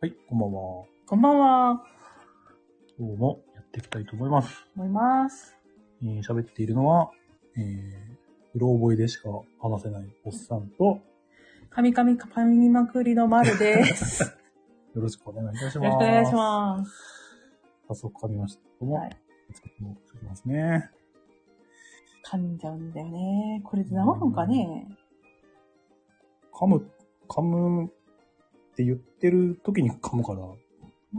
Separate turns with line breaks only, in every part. はい、こんばんは。
こんばんは。
今日もやっていきたいと思います。
思います。
えー喋っているのは、えー、うろ覚えでしか話せないおっさんと、よ
カミカミカパミまくりの丸 です。よ
ろしくお願いいたします。
ろしくお願いします。
早速噛みましたけども、
はい
作っても作りますね。
噛んじゃうんだよね。これで治るんかね
噛む、噛むって言ってる時に噛むから、
も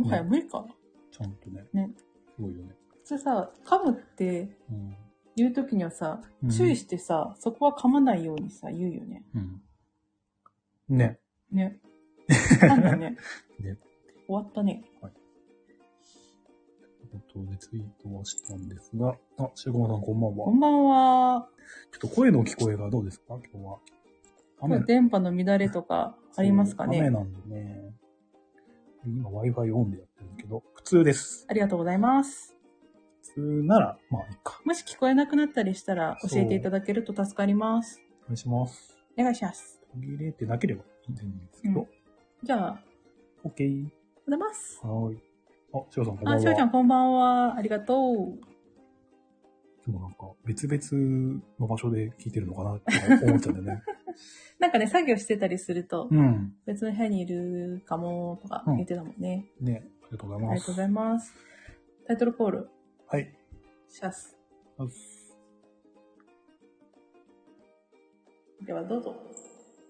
はや無理か。
ちゃんとね、
ね
すごいよね。
普通さ、噛むって
うん
言うときにはさ、
うん
注意してさ、そこは噛まないようにさ、言うよね。
うん。ね。
ね。なんだね。
ね
終わったね。
ということでツイートはしたんですが、あ、シュゴマさんこんばんは
こ。んばんは。
ちょっと声の聞こえがどうですか今日は。
これ電波の乱れとかありますか
雨
ね
なんでね。今 Wi-Fi オンでやってるんだけど、普通です。
ありがとうございます。
普通なら、まあいいか。
もし聞こえなくなったりしたら教えていただけると助かります。
お願いします。
お願いします。
途切れてなければ全然いいんですけど。
じゃあ、
オッケー。
おはようございます。
はーい。あ、シロさんこんばんは。
あ、しおちゃんこんばんは。ありがとう。
今日もなんか別々の場所で聞いてるのかなって思っちゃうんだ よね。
なんかね、作業してたりすると、
うん。
別の部屋にいるかもとか
うん
言ってたもんね。
ね、ありがとうござい
あ
ま
りが
す。
とうございます。タイトルコール、
はい。
シャス。
あ
ではどうぞ。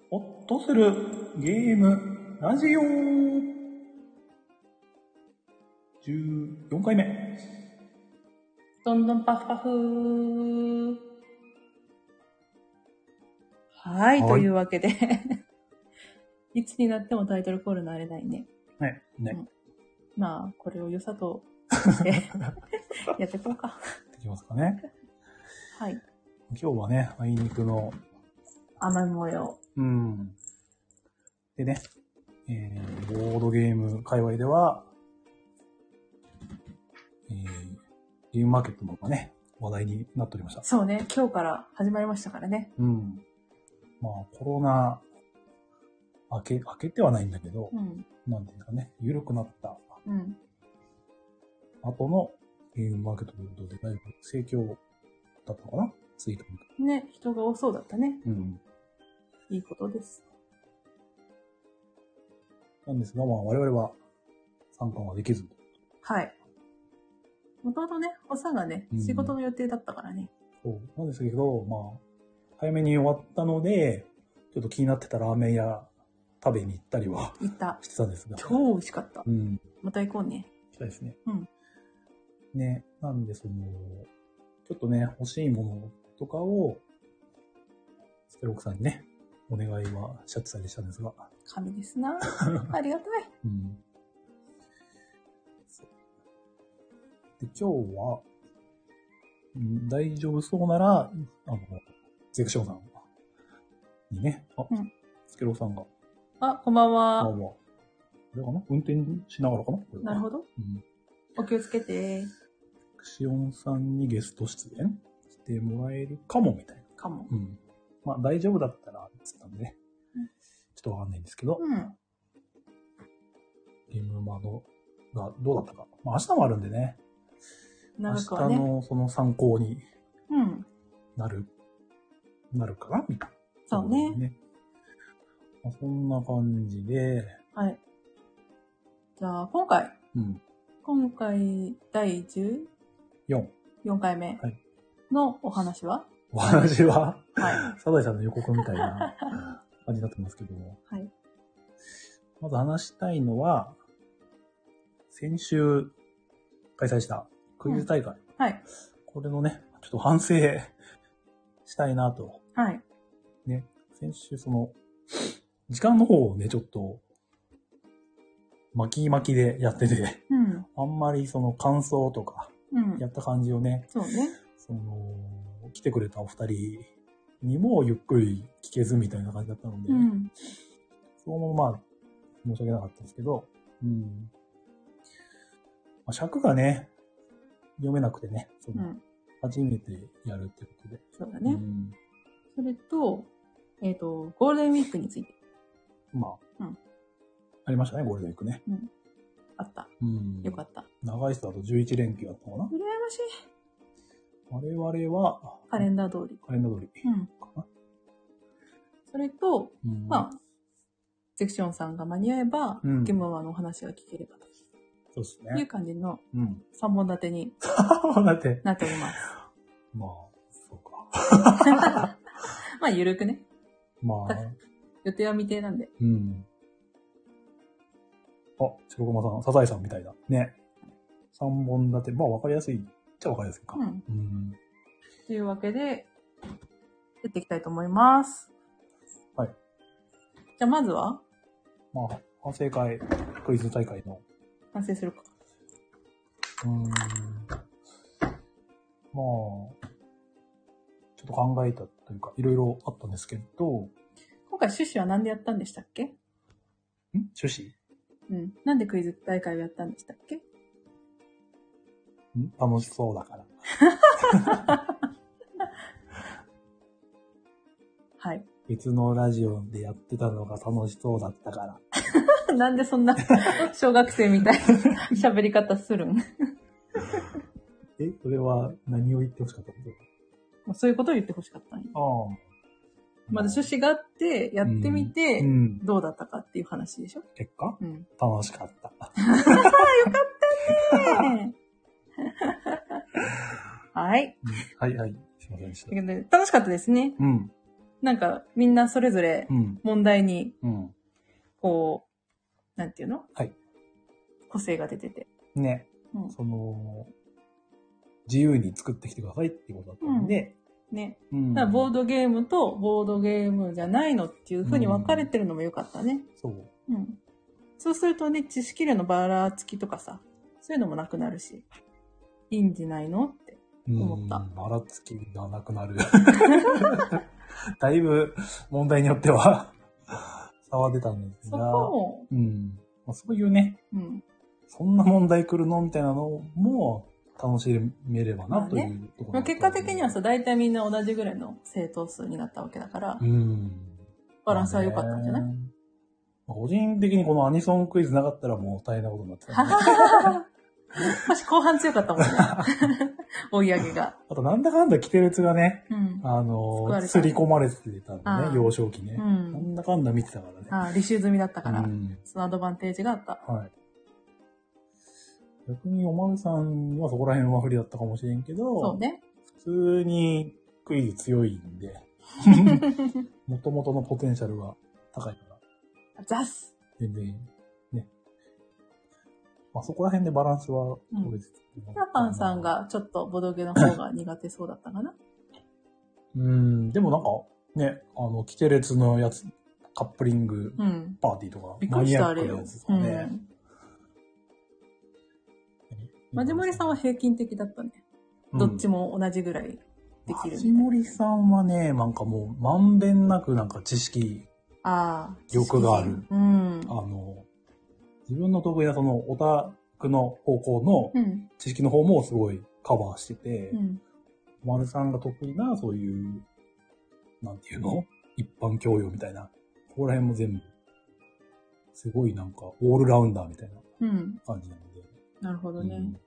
ほっとするゲームラジオ14回目。
どんどんパフパフはい、
はい
というわけで。 いつになってもタイトルコールのあれないね。
ね。ね。
まあ、これを良さとして やっていこうか。
できますかね。
はい。
今日はね、あいにくの、
甘い模様。
うん。でね、えー、ボードゲーム界隈では、えー、ゲームマーケットのがね、話題になっておりました。
そうね、今日から始まりましたからね。
うん。まあ、コロナ、明け、明けてはないんだけど、
うん。
なんていうんですかね、緩くなった
うん。
後のゲームマーケットということで、だいぶ盛況だったのかなツイート見た。
ね、人が多そうだったね。
うん。
いいことです。
なんですが、まあ、我々は参加はできず、
はい。もともとね、おさんがね
う、ん
仕事の予定だったからね。
そうなんですけど、まあ、早めに終わったので、ちょっと気になってたラーメン屋食べに行ったりは
行った。
してたんですが。
超美味しかった
う。ん。
また行こうね。
行きたいですね。
うん。
ね、なんでその、ちょっとね、欲しいものとかを、スペロクさんにね、お願いはしちゃってたりしたんですが。
神で すな。ありがたい。
うん。そうで、今日は、うん大丈夫そうなら、あの、ゼクションさんにね、あ、
うん
スケロウさんが、
あ、こんばん
あ、まあ、
は。
これかな運転しながらかなこれは
なるほど。
うん。
お気をつけて。
ゼクシオンさんにゲスト出演してもらえるかも、みたいな。
かも。
うん。まあ、大丈夫だったら、つったんでね
うん。
ちょっとわかんないんですけど、
うん。
ゲームマのがどうだったか。まあ、明日もあるんでね。
な
明
る
日
かはね。
のその参考に
うん。
なる、なるかなみたいな。
そうね。
まあそんな感じで、
はい。じゃあ、今回、
うん。
今回、第14
4。
回目
はい
のお話は
お話は、
は
サザエさんの予告みたい な感じになってますけども。
はい
まず話したいのは、先週開催したクイズ大会。
はい。
これのね、ちょっと反省したいなと
はい。
ね、先週その、時間の方をね、ちょっと、巻き巻きでやってて、
うん。
あんまりその感想とか、
うん
や。った感じをね、
そうね。
その、来てくれたお二人にもゆっくり聞けずみたいな感じだったので、
うん。
そのまま、申し訳なかったんですけど、うん。まあ、尺がね、読めなくてね、そうの
ん。
初めてやるってことで。
そうだね。
うん
それと、えっ、と、ゴールデンウィークについて。
まあ、
うん
ありましたね、ゴールデンウィークね。
あった。
うん。
よかった。
長いスタート11連休あったのかな
羨ましい。
我々は、
カレンダー通り。
カレンダー通り
う
か
ん。
な。
それと、
うん
まあ、ゼクションさんが間に合えば、
うん
ゲムマのお話が聞ければと
そうです
い
ね
う。感じの
うん。
3本立てに
だって、
なっております。
まあ、そうか。
まあ、ゆるくね。
まあ、
予定は未定なんで。
うん。あ、白駒さん、サザエさんみたいだ。ね。三本立て。まあ、わかりやすいっちゃわかりやすいか。
うん。
うん。
というわけで、やっていきたいと思います。
はい。
じゃあ、まずは、
まあ、反省会、クイズ大会の。
完成するか。
うん。まあ、ちょっと考えたというか、いろいろあったんですけど、
今回、趣旨は何でやったんでしたっけ
ん趣旨
うん。なんでクイズ大会をやったんでしたっけ
ん楽しそうだから。
はい。
別のラジオでやってたのが楽しそうだったから。
なんでそん な小学生みたいな喋り方するんも
え、それは何を言ってほしかったの
うそういうことを言ってほしかったんよ
ああ。
まず趣旨があって、やってみて、
うん。
どうだったかっていう話でしょ
結果
うん。
楽しかった。
はい。
はいはい。すいませんでし
と
た。
いうことで楽しかったですね。
うん。
なんか、みんなそれぞれ
うん。
問題に、
うん。
こう、なんていうの
はい。
個性が出てて。
ね。
うん
その、自由に作ってきてくださいっていうことだったんで。
ね。
うん
だからボードゲームとボードゲームじゃないのっていう風に分かれてるのも良かったね。
そう。
うん。そうするとね、知識量のばらつきとかさ、そういうのもなくなるし、いいんじゃないのって。
うん
思った
ばらつきがなくなる。 だいぶ問題によっては 差は出たんです
そこ
が。
も、
うん。まあ、そういうね、
うん。
そんな問題来るのみたいなのも楽しめればなというところ
まあ
だと思う、
結果的にはさ、大体みんな同じぐらいの正答数になったわけだから
う、ん。
バランスは良かったんじゃない
まあねまあ個人的にこのアニソンクイズなかったらもう大変なことになってた、ね。
もし後半強かったもんね。 追い上げが。
あと、なんだかんだ規定列がね、
うん。
あ
救わ
の
れた
すり込まれてたん
あ
だ
ー
ね、幼少期ね
う、。
なんんだかんだ見てたからね。
ああ、履修済みだったから、
うん
そのアドバンテージがあった。
はい。逆におまるさんはそこら辺は不利だったかもしれんけ
そう
ど、
ね。
普通にクイズ強い んで、もともとのポテンシャルが高いから、
ザス
全然、ね。まあそこら辺でバランスは取れてた
ラパンさん。がちょっとボドゲの方が苦手そうだったかな。
うん、でもなんか、ね、あの、キテレツのやつ、カップリング
うん。
パーティーとか、
びっ
マ
くり
ニ
し
ア
た、
ッ
あ
クな
れよ
やつと。
う
かね。
ん。マジモリさんは平均的だったね。どっち
も
も同じぐらいできる
マジ。モリさんはね、なんかもう、まんべんなくなんか知識、
ああ。
欲がある
うん
あ。の、自分の得意なその、オタクの方向の
うん。
知識の方もすごいカバーしてて
う、ん。
丸、さんが得意な、そういう、なんていうの一般教養みたいな。ここら辺も全部、すごいなんか、オールラウンダーみたいな
うん。
感じなので。
なるほどね。
うん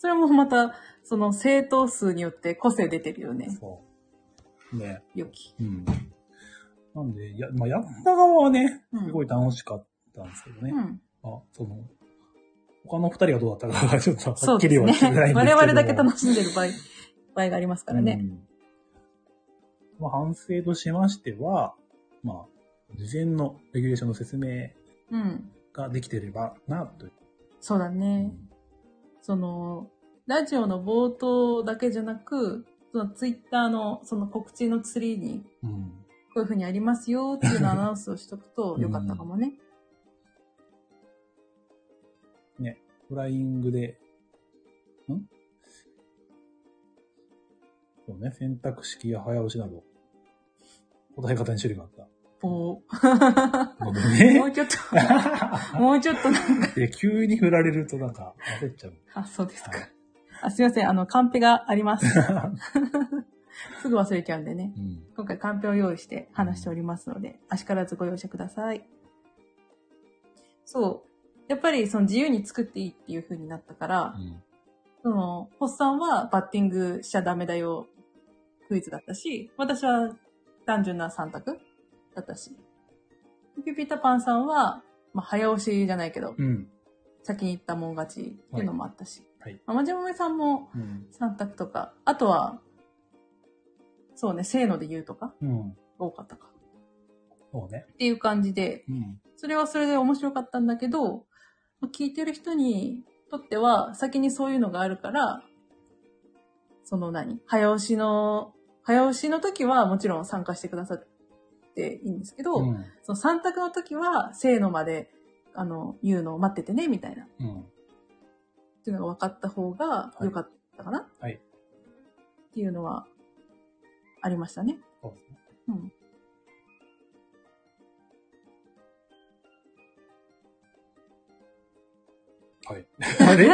それもまた、その正答数によって個性出てるよね。
そう。ね。
良き。
うん。なんで、や、まあ、やった側はね、
うん
すごい楽しかったんですけどね。
うん。
まあ、その、他の二人がどうだったかがちょっと
そ
はっ
う
きり
です
は
ね
してない。んですけ
我
ど。
々だけ
し
楽しんでる場合、場合がありますからね。
まあ、反省としましては、まあ、事前のレギュレーションの説明
うん。
ができてればな、という。
そうだね。その、ラジオの冒頭だけじゃなく、そのツイッターのその告知のツリーに、
うん。
こういう風にありますよっていうのをアナウンスをしとくと
うん
よかったかもね。
フライングで、んそうね、選択式や早押しなど、答え方に種類があった
ぼ
ので
う
ね。
もうちょっと、もうちょっとなんか、
で、急に振られるとなんか焦っちゃう。
あ、そうですか
は。
あすいません、あの、カンペがあります。すぐ忘れちゃうんでね。
うん。
今回カンペを用意して話しておりますので、足からずご容赦ください。そう。やっぱりその自由に作っていいっていう風になったから、
うん。
その、ホッさんはバッティングしちゃダメだよクイズだったし、私は単純な3択だったし。ピピタパンさんは、まあ、早押しじゃないけど、
うん。
先に行ったもん勝ちっていうのもあったし。
はいはい
まあもじもめさんも
うん。
3択とか、あとは、そうね、せーので言うとか、
うん。
多かったか。
そうね。
っていう感じで、
うん。
それはそれで面白かったんだけど、まあ聞いてる人にとっては、先にそういうのがあるから、その何早押しの、早押しの時はもちろん参加してくださっていいんですけど、
うん。
その三択の時は、せーのまで、あの、言うのを待っててね、みたいな、っ
うん。
ていうのが分かった方が良かったかな、
はい
っていうのは、ありましたね。
そうですね。
うん。
はい。あれうん。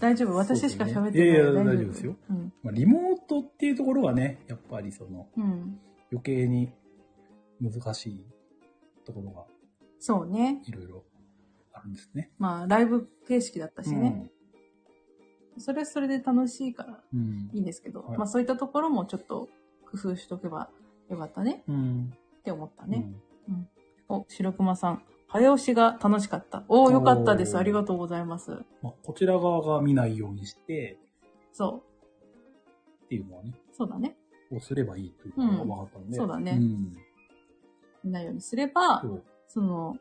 大丈夫私しか喋ってない。
いやいや大丈夫ですよ。
うん。
まあ、リモートっていうところがね、やっぱりその、
うん。
余計に難しいところが
そうね。
いろいろあるんですね。
まあ、ライブ形式だったしね。それはそれで楽しいから
うん。
いいんですけど、
はい
まあそういったところもちょっと工夫しとけばよかったね
うん。うん。
って思ったね。お、白熊さん。早押しが楽しかった。おー、よかったです。
おー
ありがとうございます。
まあ、こちら側が見ないようにして
そ
っていうのはね、
う。そうだね。
こうすればいいというのが分かったんで。
うんそうだね
ん。
いないようにすれば
そ、う。
その、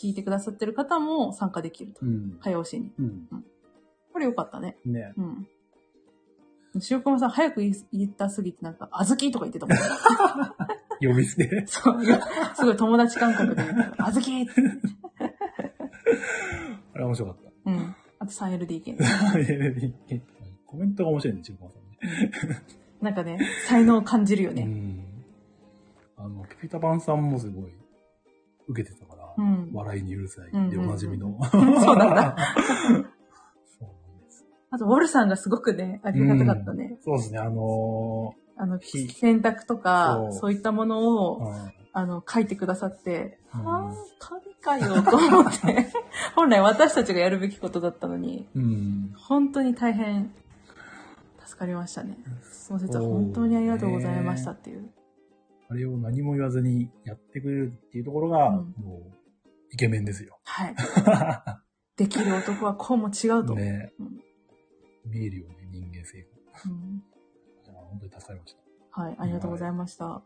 聞いてくださってる方も参加できると。
うん。
早押しに。
うん。
これよかったね。
ね。
うん。白熊さん、早く言い言ったすぎてなんか、あずきとか言ってたもん。
呼び捨て。
そう。すごい友達感覚で言うから、あずきーって
あれ面白かった。
うん。あと 3LDK。
コメントが面白いね、中間さんね。
なんかね、才能を感じるよ
う
ね。
ん。あの、ピピタパンさんもすごい、受けてたから、
うん。
笑いにうるさ
うんうん
い
うん
でおなじみの。
そうなんだ。
そうなんです。
あと、ウォルさんがすごくね、ありがたかったね。
そうですね、あの
あの、
ひ
選択とか
そ、う
そういったもの
ー、
を、
うん
あの、書いてくださって、
うん
ああ、神かよ、と思って。 本来私たちがやるべきことだったのに、
うん。
本当に大変、助かりましたね。その説は本当にありがとうございましたっていう。
あれを何も言わずにやってくれるっていうところが、
うん
もう、イケメンですよ。
はい。できる男はこうも違うと。
ね
うん
見えるよね、人間性が。
うん
いや本当に助かりました。
はい、ありがとうございました。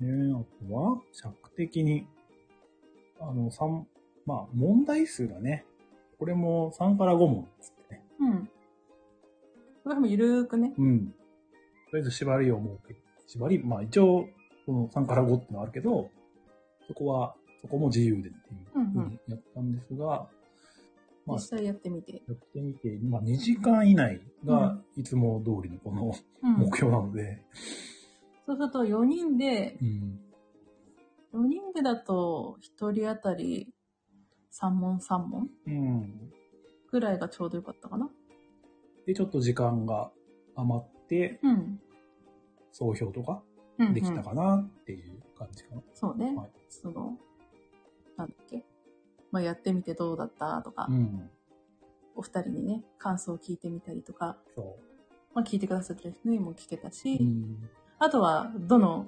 ねあとは、尺的に、あの、三、まあ、問題数がね、これも3から5問っつってね。
うん。これもゆるーくね。
うん。とりあえず縛りを設け、縛り、まあ一応、この3から5ってのはあるけど、そこは、そこも自由でっていう
うん
ふう
う
んにやったんですが、まあ
実、際やってみて。
やってみて、まあ2時間以内がいつも通りのこの
うん。
目標なので、
そうすると4人で、
うん。
4人でだと1人当たり3問3問
うん。
ぐらいがちょうどよかったかな。
で、ちょっと時間が余って、
うん。
総評とか
うん、
できた。かなっていう感じかな。
そうね。
はい
その、なんだっけ。まあ、やってみてどうだったとか、
うん。
お二人にね、感想を聞いてみたりとか、
そ
まあ、聞いてくださってる人にも聞けたし、
う。うん。
あとは、どの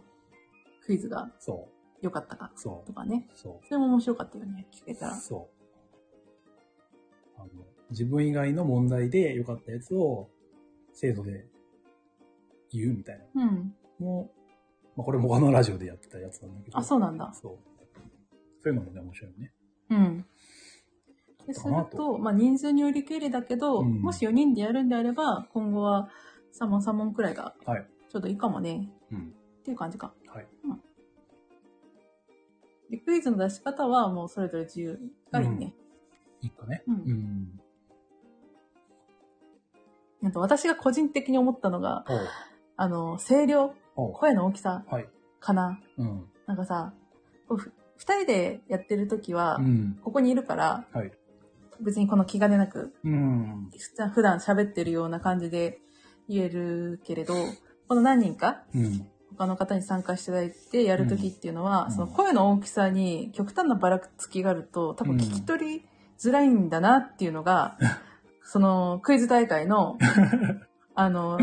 クイズが
そ
良かったか
う。そ
とかね。
う。そ
それも面白かったよね、聞けた
う。
ら。
そう。あの、自分以外の問題で良かったやつを、制度で言うみたいな
うん。
のも、まあ、これも他のラジオでやってたやつなんだけど。
あ、そうなんだ。
そう。そういうのもね、面白いよね。
うん。で
だ
す
なと
ると、まあ、人数によりけりだけど、
うん
もし4人でやるんであれば、今後は3問3問くらいが
はい。
ちょうどいいかもね、
うん。
っていう感じか。
はい。
で、クイズの出し方はもうそれぞれ自由がいいね。
いいかね。
うん
うん。
なんと私が個人的に思ったのが、
おう
あの、声量、
おう
声の大きさ
はい。
かな。
うん。
なんかさ、こうふ二人でやってる時は
う、ん。
ここにいるから、
はい。
別にこの気兼ねなく
うん。
普段普段喋ってるような感じで言えるけれど、この何人か
うん。
他の方に参加していただいてやるときっていうのは、
うん
その声の大きさに極端なばらつきがあると、多分聞き取りづらいんだなっていう のが、そのクイズ大会の、あの、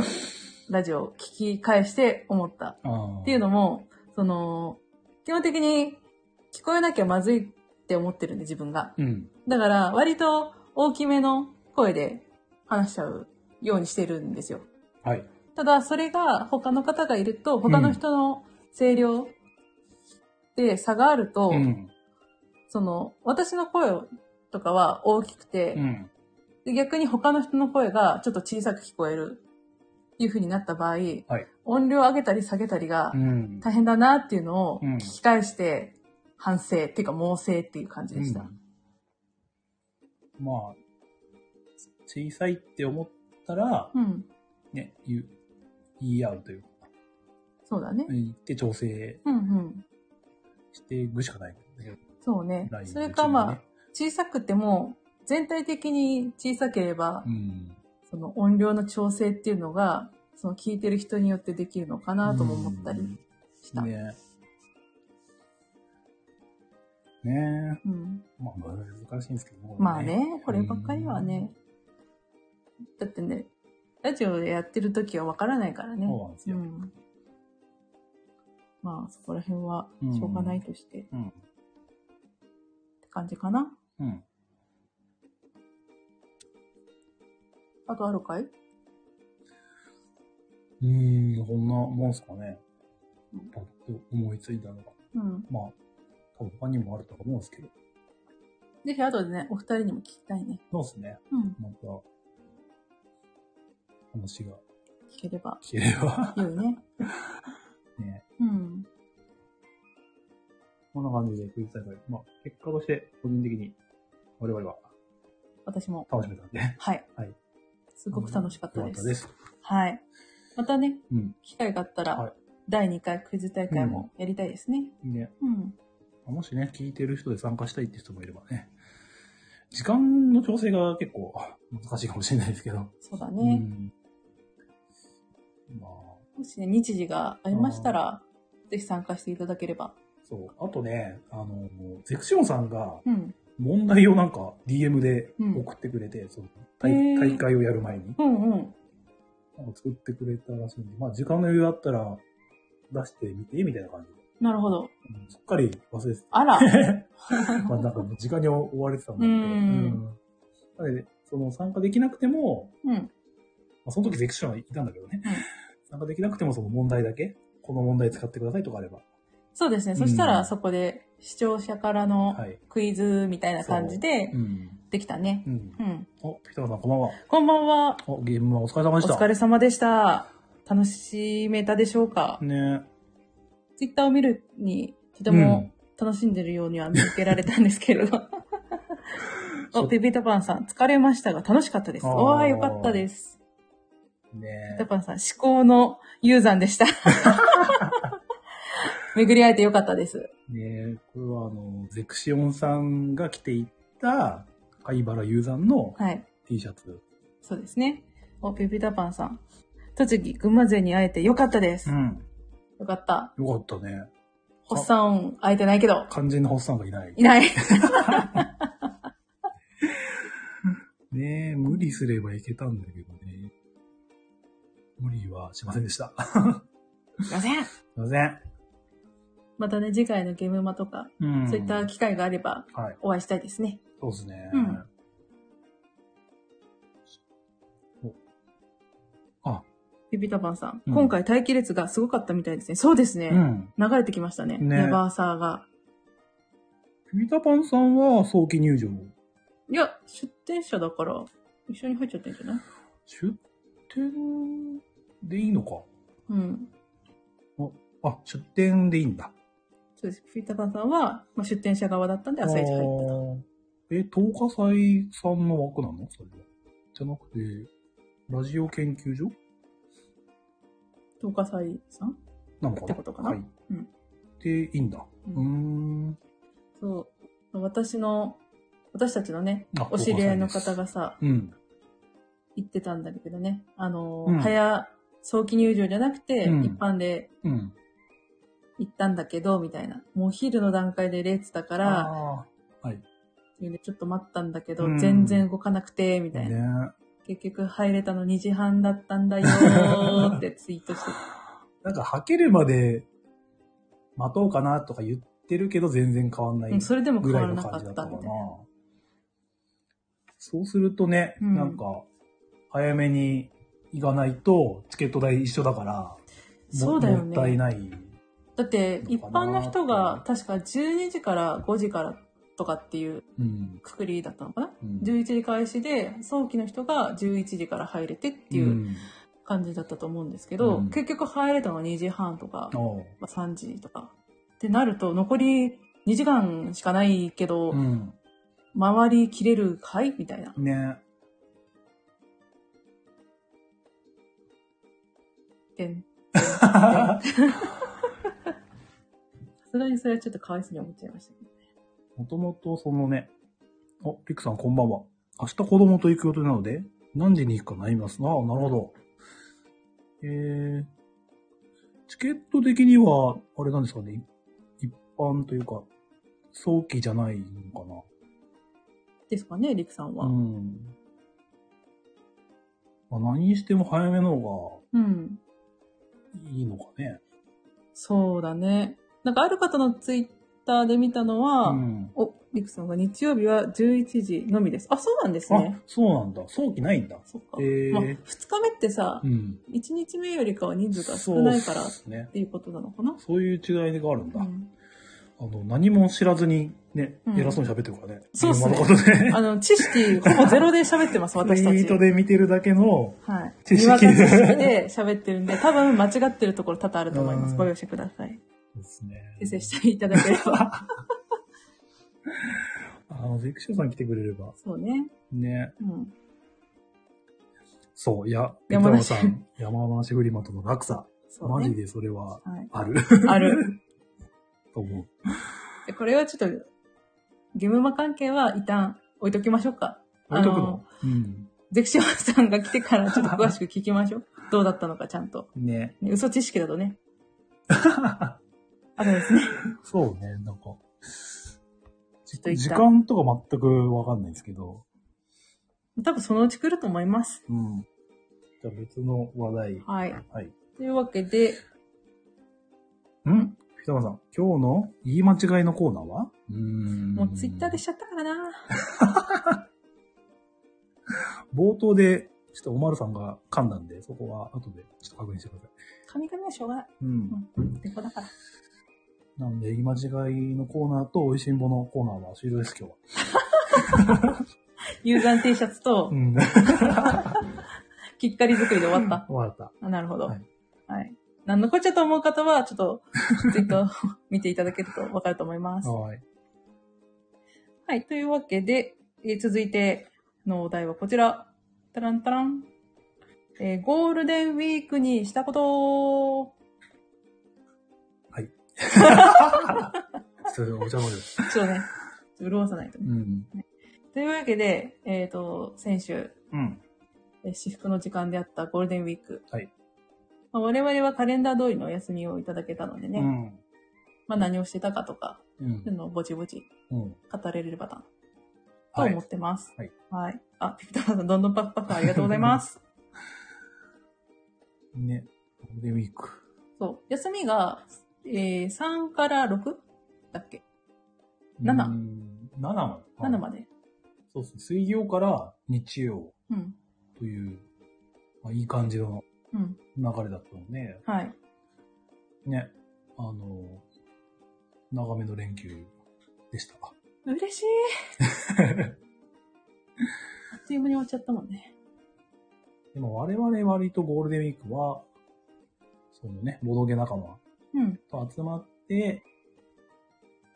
ラジオを聞き返して思った。
あ
っていう
の
のも、その、基本的に聞こえなきゃまずいって思ってるんで、自分が。
うん。
だから、割と大きめの声で話しちゃうようにしてるんですよ。
はい。
ただ、それが他の方がいると、他の人の声量で差があると、
うん。
その、私の声とかは大きくて、
うん。
で逆に他の人の声がちょっと小さく聞こえるっていう風になった場合、音量上げたり下げたりが
うん。
大変だなっていうのを
うん
聞き返して反省、っていうか猛省っていう感じでした。
うんまあ、小さいって思ったら、
うん、
ね、言う、言い合うというか、
そうだね。
言って調整
うんうん。
していくしかない。
そうね
ライン。
それかまあ、小さくても、全体的に小さければ
う、ん。
その音量の調整っていうのが、その聞いてる人によってできるのかなとも思ったりした。うん。
ねねえ。まあ、難しいんですけど、これ
まあ。ね、こればっかりはね。だってね、ラジオでやってる時はわからないからね。
そうなんですよ
んまあ、そこら辺はしょうがないとしてっ
うん。
て感じかな。
うん。
あとあるかいう
ーん、そんなもんすかね。僕思いついたのが。
うん。
まあ、多分他にもあるとは思うんですけど。
ぜひ後でね、お二人にも聞きたいね。
そうですね。
うん。
また、話が
聞ければ。
聞ければ。
良いね。
ね。
うん。
こんな感じで、クイズ大会。まあ、結果として、個人的に、我々は
私も。
楽しめたんで。
はい。
はい。
すごく楽しかった
よ
で
か
す。
ったです。
はい。またね、
うん。
機会があったら、
はい
第2回クイズ大会もやりたいですね。
ね。
うん。
もしね、聞いてる人で参加したいって人もいればね、時間の調整が結構難しいかもしれないですけど。
そうだ
う
ね。
ん。まあ、
もしね、日時がありましたら、ぜひ参加していただければ。
そう。あとね、あの、ゼクシオンさんが
うん。
問題をなんか DM で送ってくれて、その大
へー
大会をやる前に
うんうん。
なんか作ってくれたらしいんで、まあ時間の余裕あったら出してみて、みたいな感じで。
なるほど。
うんすっかり忘 れて
あら。
まあなんかもう時間に追われてたんだけど。
うん
うんなので、その参加できなくても、
うん。
まあ、その時ゼクションはいたんだけどね。参加できなくてもその問題だけ、この問題使ってくださいとかあれば。
そうですね。そしたら、そこで、視聴者からの
はい。
クイズみたいな感じで
う、ん。
できたね。
うん。
うん。
お、ピタマさんこんばんは。
こんばんは。
お、ゲームはお疲れ様
お
でした。
疲れ様でした。楽しめたでしょうか、
ね
ツイッターを見るに、とて
で
も、楽しんでるようには見受けられたんです けれど。
そ
お、
う
ペピタパンさん、疲れましたが楽しかったです。
あー
おー、よかったです。
ね
ペピタパンさん、至高の雄山 でした。巡り会えてよかったです。
ねこれはあの、ゼクシオンさんが着ていた、貝原雄山の
はい。
T シャツ。
そうですね。お、ペピタパンさん、栃木、群馬勢に会えてよかったです。
ん。
よかった。
よかったね。
おっさん会えてないけど、
肝心のホッサンがいない
い。ない。
ねえ、無理すればいけたんだけどね。無理はしませんでした。す
すいません。
いません。
またね、次回のゲームマとか、
うん
そういった機会があれば
はい。
お会いしたいですね。
そうですね。
うん
おあ、
ピピタパンさん、
うん
今回待機列がすごかったみたいですね。そうですね。
うん。
流れてきましたね。
ね
ネバーサーが。
ピーターパンさんは早期入場。
いや、出店者だから、一緒に入っちゃってんじゃない
出店でいいのか。
うん。
あ、出店でいいんだ。
そうです。ピピタパンさんは、まあ、出店者側だったんで朝一
あ
入った。
ーえ、東華祭さんの枠なのそれは。じゃなくて、ラジオ研究所
東華祭さん
なのかな
ってことかな
はい。
うん
で、いいんだ。うー
うん
ん。
そう。私の、私たちのね
あ、
お知り合いの方がさ、
うん。
言ってたんだけどね。あのー、
うん
早、早期入場じゃなくて、
うん
一般で
うん。
行ったんだけど、みたいな。もうお昼の段階でレッツだから、
あ
っていうんでちょっと待ったんだけど、
うん
全然動かなくて、み
あ、
たいな。
ね。
結局入れたの2時半だったんだよー ってツイートしてた。
なんか、はけるまで待とうかなとか言ってるけど、全然変わんない
うんそれでも
ぐ
変
ら
わ
い
ら
の
なか
感
っ
じ
た
だっ
み
た
た
か
い
な
な。。
そうするとね、
うん
なんか、早めに行かないと、チケット代一緒だから、も
そうだよね
もったいない。
だって一般の人が確か12時から5時からとかっていう
うん。
くくりだったのかな、
うん、
?11 時開始で早期の人が11時から入れてっていううん感じだったと思うんですけど、
うん
結局入れたのは2時半とか、
おう
まあ3時とかってなると残り2時間しかないけど、
うん。
回りきれるかいみたいな。
ね。
てんさすがにそれはちょっとかわいそうに思っちゃいましたけど。
もともとそのね、あ、ピクさんこんばんは。明日子供と行く予定なので、何時に行くか悩みます。ああ、なるほど。えー、チケット的には、あれなんですかね、い一般というか、早期じゃないのか
ですかね、りくさん
な。
は。
うん。まあ、何にしても早めの方
うん
がいいのかね。
そうだね。なんかある方のツイッターで見たのは、
うん。
お、リクさんが日曜日は11時のみです。あ、そうなんです
あ
ね。、
そうなんだ。早期ないんだ。
そっか。
へー
まあ、2日目ってさ
う、ん。
1日目よりかは人数が少
そう
な
で
いからっ
すね。
ていうことなのかな。
そういう違いがあるんだ。
うん
あの、何も知らずに、ね、
うん
偉そうに喋ってるからね。
そうっすね
今のことで。
あの、知識ほぼゼロで喋っ てます、
ツ
私
イ
た
ー
ち。
トで見てるだけの、
はい。
知識
にわか知識で喋ってるんで、多分間違ってるところ多々あると思いま
う
す。
ん
ご容赦ください。
そうです
訂正
ね。
していただけれ ば。
あの、ゼクションさん来てくれれば。
そうね。
ね。
うん。
そう、いや、
山
山
梨
さん、山梨フリマとの落差。
そう
マジ
ね。
でそれは、
はい。
ある。
ある。
と思う。
でこれはちょっと、ゲムマ関係は一旦置いときましょうか。
置いとくのうん。
ゼクシオンさんが来てからちょっと詳しく聞きまし ょう。どうだったのかちゃんと。
ね。
ね嘘知識だとね。あるんですね。
そうね、なんか。
ちょっと一
時
旦。
間とか全くわかんないですけど。
多分そのうち来ると思います。
うん。じゃあ別の話題。
はい。
はい。
というわけで、
ん北川さん、今日の言い間違いのコーナーはうーん
もうツイッターでしちゃったからな。
冒頭で、ちょっとおまるさんが噛んだんで、そこは後でちょっと確認してください。
神々はしょうがない。
うん。
うん。猫だから。
なんで、言い間違いのコーナーと美味しんぼのコーナーは終了です、今日は。
有残 T シャツと
う、 ん。
きっかり作りで終わった。
終わった。
あなるほど。
は
はいい。何のこっちゃと思う方は、ちょ っと、ツイートを 見ていただけるとわかると思います。
はーい。
はい。というわけで、えー続いてのお題はこちら。タランタラン。えーゴールデンウィークにしたこと
それお邪魔です。
ちょっとね、潤さないとね。
うん。
というわけで、えっ、と、先週、
うん。
えー私服の時間であったゴールデンウィーク。
はい
まあ我々はカレンダー通りのお休みをいただけたのでね、
うん。
まあ何をしてたかとか、
うん
そういう。のをぼちぼち
うん。
語れればなと
はい
思。ってます。
はい。
はい。あ、ピクタマさん、どんどんパクパクありがとうござ います。
ね。ゴールデンウィーク。
そう。休みが、えー、3から 6? だっけ七
うん7まで。
?7 まで。
そうですね。水曜から日曜
うん。
という、まあ、いい感じの
うん。
流れだったので、
はい。
ね、あの、長めの連休でした。
嬉 しい。あっという間に終わっちゃったもんね。
でも我々割とゴールデンウィークは、そのね、ボドゲ仲間
うん。
と集まって、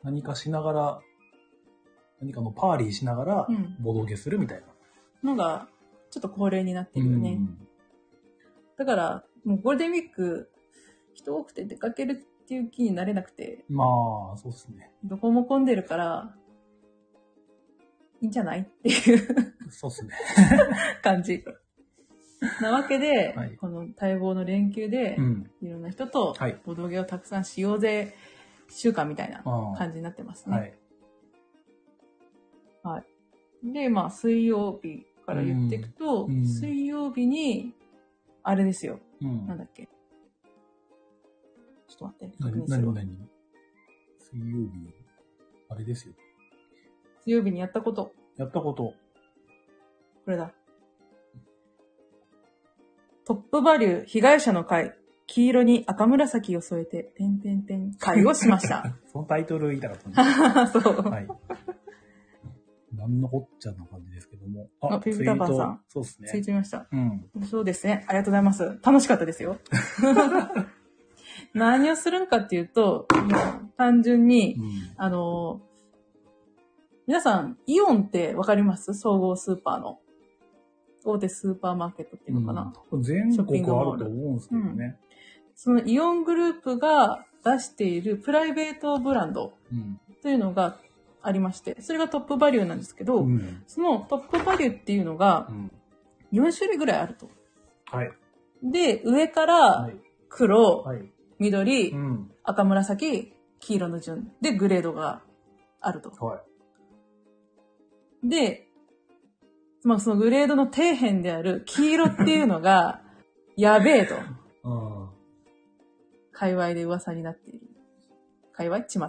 何かしながら、何かのパーリーしながら
う、ん。
ボドゲするみたいな。
のが、ちょっと恒例になってるよね。だから、もうゴールデンウィーク、人多くて出かけるっていう気になれなくて、
まあ、そうですね。
どこも混んでるから、いいんじゃないっていう
そうですね。
感じ。なわけで、
はい
この待望の連休で
う、ん。
いろんな人と
はい、
ボドゲをたくさんしようぜ、週間みたいな
ああ。は
感じになってますね。
い。
で、まあ、水曜日から言っていくと、
うんうん
水曜日に、あれですよ。
うん。
なんだっけ。ちょっと待って。確
何
認する
何
わ
何水曜日、あれですよ。
水曜日にやったこと。
やったこと。
これだ。トップバリュー被害者の会。黄色に赤紫を添えて、てんてんてん会をしました。
そのタイトル言いたかったんです。
そう。
はい。なんのこっちゃな感じですけども。
あピピタパンさん。
そうです
つい
ね。
てみました。
うん。
そうですね。ありがとうございます。楽しかったで すよ。何をするんかっていうと、もう単純に、
うん。
あの、皆さん、イオンってわかります総合スーパーの。大手スーパーマーケットっていうのかな。
うん全国あると思うんですけどね。
そのイオングループが出しているプライベートブランド
うん。
というのがありまして、それがトップバリューなんですけど、
うん。
そのトップバリューっていうのが
うん。
4種類ぐらいあると。
はい。
で、上か
は
ら
い。
黒、
はい。
緑、
うん。
赤紫、黄色の順でグレードがあると。
はい。
で、まあそのグレードの底辺である黄色っていう のが、やべえと、
あ
界隈で噂になっている。界隈巷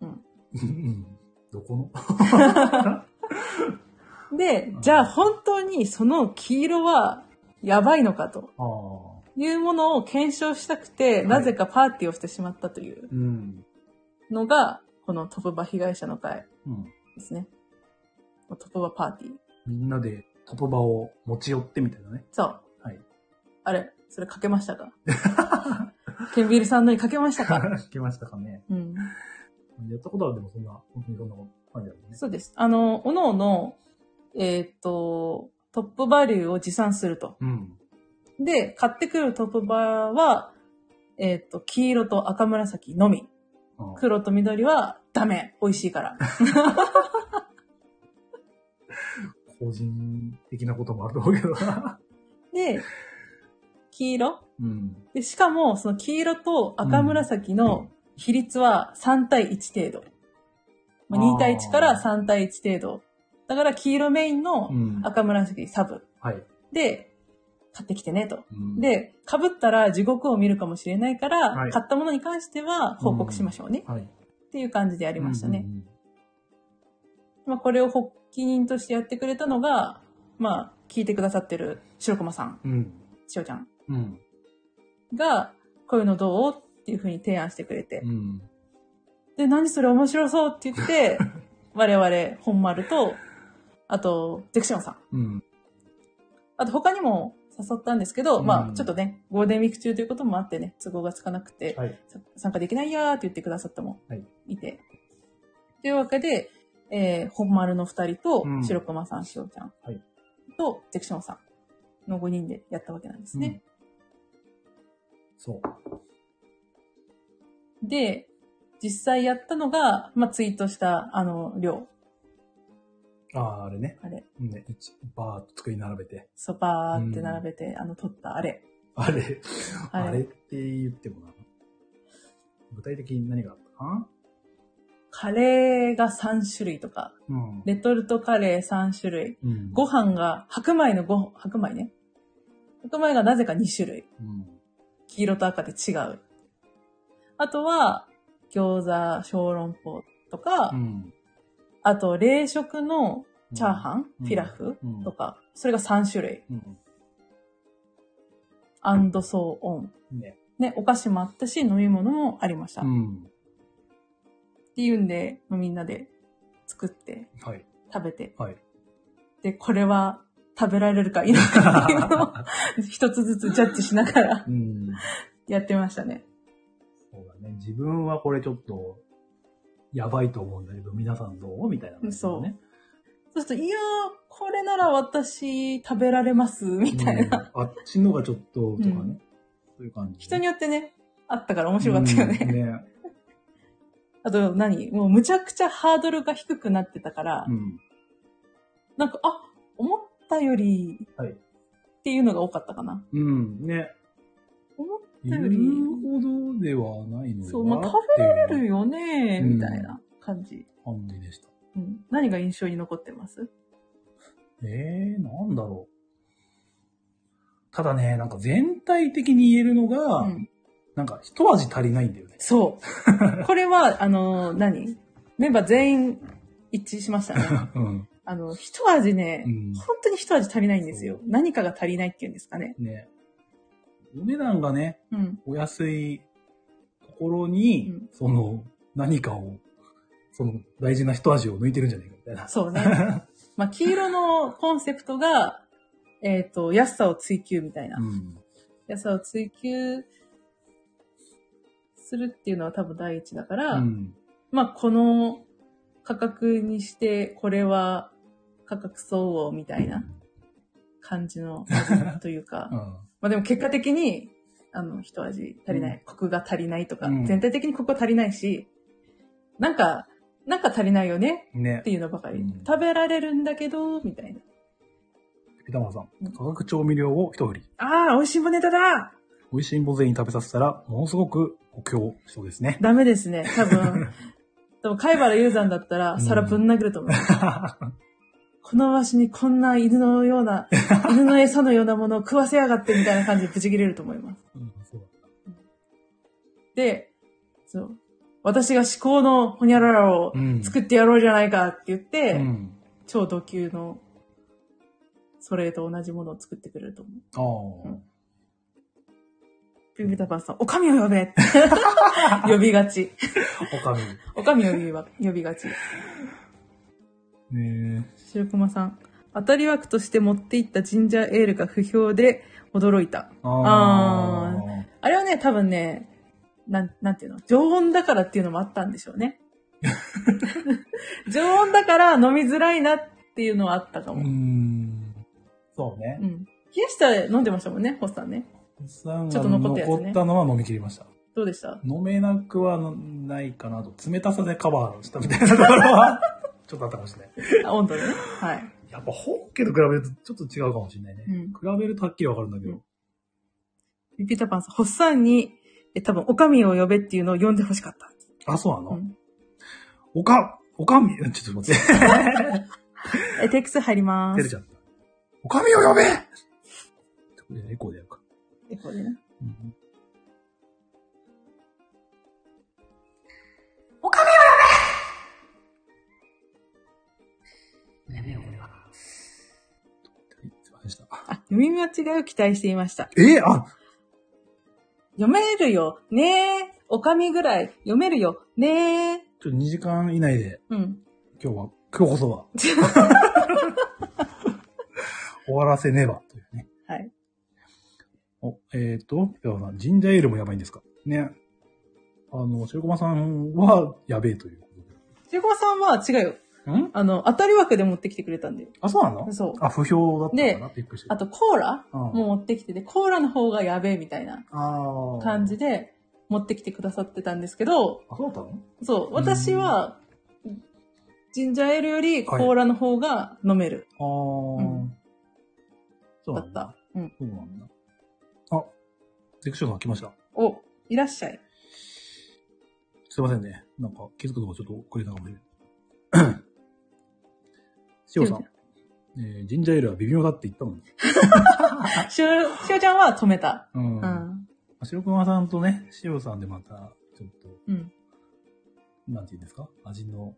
うん。どこの
で
うん、
じゃあ本当にその黄色はやばいのかと
ああ。
いうものを検証したくて、
い
なぜかパーティーをしてしまったという
うん。
のが、このトップバ被害者の会
うん。
ですね。トップバパーティー。
みんなでトップバを持ち寄ってみたいなね。
そう。
はい
あれ、それかけましたか ケンビルさんのにかけまし たか
聞きましたかね。
うん。
やったことはでもそんな、本当にそんな感じだもんね。
そうです。あの、おのおの、えーっと、トップバリューを持参すると。
うん。
で、買ってくるトップバーは、えーっ、と、黄色と赤紫のみ。
あ
黒と緑はダメ。美味しいから。
個人的なこともあると思うけど な。
で、黄色
うん。
で、しかも、その黄色と赤紫の比率は3対1程度。まあ
あー
2対1から3対1程度。だから黄色メインの
うん。
赤紫サブ。
はい。
で、買ってきてねと。
うん、
で、被ったら地獄を見るかもしれないから、
はい
買ったものに関しては報告しましょうね。
はい。
っていう感じでやりましたね。
うんうん
まあ、これを発起人としてやってくれたのが、まあ、聞いてくださってる白駒さん、
うん。
しおちゃん
うん。
が、こういうのどうっていうふうに提案してくれて
う、ん。
で、何それ面白そうって 言って、我々、本丸と、あと、ゼクシオンさん。
うん。
あと、他にも誘ったんですけど、
うん
まあ、ちょっとね、ゴールデンウィーク中ということもあってね、都合がつかなくて、
はい。
さ参加できないやーって言ってくださったも
はい
いて。というわけで、えー、本丸の二人と
うん、
白駒さん、しおちゃん
はい
と、ゼクションさんの5人でやったわけなんですね。
そう。
で、実際やったのが、まあ、ツイートした、あの、量、
ああ、あれね。
あれ、
うんね。一バーっと作り並べて。
ソバーって並べて、あの、撮ったあれ。
あれ、
あれ
あれって言ってもな。具体的に何があったかな
カレーが3種類とか、
うん。
レトルトカレー3種類、
うん。
ご飯が、白米のご、白米ね。白米がなぜか2種類。
うん。
黄色と赤で違う。あとは、餃子、小籠包とか、
うん。
あと、冷食のチャーハン、
うん
ピラフ
うん
とか、それが3種類。
うん。
アンドソーオン。
ね。
ね、お菓子もあったし、飲み物もありました。
う
っ
ん。
ていうんで、まあみんなで作 って、
はい。
食べて。
はい。
で、これは食べられるか否かっ ていうのを一つずつジャッジしながら
うん。
やってましたね。
そうだね。自分はこれちょっと、やばいと思うんだけど、皆さんどうみたいな、ね。
そう
ね。
そうすると、いやー、これなら私食べられます、みたいな。
うんあっちのがちょっと、とかね。
うん
そういう感じ。
人に
よ
よってね、あったから面白かったよね。
ね。
あと何もうむちゃくちゃハードルが低くなってたから、
うん。
なんか、あ、思ったより
はい、
っていうのが多かったかな。
うん、ね。
思った
言
よ
う
り、
ほどではないの
そう、まあ
なっ
食
て
べられ
いう
るよね、
うん
みたいな感じ、
感じでした。
うん。何が印象に残ってます
ええなんだろう。ただね、なんか全体的に言えるのが、
うん、
なんか一味足りないんだよね。
そう。これは、あのー、何メンバー全員一致しまし たね。
うん。
あの、一味ね、
うん
本当に一味足りないんですよ。何かが足りないっていうんですかね。
ね。お値段がね、
うん。
お安いところに、
うん
その、何かを、その、大事な一味を抜いてるんじゃないかみたいな。
そうね。 まあ、黄色のコンセプトが、えっ、と、安さを追求みたいな。
うん。
安さを追求するっていうのは多分第一だから、
うん。
まあ、この価格にして、これは価格相応みたいな感じのと いうか、
う
ま
ん。
あでも結果的に、あの、一味足りない、コクが足りないとか、
うん
全体的にコクが足りないし、なんか、なんか足りないよね
ね
って。いうのばかり、
うん
食べられるんだけど、みたいな。
ピタマさ
うん
ん、化学調味料を一振り。
ああ、美味しいもネタだ
美味しい棒全員食べさせたら、ものすごく補強しそうですね。
ダメですね、多分。でも、貝原雄山だった
う
ら、
ん
皿ぶん殴ると思う。 このわしにこんな犬のような、犬の餌のようなものを食わせやがってみたいな感じでブチ切れると思います。
うん、そうだ
で、そう。私が至高のホニャララを
うん。
作ってやろうじゃないかって言って、
うん。
超ド級の、それと同じものを作ってくれると思う。
ああ。
ビビタパンさん、おかみを呼べって 呼びがち。
おか
おかみを呼びは呼びがち。
み。ね
白駒さん。当たり枠として持っていったジンジャーエールが不評で驚いた。
あ
あ
あー。
あれはね、多分ね、なん、なんていうの常温だからっていうのもあったんでしょうね。常温だから飲みづらいなっていうのはあったか
う
も。
ー
うん。
ん。そうね。
冷やしたら飲んでましたもんね、ホスさんね。
おっさん
ちょ
が
っと残ったやつね
残ったのは飲み切りました。
どうでした
飲めなくはないかなと。冷たさでカバーしたみたいなところ は、ちょっとあったかもしれない。
あ温度でね。はい。
やっぱ本家と比べるとちょっと違うかもしれないね。
うん
比べるとはっきりわかるんだけど。
リピーターパンさん、ホッサンに、え、多分、おかみを呼べっていうのを呼んでほしかった。
あ、そうなの、
うん
おか、おかみ、ちょっと待って。
え、テックス入りま
出
ー
れち
す。
ゃった。おかみを呼べこれエコーでやるか。
え、これね。
うん
おかみ
やめよう、これは。すいませんでした。
あ、読み間違いを期待していました。
えあ、
読めるよ、ねー。おかみぐらい、読めるよ、ねー。
ちょっと2時間以内で、
うん。
今日は、今日こそは。終わらせねば、というね。
はい。
お、えっ、ー、と、ではなジンジャーエールもやばいんですかね。あの、白駒さんは、やべえというこ
中古さんは違うよ。
とで。ん
あの、当たり枠で持ってきてくれたんだよ。
あ、そうなの
そう
あ、不評だったのかなってびっくりして
あ。と、コーラ
うん
も持ってきてて、コーラの方がやべえみたいな
ああ。
感じ。で持ってきてくださってたんですけど、
あ、そうだったの
そう、私は、ジンジャーエールよりコーラの方が飲める。
あー
うん
そう
だ
な
っ
ん
た。うん。
そうなんだ。あ、ゼクションが来ました。
お、いらっしゃい。
すいませんね。なんか気づくのがちょっと遅れたかもしれない。 しおさん。えー、ジンジャーエールは微妙だって言ったのに。
しお、しおちゃんは止めた。
うん。
う
ま
ん。
あ白熊さんとね、しおさんでまた、ちょっと、
うん。
なんて言うんですか味の、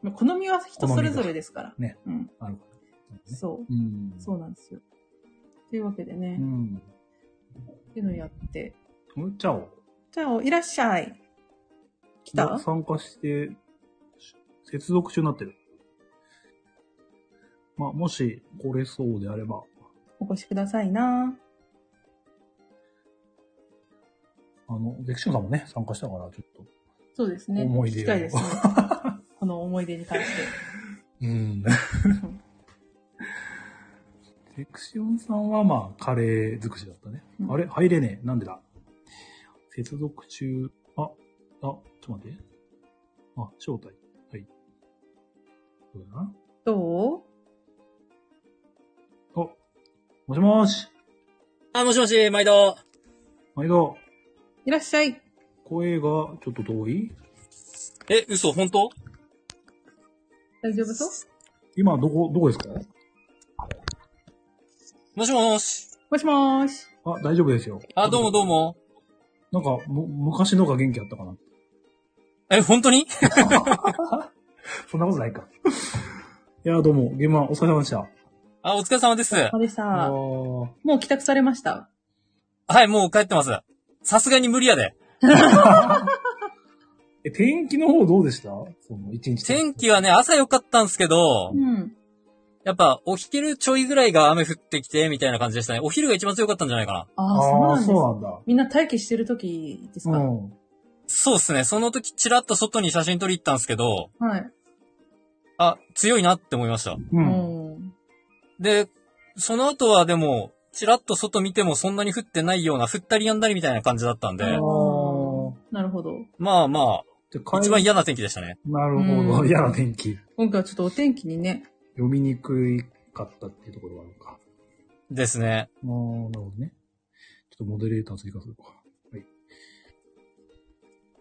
まあ好みは人それぞれですから。
ね。
うん。
あるかな、
そう。
うん。
そうなんですよ。というわけで
う
ね、
ん。
っていうのをやって。
おいちゃお。
じゃあ、いらっしゃい。来た
参加して、し接続中になってる。まあ、もし来れそうであれば、
お越しくださいな。
あの、ゼクションさんもね、参加したから、ちょっと。
そうですね。
思い出を
聞きた いですね。この思い出に関して。
うん。 セクシオンさんはまあ、カレー尽くしだったね。
うん
あれ入れねえ。なんでだ接続中。あ、あ、ちょっと待って。あ、招待。はい。そうだな。
どう
あ、もしもーし。
あ、もしもし、毎度。
毎度、
いらっしゃい。
声がちょっと遠い
え、嘘、本当
大丈夫そう
今、どこ、どこですか
もしもし。
もしもーし。
あ、大丈夫ですよ。
あ、どうもどうも。
なんか、む、昔のが元気あったかな。
え、本当に
そんなことないか。いや、どうも、現場お疲れ様でした。
あ、お疲れ様です。
あでし
あ
た。
ー
もう帰宅されました。
はい、もう帰ってます。さすがに無理やで。
え、天気の方どうでしたその、一日。
天気はね、朝良かったんですけど
う、ん。
やっぱ、お昼ちょいぐらいが雨降ってきて、みたいな感じでしたね。お昼が一番強かったんじゃないかな。
あ
あ
あ、そうなん
あ
で
ー、
す。
そうなんだ。
みんな待機してる時ですか、
うん。
そうですね。その時、ちらっと外に写真撮り行ったんですけど、
はい。
あ、強いなって思いました。
うん。
うん。
で、その後はでも、ちらっと外見てもそんなに降ってないような、降ったりやんだりみたいな感じだったんで、
あー
なるほど。
まあま
じゃ
あ、一番
嫌。
嫌な天気でしたね。
なるほ
う
ど。
ん
嫌な天気。
今回はちょっとお天気にね。
読みにくいかったっていうところがあるのか。
です
あ
ね。
あ、なるほどね。ちょっとモデレーター追加するか。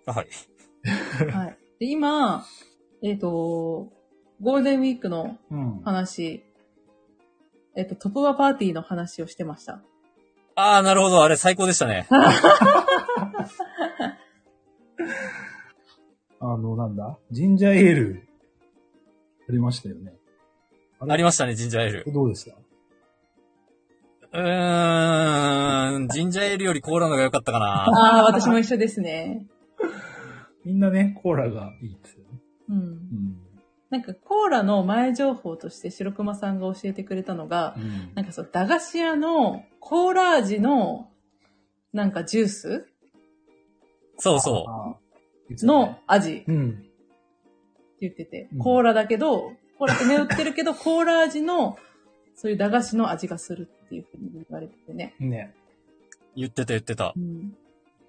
あはい。
はい。で、今、えっ、と、ゴールデンウィークの
うん。
話、えっ、と、トップバパーティーの話をしてました。
ああ、なるほど。あれ最高でしたね。
あの、なんだジンジャーエール、ありましたよね。
ありましたね、ジンジャーエール。
どうでした
うーん、ジンジャーエールよりコーラのが良かったかな。
ああ、私も一緒ですね。
みんなね、コーラがいいですよね。
うん
う。ん。
なんか、コーラの前情報として白熊さんが教えてくれたのが、
うん
なんかそう、駄菓子屋のコーラ味の、なんかジュース
そうそ
あーいつも
の
ね
味って
うん。
言ってて
うん、
コーラだけど、コーラって目打ってるけど、コーラ味の、そういう駄菓子の味がするっていうふうに言われててね。
ね。
う。言ってた言ってた。
うん、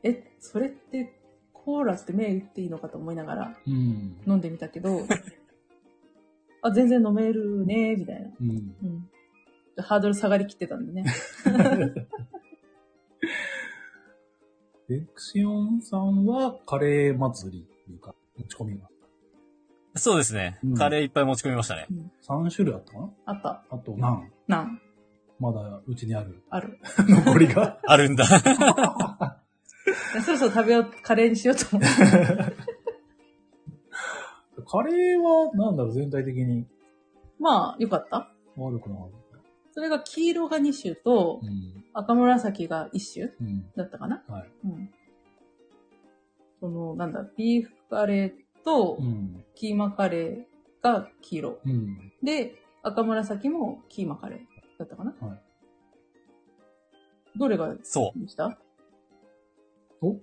え、それって、コーラって目打っていいのかと思いながら
うん。
飲んでみたけ ど、あ、全然飲めるね、みたいな。
うん。
うん。ハードル下がりきってたん でね。
レクシオンさんはカレー祭りっていうか、持ち込みが。
そうですね
うん。
カレーいっぱい持ち込みましたね。
3種類あったかな
あった。
あと何
なん
まだうちにある
ある。
残り が。
あるんだ。
いやそろそろ食べよう、カレーにしよう と思って。
カレーは、なんだろう、全体的に
まあ、よかった。
悪くなかった。
それが黄色が2種と
うん。
赤紫が1種
うん。
だったかな。
はい。
うん。その、なんだ、ビーフカレーと
うん。
キーマカレーが黄色。
うん。
で、赤紫もキーマカレーだったかな。
はい。
どれが
そう。
でした
おんい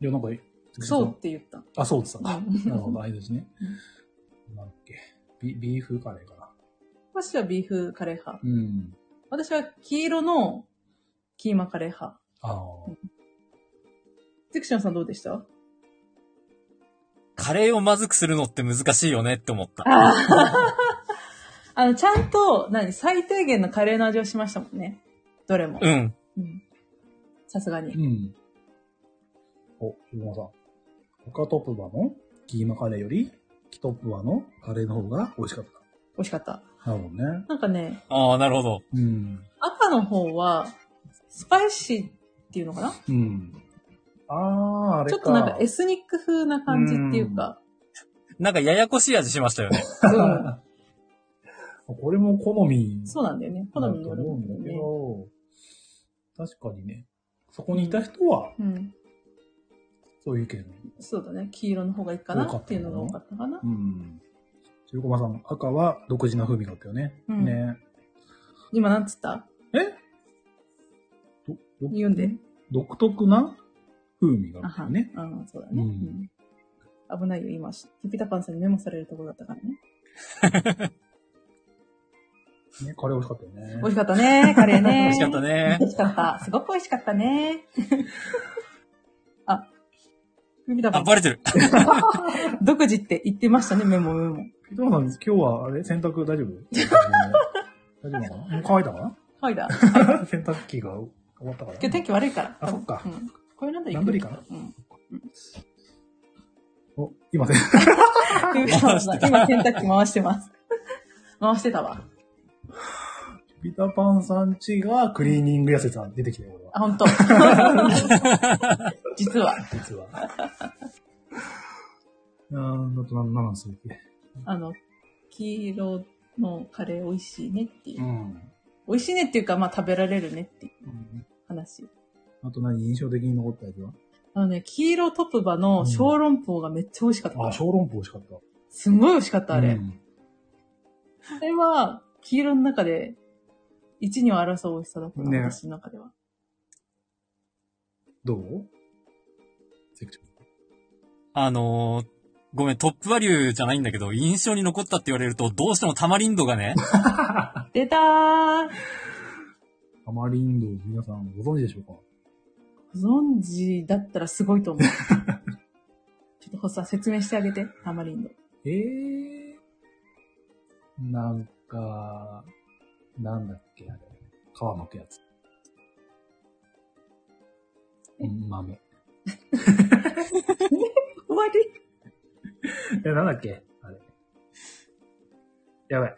や、なんか、
そうって言った。
あ、そうって言ったん
う
だ。
ん
なるほど、間ですね。なんだっけ。ビビーフカレーかな。
私はビーフカレー派。
うん。
私は黄色のキーマカレー派。
ああ。
セクションさんどうでした
カレーをまずくするのって難しいよねって思った。
あの、ちゃんと、何、最低限のカレーの味をしましたもんね。どれも。
うん。
うん。さすがに
う。ん。お、ひぐまさん。他トップバのキーマカレーより、キトップバのカレーの方が美味しかっ
美味しかった。
た。なるほどね。
なんかね、
ああ、なるほど。
うん。
赤の方は、スパイシーっていうのかな
うん。ああ、あれ
ち
か。
ょっとなんかエスニック風な感じっていうか。
なんかややこしい味しましたよね。
うん。
これも好み。
そうなんだよね。好みによる
思うんん
だ
だけ
よ
ど、確かにね、そこにいた人は、
ね。うん。
そういう意見。
そうだね。黄色の方がいいかなっていうのが多かったかな
う。ん。中駒さん、赤は独自な風味だったよね。
うん
ね
今なんつった
えどど
言うんで。
独特な風味が
あ
あった
は
よね。
あのそうだね。
う
うんん危ないよ、今。ピピタパンさんにメモされるところだったからね。
ねカレー美味しかったよね。
美味しかったね、カレーね。
美味しかったね
美。味しかった。すごく美味しかったね。あ、ピピタパ
あ、
ン
バレてる。
独自って言ってましたね、メモメモ。
伊藤さん、今日はあれ洗濯大丈夫大丈夫なのもう乾いたかな
はいだ。
洗濯機が終わったから。
今日天気悪いから。
あそっか
うん。これなんだ
段取りかな
うん。
お今で。
今、洗濯機回してます。回してたわ。
ピタパンさんちがクリーニングやせさん出てきて、俺は。
あ、本 当。実は、
実は。なんだと、なんなんすっけ。
あの、黄色のカレー美味しいねっていう。
ん。
美味しいねっていうか、まあ食べられるねっていう話。
あと何印象的に残ったやつは
あのね、黄色トップバの小籠包がめっちゃ美味しかった。
あ、小籠包美味しかった。
すんごい美味しかった、あれ。
うん
あれは、黄色の中で、一にを争う美味しさだったな、
ね
私の中では。
どうセクチ
あのーごめん、トップバリューじゃないんだけど、印象に残ったって言われると、どうしてもタマリンドがね、
出たー
ャー。タマリンド、皆さんご存知でしょうか
ご存知だったらすごい と思う。ちょっと、ホッサン説明してあげて、タマリンド。
ええー。なんか、なんだっけ、あれ。皮むくやつ。うん豆。
終わり
え、なんだっけあれ。やば い。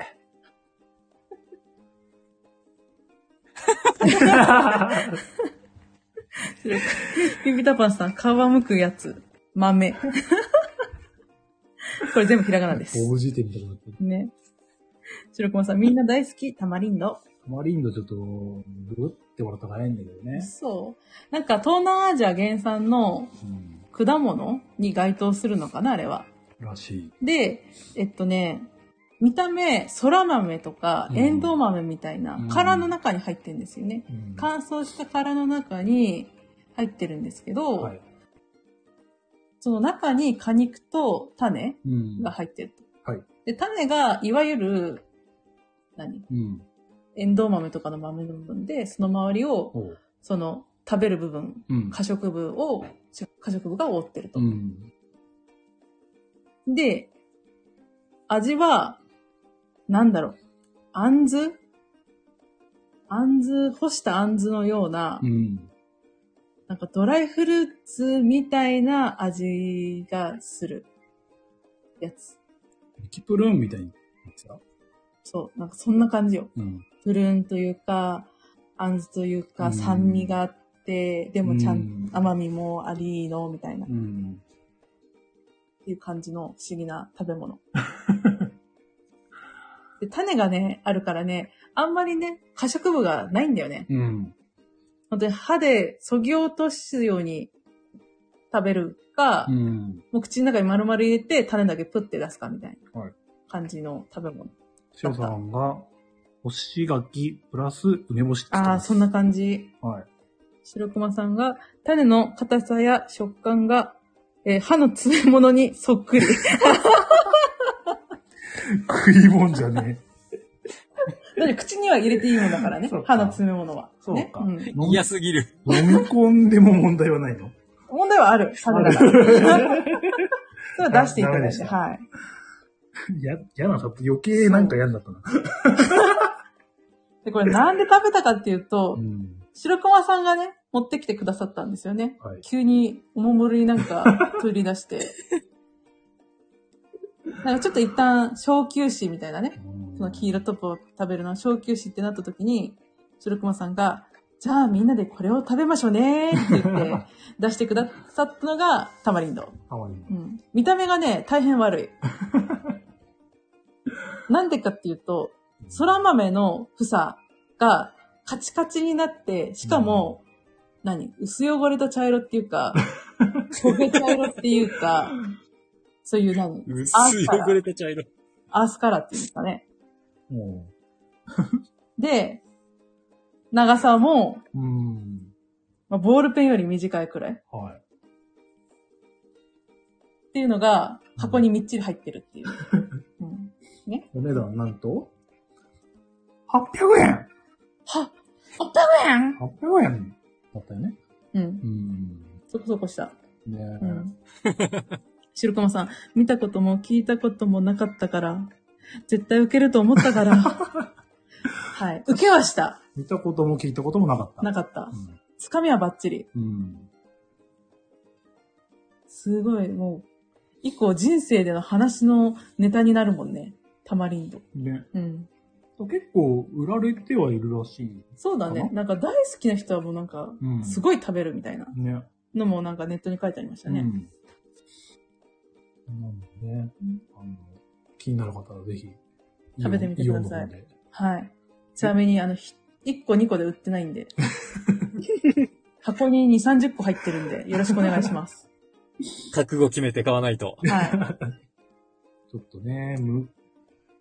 ピピタパンさん、皮むくやつ。 豆。これ全部ひらがなです。
応じてみたくなってる。
ね。白熊さん、みんな大好き、タマリンド。
タマリンドちょっと、ブルって笑ったら早いんだけどね。
そう。なんか、東南アジア原産の
うん。
果物に該当するのかな、あれは。
らしい。
で、えっとね、見た目、空豆とか
う、ん
エンドウ豆みたいな
うん、
殻の中に入ってるんですよね。
うん
乾燥した殻の中に入ってるんですけど、
はい。
その中に果肉と種
うん
が。入ってると。
はい
で、種が、いわゆる、何
うん。
エンドウ豆とかの豆の部分で、その周りを、
おう。
その、食べる部分、
うん。
可食部を、し可食部が覆ってると
う。ん。
で、味は、なんだろう、あんずあんず、干したあんずのような、
うん。
なんかドライフルーツみたいな味がするやつ。
キプルーンみたいに言ってた
そう、なんかそんな感じよ。
うん。
プルーンというか、あんずという
う
か、
ん
酸味があって、でもちゃ
うんん、
甘みもありの、みたいな、っ
うん。
ていう感じの不思議な食 べ物。で種がね、あるからね、あんまりね、可食部がないんだよね。
うん。
本当に歯で削ぎ落とすように食べるか、
うん。
もう口の中に丸々入れて種だけプッて出すかみたいな
はい
感じの食べ物。
しおさんが、干し柿プラス梅干しって言って
ああ、
ます
そんな感じ。
はい。
白熊さんが、種の硬さや食感が、えー歯の詰め物にそっくり。
食いもんじゃね
だって口には入れていいものだからね
そう、か
歯の詰め物は。
そうか
ね
え。
嫌すぎる。
飲み込んでも問題はないの
うん問題はある、種だ から。それは出していただ
ダメ
い、
でしてた
はい。
や、嫌なさ、余計なんか嫌になったな。
で、これなんで食べたかっていうと
う、ん。
白熊さんがね、持ってきてくださったんですよね。
はい。
急におもむろになん か取り出して。なんかちょっと一旦小休止みたいなね。その黄色トップを食べるのは小休止ってなった時に、白熊さんが、じゃあみんなでこれを食べましょうねーって言って出してくださったのがタマリンド。
かわいい。
うん。見た目がね、大変悪い。なんでかっていうと、空豆の房がカチカチになって、しかも、何薄汚れと茶色っていうか、焦げ茶色っていうか、そういう何アー
薄
ス
い
カラ
汚
ー。
れた茶色。
アースカラーっていうんですかね。
も
で、長さも、
う。うん。
まあ、ボールペンより短いくらい。っ
はい。
ていうのが、箱にみっちり入ってるって いう。うん、
お値段なんと ?800 円
は !800 円
!800 円だったよね。
うん。
うん。
そこそこした。
ね
う。ん。 白駒さん、見たこと も聞いたこともなかったから、絶対受けると思ったから、はい。受けはした。
見たことも聞いたこともなかった。
なかった。
うん
つかみはバッチリ。
うん。
すごい、もう、以降人生での話のネタになるもんね。タマリンド。
ね。
うん。
結構売られてはいるらしい。
そうだね
か。
なんか大好きな人はもうなんか、
うん。
すごい食べるみたいな
ね。
のもなんかネットに書いてありましたね。
うん。なのでね、
うん
あの、気になる方はぜひ、
食べてみて
イオン
ください
イオンの方で
はい。ちなみに、あの、ひ1個2個で売ってな いんで。箱に2、30個入ってるんで、よろしくお願いし ます。
覚悟決めて買わないと。
は
ちょっとね、む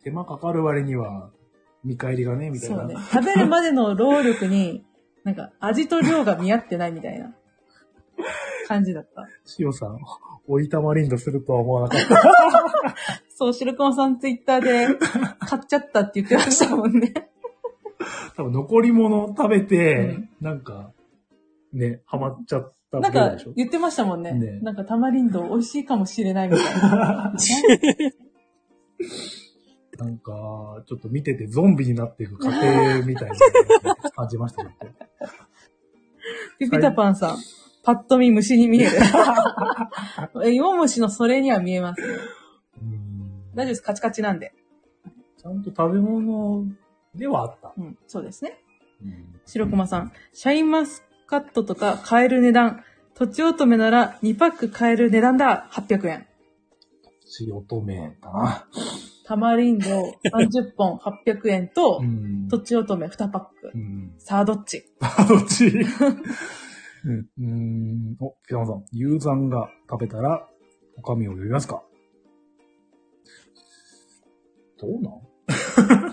手間かかる割には、見返りがね、
い。
みたい
そ
な。
うね。食べるまでの労力に、なんか味と量が見合ってないみたいな感じだった。
しおさん、おいたまりんとするとは思わなかった。
そう、シルコンさんツイッターで買っちゃったって言ってましたもんね。
多分残り物食べて、
うん
なんか、ね、ハマっちゃった
なん
分
か
でしょ。
言ってましたもんね。
ね
なんかタマリンド美味しいかもしれないみたいな。
なんか、ちょっと見ててゾンビになっていく過程みたいな 感じましたね。
ピピタパンさん、パッと見虫に見える。 え、芋虫のそれには見えます。
うん
大丈夫です。カチカチなんで。
ちゃんと食べ物ではあった。
うん、そうですね。
うん
白駒さん、シャインマスカットとか買える値段。とちおとめなら2パック買える値段だ。800円。
塩乙女かな。
タマリンド30本800円と
う、ん。
とちおとめ2パック
う。ん。
さあ、どっち
あ、どっち うんうん。お、ピタマさん、ユーザンが食べたら、おかみを呼びますかどうなん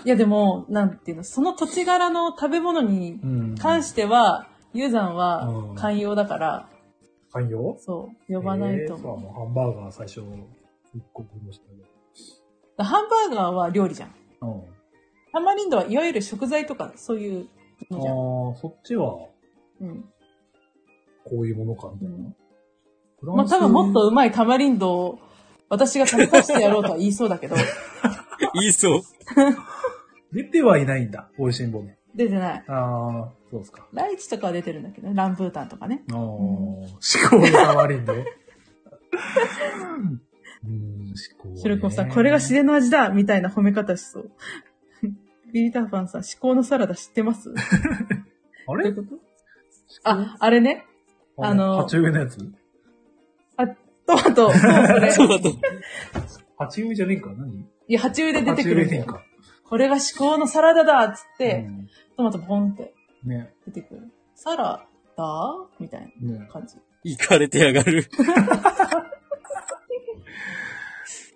いやでも、なんていうの、その土地柄の食べ物に
うん
関しては、ユーザン
う
は
ん
寛容だから、
寛容
そう、呼ばないと
えーそう
思う。
もうハンバーガー最初、一個食いましたけ
ハンバーガーは料理じゃん。
ど。
タマリンドはいわゆる食材とか、そういう
うん。あ
のじゃん。
あー、そっちは、
うん。
こういうものか、みたいな。フラ
まあ
ンス
多分もっとうまいタマリンドを私が食べさせてやろうとは言いそうだけど、
言いそう。
出てはいないんだ、美味しんぼね。
出てない。
ああ、そうですか。
ライチとかは出てるんだけどね、ランブータンとかね。
ああ、
ん
思考の変わ りんで。うん、思考、ね。
シルコさん、これが自然の味だみたいな褒め方しそう。 ビリターファンさん、至高のサラダ知ってますど
あ
うい
れ
うことあ、 あれね。あの
鉢植えのやつ
トマト、そう
そ
そうれ。
だと。
鉢植えじゃねえか何
いや、鉢植えで出て
鉢
く
植
る
え
んだ
でいい
よ。
か。
これが至高のサラダだっつっ
う
て、
ん
トマトポンって
ね、
出てくる。サラダみたい
ね
な。感じ。
行かれてやがる。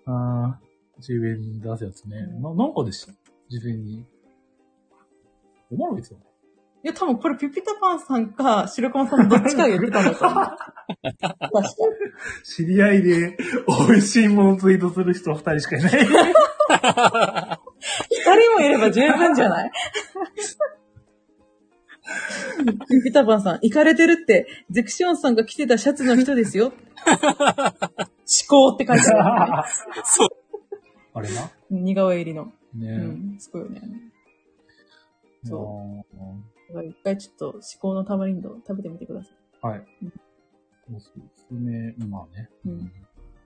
ああ、鉢植えに出すやつね。な、なんかでした事前に。おまろいつも。
いや、多分これピピタパンさんか、白駒さんどっちかが言ってたんだと思う。確か
知り合いで、美味しいものツイートする人二人しかい ない。
二人もいれば十分じゃないピピタパンさん、行かれてるって、ゼクシオンさんが着てたシャツの人ですよ。至高って書いてある、ね。
そう。
あれな。
似顔絵入りの。
ね
う、ん、すごいよね。
そうん。
だから一回ちょっと至高のタマリンドを食べてみてください。
はい
うん。
おすすめ、まあね。
うん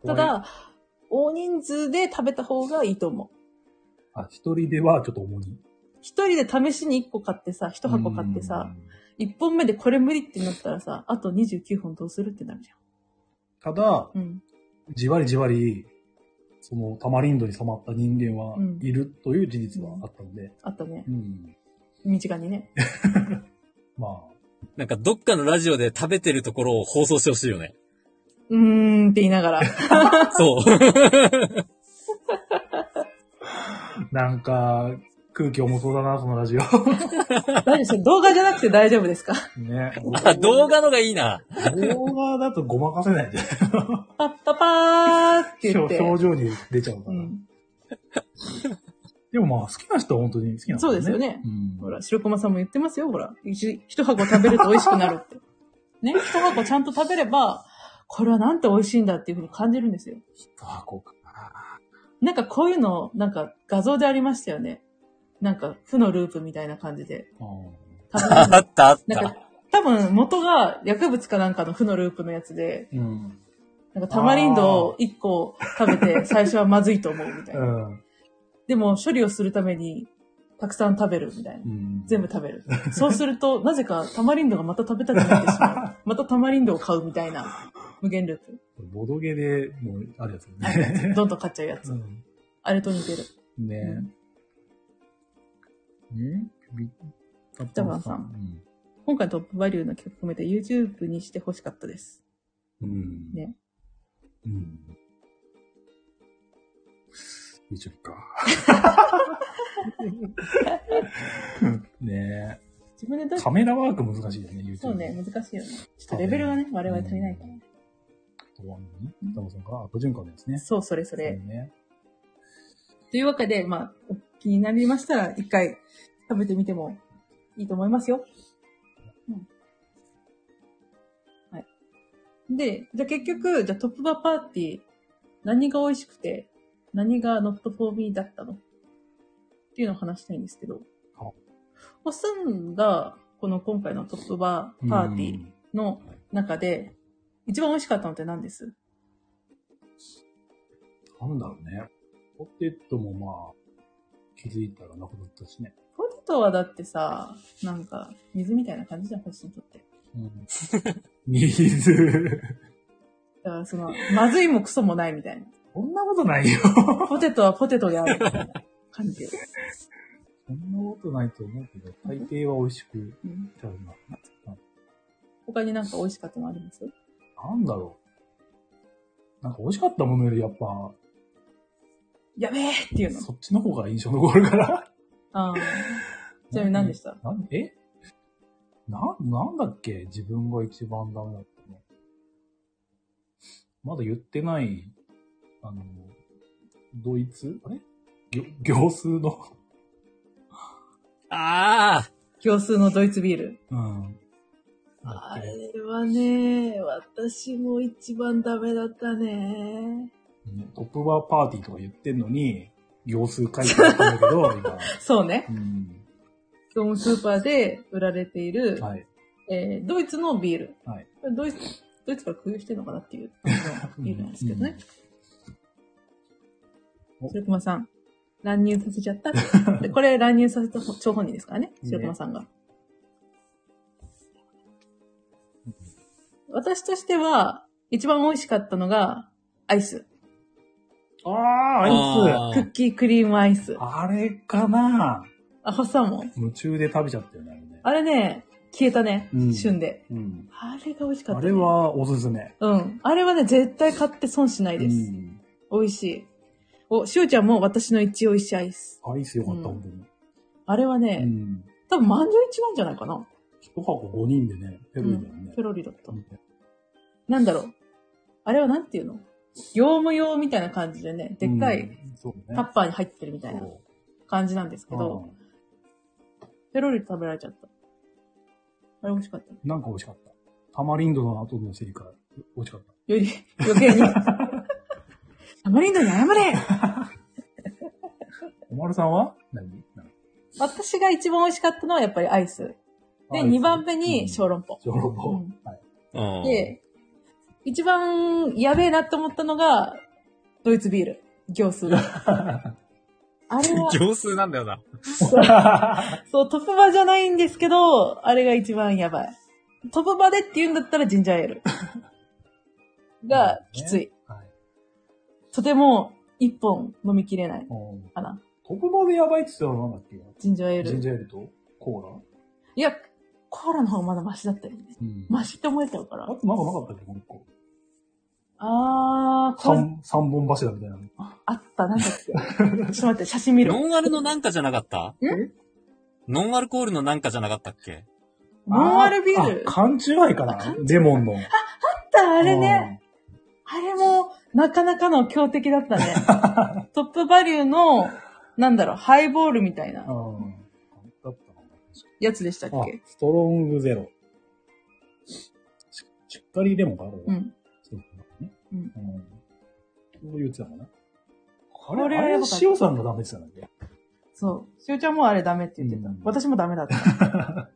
た、だ、大人数で食べた方がいいと思う。
あ、一人ではちょっと重に。
一人で試しに1個買ってさ、1箱買ってさ、
うん。
1本目でこれ無理ってなったらさ、あと29本どうするってなるじ
ただ、
ゃん。うん。
じわりじわり、その、タマリンドに染まった人間は
うん
いるという事実はあったので、
あったね
う。ん。
身近にね。
まあ、
なんかどっかのラジオで食べてるところを放送してほしいよね。
うーんって言いながら。
そう。
なんか、空気重そうだな、そのラ ジオ。
大丈夫です動画じゃなくて大丈夫ですか
ね。
あ、動画のがいいな。
動画だとごまかせないんで、
パッパパーって言っ
表
て。
表情に出ちゃうか
う
ら。
ん。
でもまあ、好きな人は本当に好きなん
そうですよね。
うん。
ほら、白駒さんも言ってますよ、ほら。一一箱食べると美味しくなるって。ね、一箱ちゃんと食べれば、これはなんて美味しいんだっていうふうに感じるんですよ。
一箱か。
なんかこういうの、なんか画像でありましたよね。なんか、負のループみたいな感じで。
あ
多分、
あったあっ
なん
た
か。、多分元が薬物かなんかの負のループのやつで、
ーうん。
なんかタマリンドを1個食べて最初はまずいと思うみたいな。
ん。
でも処理をするためにたくさん食べるみたいな。
うん。
全部食べる。そうすると、なぜかタマリンドがまた食べたくなってしまう。またタマリンドを買うみたいな。無限ルー
ボドゲで、もう、あるやつよ
プ。
ね。
どんどん買っ ちゃうやつ。
ん。
あれと似てる。
ねえ。ねビタッパー
タッパーさ今回トップバリューの企画込めて YouTube にして欲しかったです。
うん。うん。
ね。
うん。見ちゃうか。 ね
自分でどう
え。カメラワーク難しいよね、YouTube。
そうね、。難しいよね。ちょっとレベルがね、我々足りないからね。
あとは何タモさんが後循環ですね。
そう、それそれ。
そうね。
というわけで、まあ、お気になりましたら、一回食べてみてもいいと思いますよ。うん。はい。で、じゃあ結局、じゃあトップバーパーティー、何が美味しくて、何がノットフォーミーだったのっていうのを話したいんですけど
は。
おっさんが、この今回のトップバーパーティーの中で、一番美味しかったのって何です
うん。なんだろうね。ポテトもまあ、気づいたらなくなったしね。
ポテトはだってさ、なんか、水みたいな感じじゃん、星にとって。
うん。水。
だからその、まずいもクソもないみたいな。
そんなことないよ。
ポテトはポテトであるみたいな感じ。
そんなことないと思うけど、大抵は美味しく
うん、
ちゃうな。
他になんか美味しかったのあります
なんだろう。なんか美味しかったものよりやっぱ、
やべえっていうの。
そっちの方が印象残るから。
ああちなみに何でした
なんえな、なんだっけ自分が一番ダメだったの。まだ言ってない、あの、ドイツあれ行行数の。
あ
業数のドイツビール。
うん。
あれはね、私も一番ダメだったね。
ねトップバーパーティーとか言ってんのに、行数書いてあったんだけど、今。
そうね。
うん。
業務スーパーで売られている、
はい。
えードイツのビール。
はい
ドイツ、ドイツから空輸してるのかなって いう感じのビールなんですけどね。
うん
白熊さん、乱入させちゃった。 でこれ乱入させた張本人ですからね、白熊さんが。私としては、一番美味しかったのが、アイス。
あ
あ。
あ、あい
クッキークリームアイス
つ。。あれかな
あ、ホッサンも。
夢中で食べちゃったよね、あれね。
あれね、消えたね、
うん
旬で。
うん。
あれが美味しかった、
あ
ね。
れ。はおすすめ。
うん。あれはね、絶対買って損しないうです。
ん。
美味しい。お、しおちゃんも私の一押しアイス。
アイスよかった、
うん
本当に。
あれはね、
うん。
多分満場一番じゃないかな。
一箱5人でね、ペロリだよね
ペ。ロリだった
う。ん
なんだろう。あれはなんていうの業務用みたいな感じでね、でっかい。
うんそうね。
タッパーに入ってるみたいな
そ
感じなんです
う
けど、
う
ペロリ食べられちゃった。あれ美味しかった。
んなんか美味しかった。タマリンドの後のセリカ、美味しかった。
より、余計に。タマリンドに謝れ
おまるさんは何
私が一番美味しかったのはやっぱりアイス。で、2番目に小
籠
籠包。
小籠包。
うん
はい。
うん。
で、一番やべえなと思ったのが、ドイツビール。行数。あ れは、
行数なんだよな。
そう、トップバじゃないんですけど、あれが一番やばい。トップバでって言うんだったらジンジャー エール。が、きつい。
はい。
とても、一本飲みきれない。
うん
かな。
トップバーでやばいって言ったらなんだっけ
ジンジャーエー
ジン
ル。
ジャーエールとコーラ
いや、コーラの方がまだマシだったよね。
うん
マシって思えちゃうから
あ。となんかなかったっけもう一個。
あー、これ、
三、三本柱みたいなの。
あった、なんだっ け。ちょっと待って、写真見る。
ノンアルのなんかじゃなかった
え
ノンアルコールのなんかじゃなかったっけ
ノンアルビール。
あ缶中杯か
あ
な
缶
レモンの。
あった、あ
あ
れね。。あれも、なかなかの強敵だったね。 トップバリューの、なんだろう、ハイボールみたいな
うん。だったか
やつでしたっ
なあ
け、
ストロングゼロ。ししっかりレモンかなこ
う
れは。
ん。
そうね。
うん
うん。そう言ってたのかな
これ
あ
は
れ、あ
や
れ
ばかった
塩さんがダメって言ってたんだっけ
そう。しおちゃんもあれダメって言ってた。
うん
私もダメだった。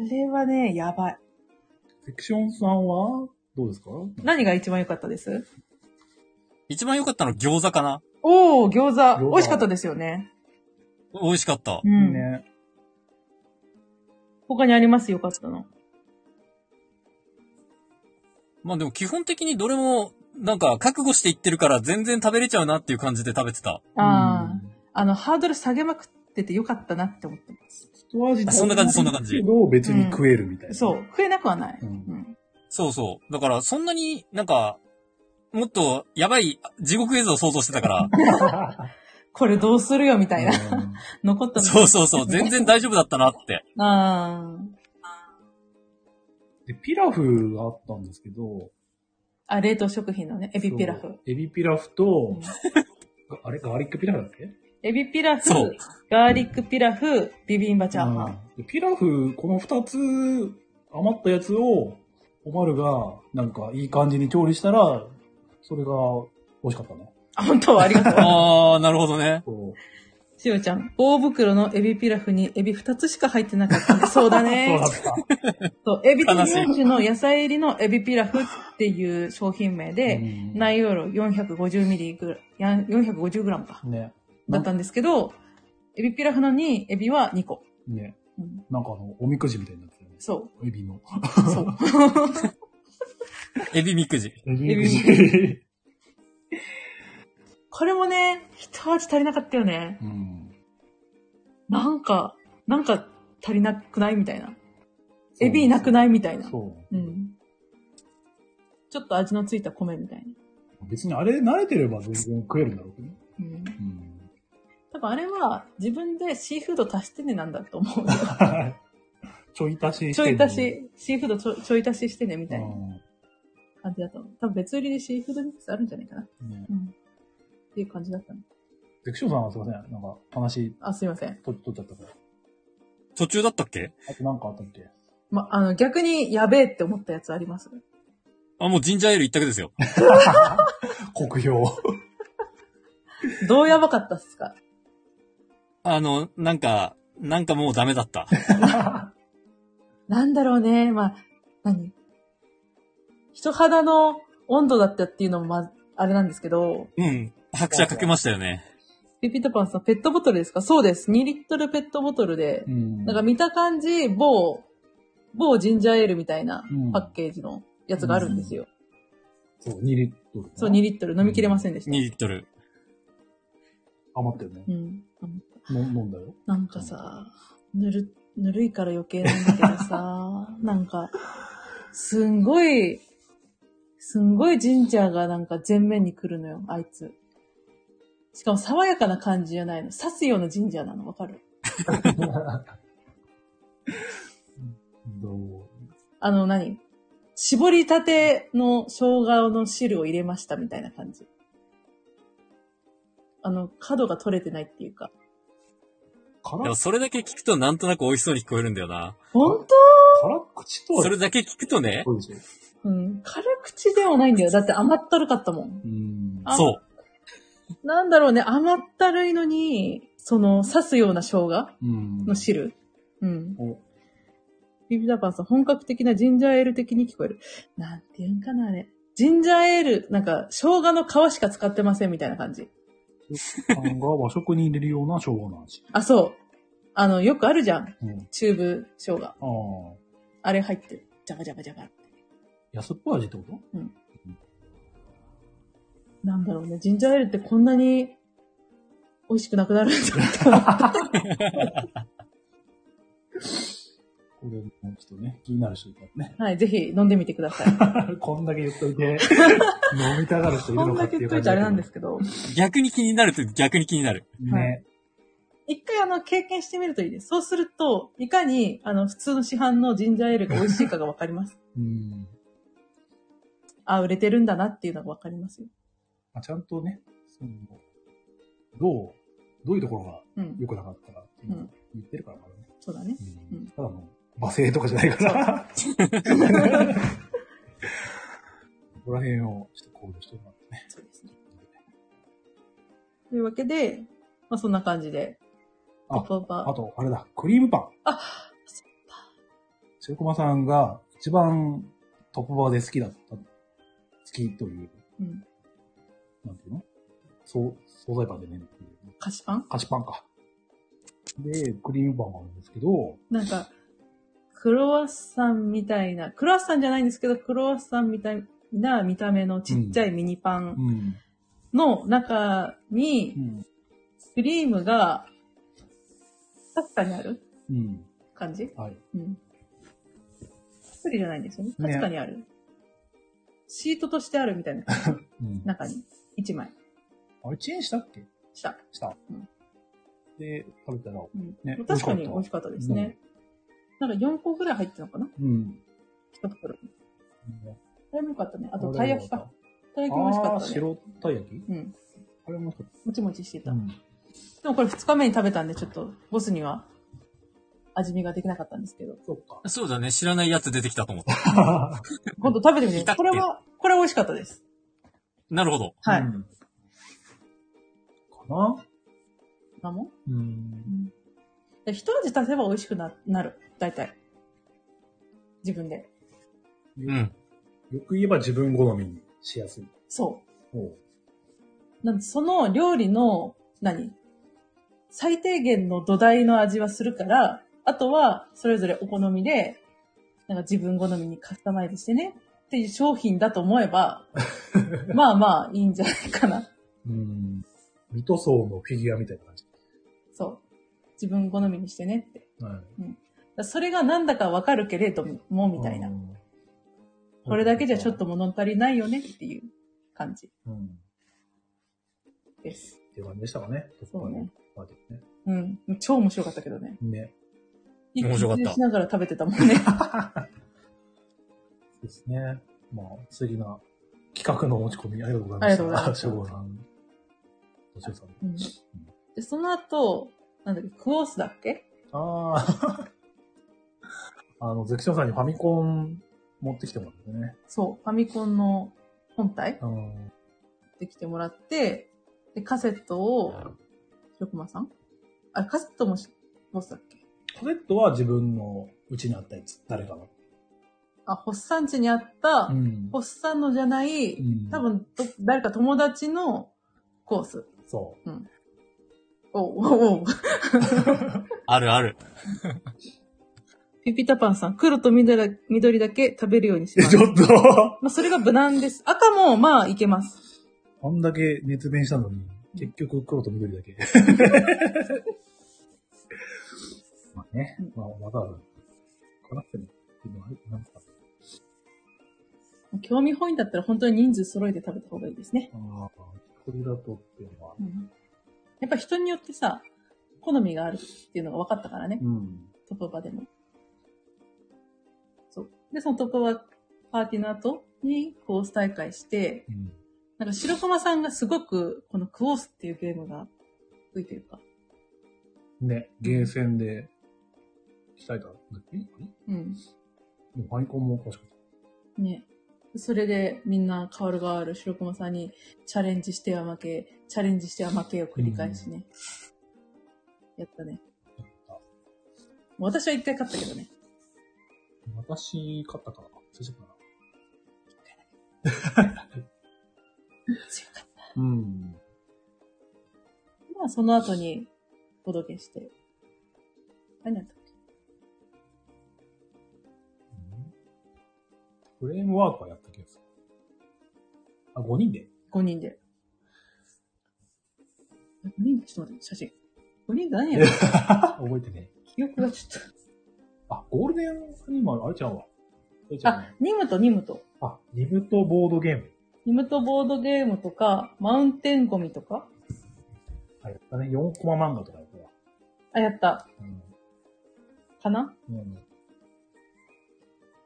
あれはね、やばい。
セクションさんは、どうですか
何が一番良かったです
一番良かったの餃子かな
おー、餃子。
子
美味しかったですよね。
美味しかった
う。ん。
ね。
他にあります良かったの。
まあでも基本的にどれも、なんか覚悟していってるから全然食べれちゃうなっていう感じで食べてた。
ああ、
うん
あの、ハードル下げまくってて良かったなって思ってます。
一味
あそんな感じそんな感じ
けど、別に食えるみたいな。
そう。食えなくはない。
うん
うん。
そうそう。だからそんなになんか、もっとやばい地獄絵図を想像してた から、
これどうするよみたいな。
うん
残ったの。
そうそうそう、全然大丈夫だったな って。
ああ。
で、ピラフがあったんですけど、
あ、冷凍食品のね、エビピラフ。
エビピラフと
うん、
があれガーリックピラフだっけ
エビピラフ
そう、
ガーリックピラフ、ビビンバチャーハン。
うんでピラフ、この二つ余ったやつを、おまるが、なんかいい感じに調理したら、それが美味しかったね。
あ本当ありがとう。
あー、なるほどね。
そう
しおちゃん、大袋のエビピラフにエビ2つしか入ってなかった。 そうだね。
そうだっ
そう、エビと
悲しい
日本酒の野菜入りのエビピラフっていう商品名
た。
で、
うん
内容量450ミリグラ、450グラムか。
ね。
だったんですけど、エビピラフなのに、エビは2個。
ね。
うん、
なんかあの、おみくじみたいになってるね。
そ
エビの。
う。 そう。
エビみくじ。
エ
ビくじ
じ。
これもね、一味足りなかったよね。
うん。
なんか、なんか足りなくないみたいな。エビなくないみたいな。
そう。
うん。ちょっと味のついた米みたいな。
別にあれ慣れてれば全然食えるんだろうけどね。
うん。
うん。
多分あれは自分でシーフード足してねなんだと思う。
ちょい足しして
ちょ
る
い足し、シーフードちょちょい足ししてねみ
う
たいなん感じだと思う。多分別売りでシーフードミックスあるんじゃないかな。
ね
うん。っていう感じだったの。
ゼクションさんはすいません。なんか話
あ、すいません。
と取っちゃったから。
途中だったっけ
あとなんかあったっけ
ま、あの、逆にやべえって思ったやつあります
あ、もうジンジャーエール一択ですよ。
国評。
どうやばかったっすか
あの、なんか、なんかもうダメだった。
なんだろうね。まあ、何人肌の温度だったっていうのも、ま、あれなんですけど、
うん。拍車かけましたよね。
ピピタパンさん、ペットボトルですかそうです。2リットルペットボトルで、
ん
なんか見た感じ、某、某ジンジャーエールみたいな
うん
パッケージのやつがあるんですよ。
そう、2リットル。
そう、2リットル飲みきれませんでし
2
た。
リットル。
余ったよね。
うん。
の飲んだよ。
なんかさ、ぬる、ぬるいから余計なんだけど さ、なんか、すんごい、すんごいジンジャーがなんか前面に来るのよ、あいつ。しかも爽やかな感じじゃないの。刺すようなジンジャーなの、わかる
どう
あの何、絞りたての生姜の汁を入れましたみたいな感じ。あの、角が取れてないっていうか。
辛
でも
っ
それだけ聞くとなんとなく美味しそうに聞こえるんだよな。
本
辛口とは
それだけ聞くとね、
そうでしょ。
当うん。辛口ではないんだよ。だって甘ったるかったもん。
うん。
あ
そう。
なんだろうね、甘ったるいのに、その、刺すような生姜
うん
の汁。うん。
お
ビビダパンさん、本格的なジンジャーエール的に聞こえる。なんていうんかな、あれ。ジンジャーエール、なんか、生姜の皮しか使ってませんみたいな感じ。
パンが和食に入れるような生姜の味。
あ、そう。あの、よくあるじゃん。
うん。
チューブ生姜。
ああ。
あれ入ってる。ジャバジャバジャバ。
安っぽい味ってこと
なんだろうね。ジンジャーエールってこんなに美味しくなくなるんだ って。
これもちょっとね、気になる人いたらね。
はい、ぜひ飲んでみてくださ い。
こんだけ言っとい て、飲みたがる人いる
こん
のか
だ
って
け
い
言
う感じ
っといてあれなんですすけど。
逆に気になると逆に気になる。
ね。
一回あの経験してみるといいです。そうすると、いかにあの普通の市販のジンジャーエールが美味しいかがわかります。
うん。
あ、売れてるんだなっていうのがわかりますよ。
まあ、ちゃんとね、その、どう、どういうところが
うん。
良くなかったかっていうのを言ってるからね。
そ うだね。
うん
うん
ただの、罵声とかじゃないから。ここら辺をちょっと考慮してもらってね。
そうですね。というわけで、まあそんな感じで。
あ
パパ
あと、あれだ、クリームパン。
あ
白駒さんが一番トップバーで好きだった。好きという、
うん。
なんていうのそう、惣菜パンでね。
菓子パン
菓子パンか。で、クリームパンがあるんですけど、
なんか、クロワッサンみたいな、クロワッサンじゃないんですけど、クロワッサンみたいな見た目のちっちゃいミニパン
うん。
の中に
う、ん。
クリームが、サッカにある
うん。
感じ
はい。
うん。一人じゃないんですよね。
ね
確かにある。シートとしてあるみたいな、
うん。
中に。一枚。
あれ、チェーンしたっけ
した。
した。
うん
で、食べたら、
うん。
ね
確かに美味しかったですね。なんか4個ぐらい入ってるのかな
うん。
一袋に。あれも良かったね。あと、
あ
たい
れ
焼きか。たい焼きも美味し
あ
か
あー、
ったね。
白たい焼き
うん。
あれも美味しかっ
もちもちして
た。
た。
うん。
でもこれ2日目に食べたんで、ちょっと、ボスには味見ができなかったんですけど。
そっか。
そうだね。知らないやつ出てきたと思った。
今度食べてみてくださ
痛
い。
っ
これは、これは美味しかったです。
なるほど。
はい。
うんかな
なもん
うん。
で一味足せば美味しくななる。大体。自分で。
うん。
よく言えば自分好みにしやすい。
そ
おう
う。なんでその料理の、何最低限の土台の味はするから、あとは、それぞれお好みで、なんか自分好みにカスタマイズしてね、っていう商品だと思えば、まあまあ、いいんじゃないかな。
うん。ミトソーのフィギュアみたいな感じ。
そう。自分好みにしてねって。だか
はい。
らそれがなんだかわかるけれども、みたいな
う。ん。
これだけじゃちょっと物足りないよねっていう感じ
うん。っ
です。
ていう感じでしたかね。
そうね。
パーティー
うん。超面白かったけどね。
ね。ね。
面白かった
息継ぎしながら食べてたもん ね。
そうですね。まあ、素敵な企画の持ち込み、ありがとうございました。
ありがとうございまし
し
た
ょうごさん。としゅうさん。
うん、で、その後、なんだっけ、クオースだっけ
あ あ。あの、ゼクションさんにファミコン持ってきてもらってね。
そう。ファミコンの本体
あの、
で来てもらって、で、カセットを、ひろくまさんあ、カセットもし、ボスだっけ
カセットは自分の家にあったやつ。誰かの。
あ、ホッサン地にあった、
ん
ホッサンのじゃない、
うん
多分ど、誰か友達のコース。
そ
おうおうおう
あるある。
ピピタパンさん、黒と緑だ緑だけ食べるようにし
う。
ます。
っと
まあ、それが無難です。赤も、まあ、いけます。
あんだけ熱弁したのに、結局黒と緑だ け。まあね、まあ、まだ、かなってもっていうのはあるなんか
興味本位だったら本当に人数揃えて食べた方がいいですね。
ああ、これだとっていうのは。
うんやっぱ人によってさ、好みがあるっていうのが分かったからね。
うん。
トップバでも。そう。で、そのトップバパーティーの後にコース大会して、
うん。
なんか白駒さんがすごくこのクォースっていうゲームが得意というか、
ね、ゲーセンで、鍛えたんだっけ
うん。
でもファイコンも詳しかっ
ね。それでみんな変わる変わる白駒さんにチャレンジしては負け、チャレンジしては負けを繰り返しね。やったね。
た。
私は一回勝ったけどね。
私、勝ったかなそしたかな うん。
まあその後にボドゲして。何やったっけ
フレームワークはやった気がする。あ、5人で
?5 人で。5人でちょっと待って、写真。5人で何や った
覚えてね。
記憶がちょっ
あ、ゴールデンアニマル、あれちゃうわ。あれち
と。
ゃう
あ
ね。、
ニムとニムと。
あ、リブとボードゲーム。
ニムとボードゲームとか、マウンテンゴミとか。
あれやったね。4コマ漫画とかやったわ。
あ、やった。
うん。
かな
うん、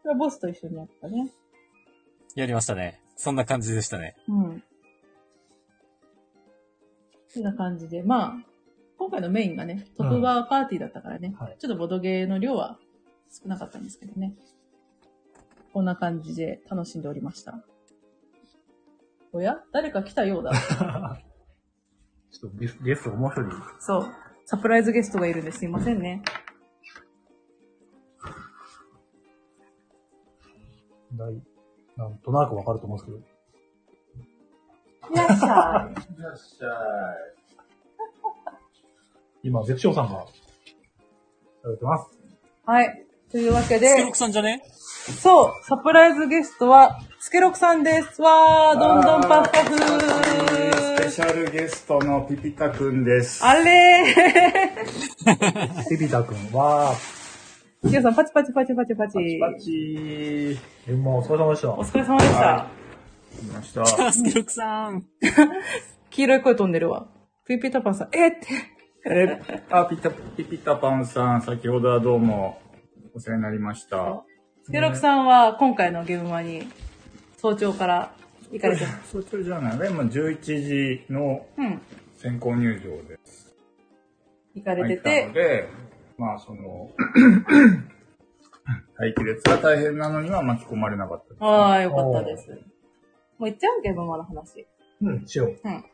それはボスと一緒にやったね。
やりましたね。そんな感じでしたね。
うん。そんな感じで、まあ、今回のメインがね、トップバーパーティーだったからね、
はい
ちょっとボドゲーの量は少なかったんですけどね。こんな感じで楽しんでおりました。おや誰か来たようだ。
ちょっとゲスゲストがもう一人。
そう。サプライズゲストがいるんですいませんね。
大なんとなくわかると思うんです
いらっしゃい。
いらっしゃ
けど、今、ゼクションさんが、されてます。
はい。というわけ
スケロ
で
ク、さんじゃね
そう、サプライズゲストは、スケロクさんです。わー、どんどんパフパフ
い。スペシャルゲストのピピタくんです。
あれー。
ピピタ君は、
キヨさん、パチパチパチパチパチ。
パチー。
現場お疲れ様でした。
お疲れ様でした
は。来ました。あ
スケロクさん。
黄色い声飛んでるわ。ピーピータパンさん、えーって。
えあ、ピタ、ピピタパンさん、先ほどはどうもお世話になりました。
スケロクさんは今回のゲームマに早朝から行かれてます。
早朝じゃない今11時の
うん。
先行入場で
行かれ
入
て
ったの
て、
で、まあその、 待機列が大変なのには巻き込まれなかったですね、
ああ、よかったです。もう行っちゃうゲームマの話。
うん、しよう。
うん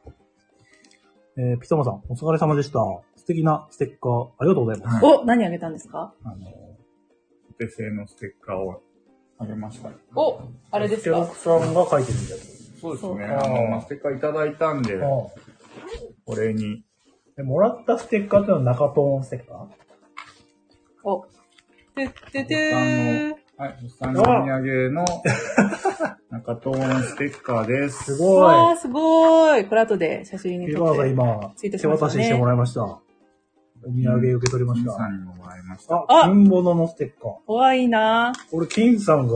えーピタマさん、お疲れ様でした。素敵なステッカー、ありがとうございます。
お、何あげたんですか
あの、お手製のステッカーをあげました。
お、あれです
ケロ
か
クさんが書いてるんだけ
そうですね。
そう
あの、まあステッカーいただいたんで、
ど。
お礼に。
で、もらったステッカーっていうのは中トーンステッカー
お。てっててー。
はい、お産のお土産 の中トーンステッカーで
す
す。い。
ご
わ
い。
あ、すごーい。これ後で写真に
ピ
撮
バ
っ
ーが
て。
今、
ツイートし
手
ました
渡
ね
ししてもらいました。お土産受け取りました。
さんにももらいました。
あ、
あ
金物のステッカー。
かわいいな
俺、金さんが、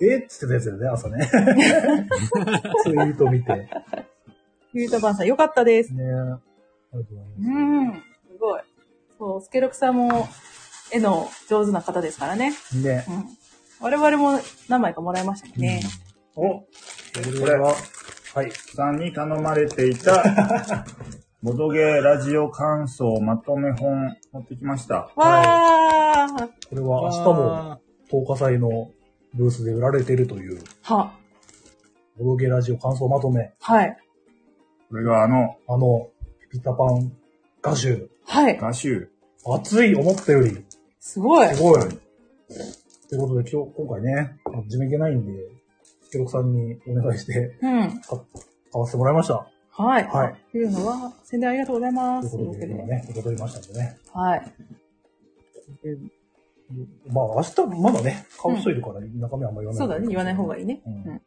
えっつってたやつだよね、朝ね。 ツイート見て。ね
ピータパンさん、よかったです。
ありがとうございます。
うん。すごい。そう、スケロクさんも絵の上手な方ですからね。
で、
うん。我々も何枚かもらいましたね。
おこ
これ
れは
は、
はい。
さんに頼まれていた、 ボドゲラジオ感想まとめ本持ってきました。
わー
これは明日も10日祭のブースで売られているという、
は、
ボドゲラジオ感想まとめ、
はい。
これがあの、
あの、ピピタパン画集。
はい。
画集。
熱い、思ったより。
すごい。
すごい。ということで、今日、今回ね、あの自分いけないんで、ケロクさんにお願いして、
う
買
ん。
買わせてもらいました。
はい。
はい
というのは、宣伝ありがとうございま
とい
す。
うことで、今ね、受け取りましたんでね。
はい。
まあ、明日、まだね、買う人いるから、中身あんま言わない。
そうだね。言わない方がいいね。
うん
うん。
ね、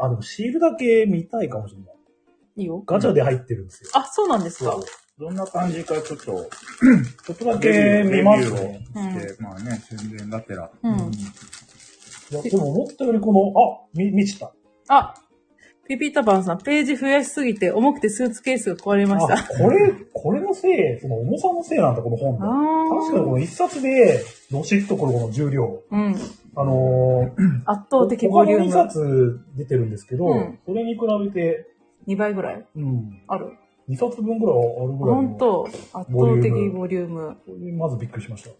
あ、でもシールだけ見たいかもしれない。
いいよ。
ガチャで入ってるんですよ。
あ、そうなんですか
そう。
どんな感じかちょっと、
ちょっとだけ見ますね。
して、まあね、宣伝がてら。
う
うんん。いや、でも思ったよりこの、あ、み、満ちた。
あ、ピピータパンさん、ページ増やしすぎて重くてスーツケースが壊れました。
あ、これ、これのせい、その重さのせいなんだ、この本
あ
の。確かにこの一冊で、どしっとこのこの重量。
ーうん。
あのー、
圧倒
他
的ボリュ
の2
ーム。
冊出てるんですけど、
うん
それに比べて、
2倍ぐらい
うん、
ある。
2冊分ぐらいあるぐらいの。
本当圧倒的ボリューム。
これまずびっくりしました。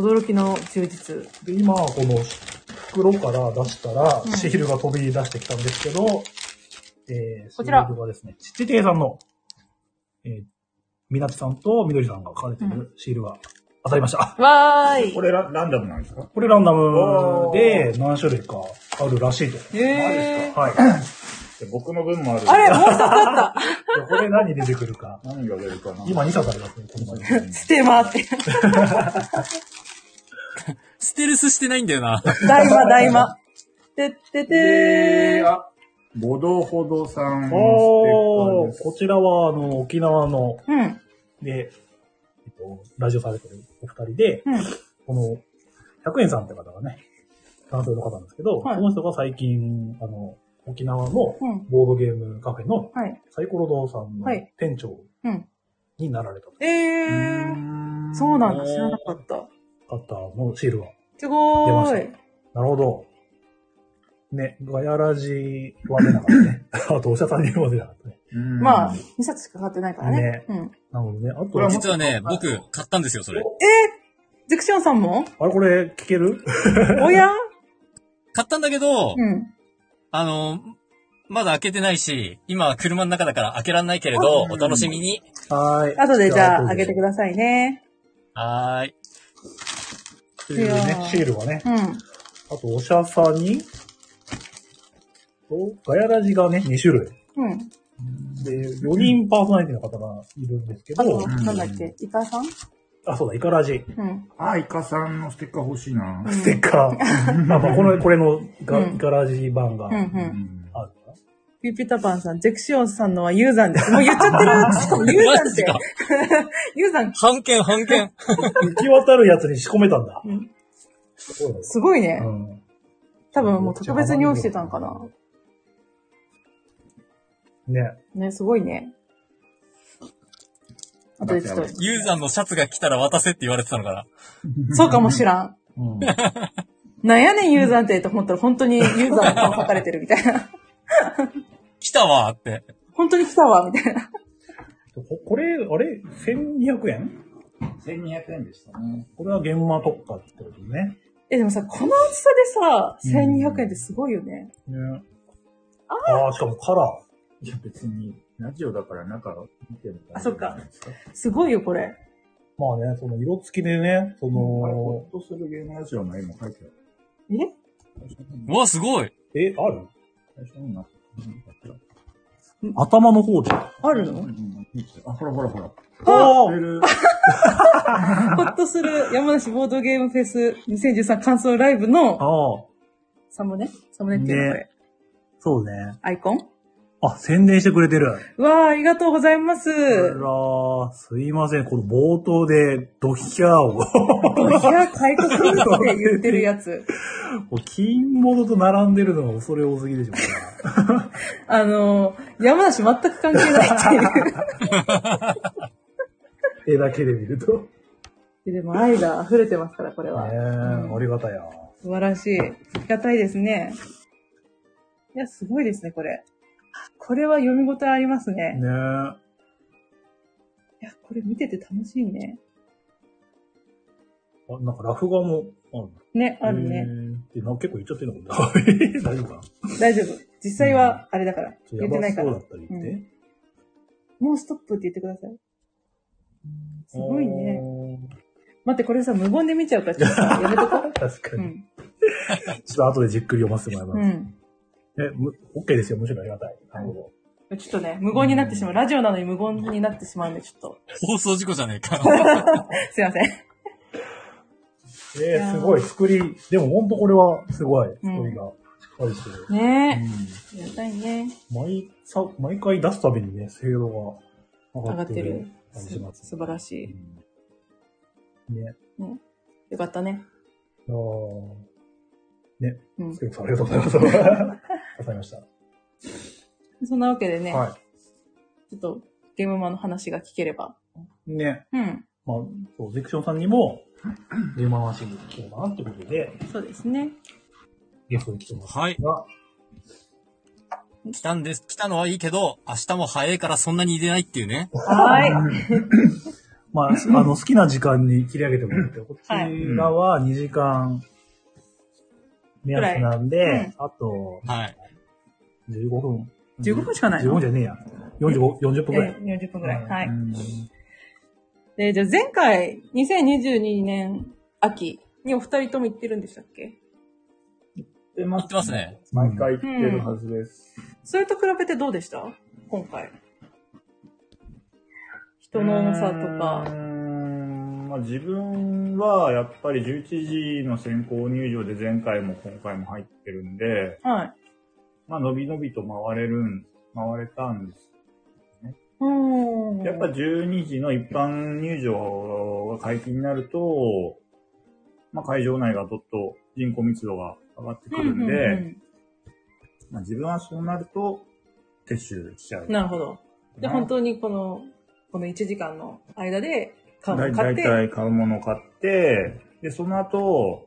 驚きの充実。
で、今、この袋から出したら
う、ん
シールが飛び出してきたんですけど、えー、
こちら
シールがですね、ちっちていさんの、えー、みなちさんとみどりさんが書かれて
う
るシールが当たりました。
わーい
こ。れラランダムなんですか
これランダムで何種類かあるらしいと。
へー。
はい。いや
で僕の分もあるんで。
あれもう一つあっ
これ何出てくるか。
何が出るかな
今2冊ありますね、この前。
たステマって。
ステルスしてないんだよな。
大魔大魔。てってて
で、
ー。
あ、ボドほどさん
お
の
ー、
ステッカー
こちらは、あの、沖縄の、
うん。
で、えっと、ラジオされてるお二人で、
うん。
この、100円さんって方がね、男性の方なんですけど、
はい
この人が最近、あの、沖縄の
うん。
ボードゲームカフェの
はい。
サイコロ堂さんの
はい
店長
うん
になられた
え
う
ー。
ーん
そうなんだ。知らなかった。
方のシールが。
すご
出
ーい。
なるほど。ね、ガヤラジは出なかった ね。あと、お医者さんにも出なかったね。
うん
まあ、2冊しか買ってないからね
ね。
うん。
なるほどね。あと
これ、はもっ
実はね、僕、買ったんですよ、それ。
ゼクションさんも
あれこれ聞ける
おや
買ったんだけど、
うん。
あの、まだ開けてないし、今は車の中だから開けらんないけれど、お楽しみに。
はーい。
後でじゃあ、あげて
だ
くださいね。
はーい。
さい。という
い
ね
や、ー
シールはね。
うん。
あと、おしゃさに、と、ガヤラジがね、2種類。
うん。
で、4人パーソナリティの方がいるんですけ
あ
ど
と、、なんだっけ、イカさん
あ、そうだ、イカラジ。
うん。
あ、イカさんのステッカー欲しいな。
ステッ カー。まあまあ、この、これのが
うん
イカラジ版が
うん
あ
うん。
るか
ピューピュタパンさん、ゼクシオンさんのはユーザンです。もう言っちゃってる。ユーザ
マ
ンっ
ジ
て
か。。
ユーザン、
半券半券。
な。行き渡るやつに仕込めたんだ。
うん
そうだ
すごいね
う。ん。
多分もう特別に落ちてたんかな。
ね。
ね、すごいね。あとでちょっと、
ユーザーのシャツが来たら渡せって言われてたのかな。
そうかもしらん。
うん。
なんやねんユーザンってと思ったら本当にユーザーが書かれてるみたいな。
来たわーって。
本当に来たわ、みたいな。
ここれ、あれ ?1200 円
1200円でしたね。
これは現場特価ってことね。
え、でもさ、この厚さでさ、1200円ってすごいよね。
ねああー、しかもカラ
いや、別に、ラジオだから中見てるから。
あそっか。すごいよ、これ。
ー。まあね、その色付きでね、そ
もう、あれほ
の
っ、とするゲームラジオの絵も書いてある。
え
うわ、すごい。
え、ある
最初のな。
頭の方で。あ
あるの
う んあ、ほらほらほら。
あ
メール
ホッとする山梨ボードゲームフェス2013感想ライブの
ああ、
サムネサムネっていうのこれ。
そうね。
アイコン
あ、宣伝してくれてる。
うわあ、ありがとうございます。
あら、すいません。この冒頭でドヒャーを
ドヒャー解雇するって言ってるやつ。
もう金物と並んでるのが恐れ多すぎでしょうね。
あのー、山梨全く関係ないっていう。
絵だけで見ると。ね
ででも愛が溢れてますから、これ
え、
は。うん
ありがたや。
素晴らしい。ありがたいですね。いや、すごいですね、これ。これは読み応えありますね。
ね
いや、これ見てて楽しい
え。
ね。
あ、なんかラフ画もある
ね、あるね。
ね。で、なんか結構言っちゃってんだもんな。 大丈夫かな
大丈夫。実際は、あれだから。
ちょっ
言って
と
な
やば
い
そうだ
から
っ。たり言って。
うもうストップって言ってください。すごいね。待って、これさ、無言で見ちゃうから、ちょっとやめとこ
あー。確か
う。う
に。
ん。
ちょっと後でじっくり読ませてもらいます
う。ん。
え、む、OK ですよ。むしろありがたい。なるほ
ちょっとね、無言になってしまう。ラジオなのに無言になってしまうんで、ちょっと。
放送事故じゃねえ か。
すいま
ど。
せん。
え
や
ー、
ー
すごい。作り、でもほんとこれはすごい。
ん
作りが。あるし、う
ね
ん、
え。やりたいね。
毎さ、毎回出すたびにね、精度が上
上
が
が
っ
ってて
る
る。
感じします。
素晴らし
う
い。
んね。
よかったね。
あー
うん。
スケルさんありがとうございます。 わかりました。
そんなわけでね、
は
ちょっとゲームマンの話が聞ければ。
い。ね。
うん。
まあ、そう、ゼクションさんにも、出回しに聞こうかなってことで、
そうですね。
ゲストに来てます
はい。
が、
来たんです。来たのはいいけど、明日も早いからそんなに入れないっていうね。
はーい。
まあ、あの、好きな時間に切り上げてもらって、こちらは2時間目安なんで、
らいうん
あと
はい。
15分。
15分しかない
15
の
分じゃねえや。45、40分くらい。
40分くらい。は
う
い。
ん
で、じゃあ前回、2022年秋にお二人とも行ってるんでしたっけ
出
言ってます。ね。
毎回言ってるはずです。
それと比べてどうでした今回。人の重さと
うー
か。
んまあ、自分はやっぱり11時の先行入場で前回も今回も入ってるんで、
はい。
まあ、伸び伸びと回れるん、回れたんです。
うーん。
やっぱ12時の一般入場が解禁になると、まあ、会場内がどっと人口密度が上がってくるんで、
うう
まあ、自分はそうなると撤収しちゃう。
うんなるほど。で、本当にこの、この1時間の間で、カードを買っ
だい
て、
たい買うものを買って、で、その後、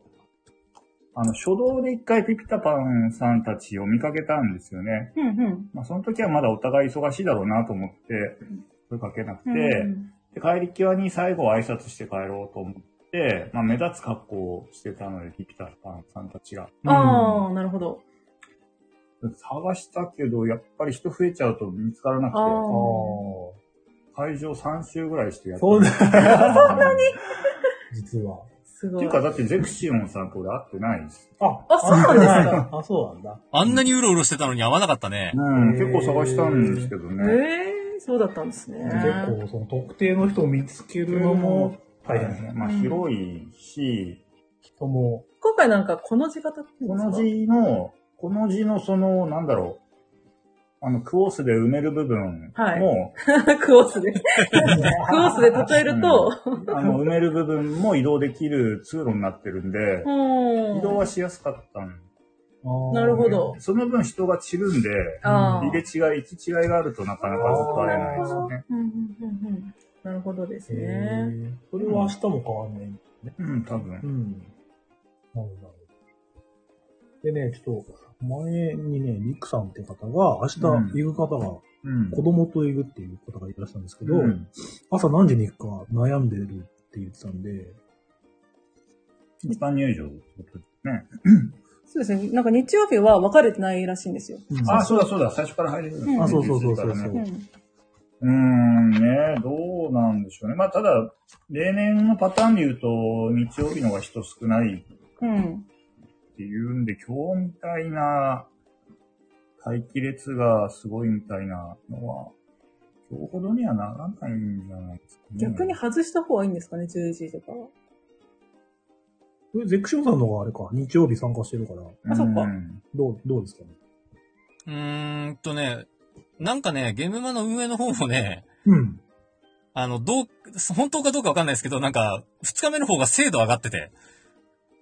あの、初動で一回ピピタパンさんたちを見かけたんですよね。
うんうん
まあ、その時はまだお互い忙しいだろうなと思って、声かけなくて、
うんうん。
で帰り際に最後挨拶して帰ろうと思って、まあ、目立つ格好をしてたので、ピピタパンさんたちが。
ああ、なるほど。
探したけど、やっぱり人増えちゃうと見つからなくて
あ、
あ
ー
ー
会場3周ぐらいしてやって
そうだ
そんなに
実は。
す
っ
ご
てい。
いう
か、だってゼクシオンさんこれ会ってないです。
あ、
あそうなんですか。
あ、そうなんだ。
あんなにうろうろしてたのに合わなかったね。
うん、結構探したんですけど
え
ね。
えー、そうだったんですね。
結構、その特定の人を見つけるのも大変ですね。
まあ、
うん
広いし、
人も、
今回なんかこの字型っていうん
こ
ですか
の字の、この字のその、なんだろう、あの、クオスで埋める部分
はい
も、
クオスで。クオスで例えると、
あの、埋める部分も移動できる通路になってるんで、
うん
移動はしやすかったん
あー
なるほど。
その分人が散るんで、
ああ
入れ違い、行き違いがあるとなかなかずっと会えないですね。
うんうんうんうん。
なるほどです
へ
ね。
ーそれは明日も変わんない。
うん、多分。
うん。なるほど。でね、ちょっと、前にね、ニックさんって方が、明日
うん
行く方が、
うん。
子供と行くっていう方がいらっしゃるんですけど、
うん
朝何時に行くか悩んでるって言ってたんで、
一般入場ってことですね。
そうですね。なんか日曜日は分かれてないらしいんですよ。
うん
あ、そうだそうだ、最初から入れるんですね
あそうそうそうそう
11時から
う
ね
ん。
うーん、ね、どうなんでしょうね。まあ、ただ、例年のパターンで言うと、日曜日の方が人少ない
うん。
っていうんで、今日みたいな、待機列がすごいみたいなのは、今日ほどにはならないんじゃないですかね。
逆に外した方がいいんですかね、10時とかは。
これゼクシオンさんの方があれか、日曜日参加してるから、
うん、
あそっか
どう、どうですかね。
うーんとね、なんかね、ゲームマの運営の方もね、
うん。
あの、どう、本当かどうかわかんないですけど、なんか、二日目の方が精度上がってて、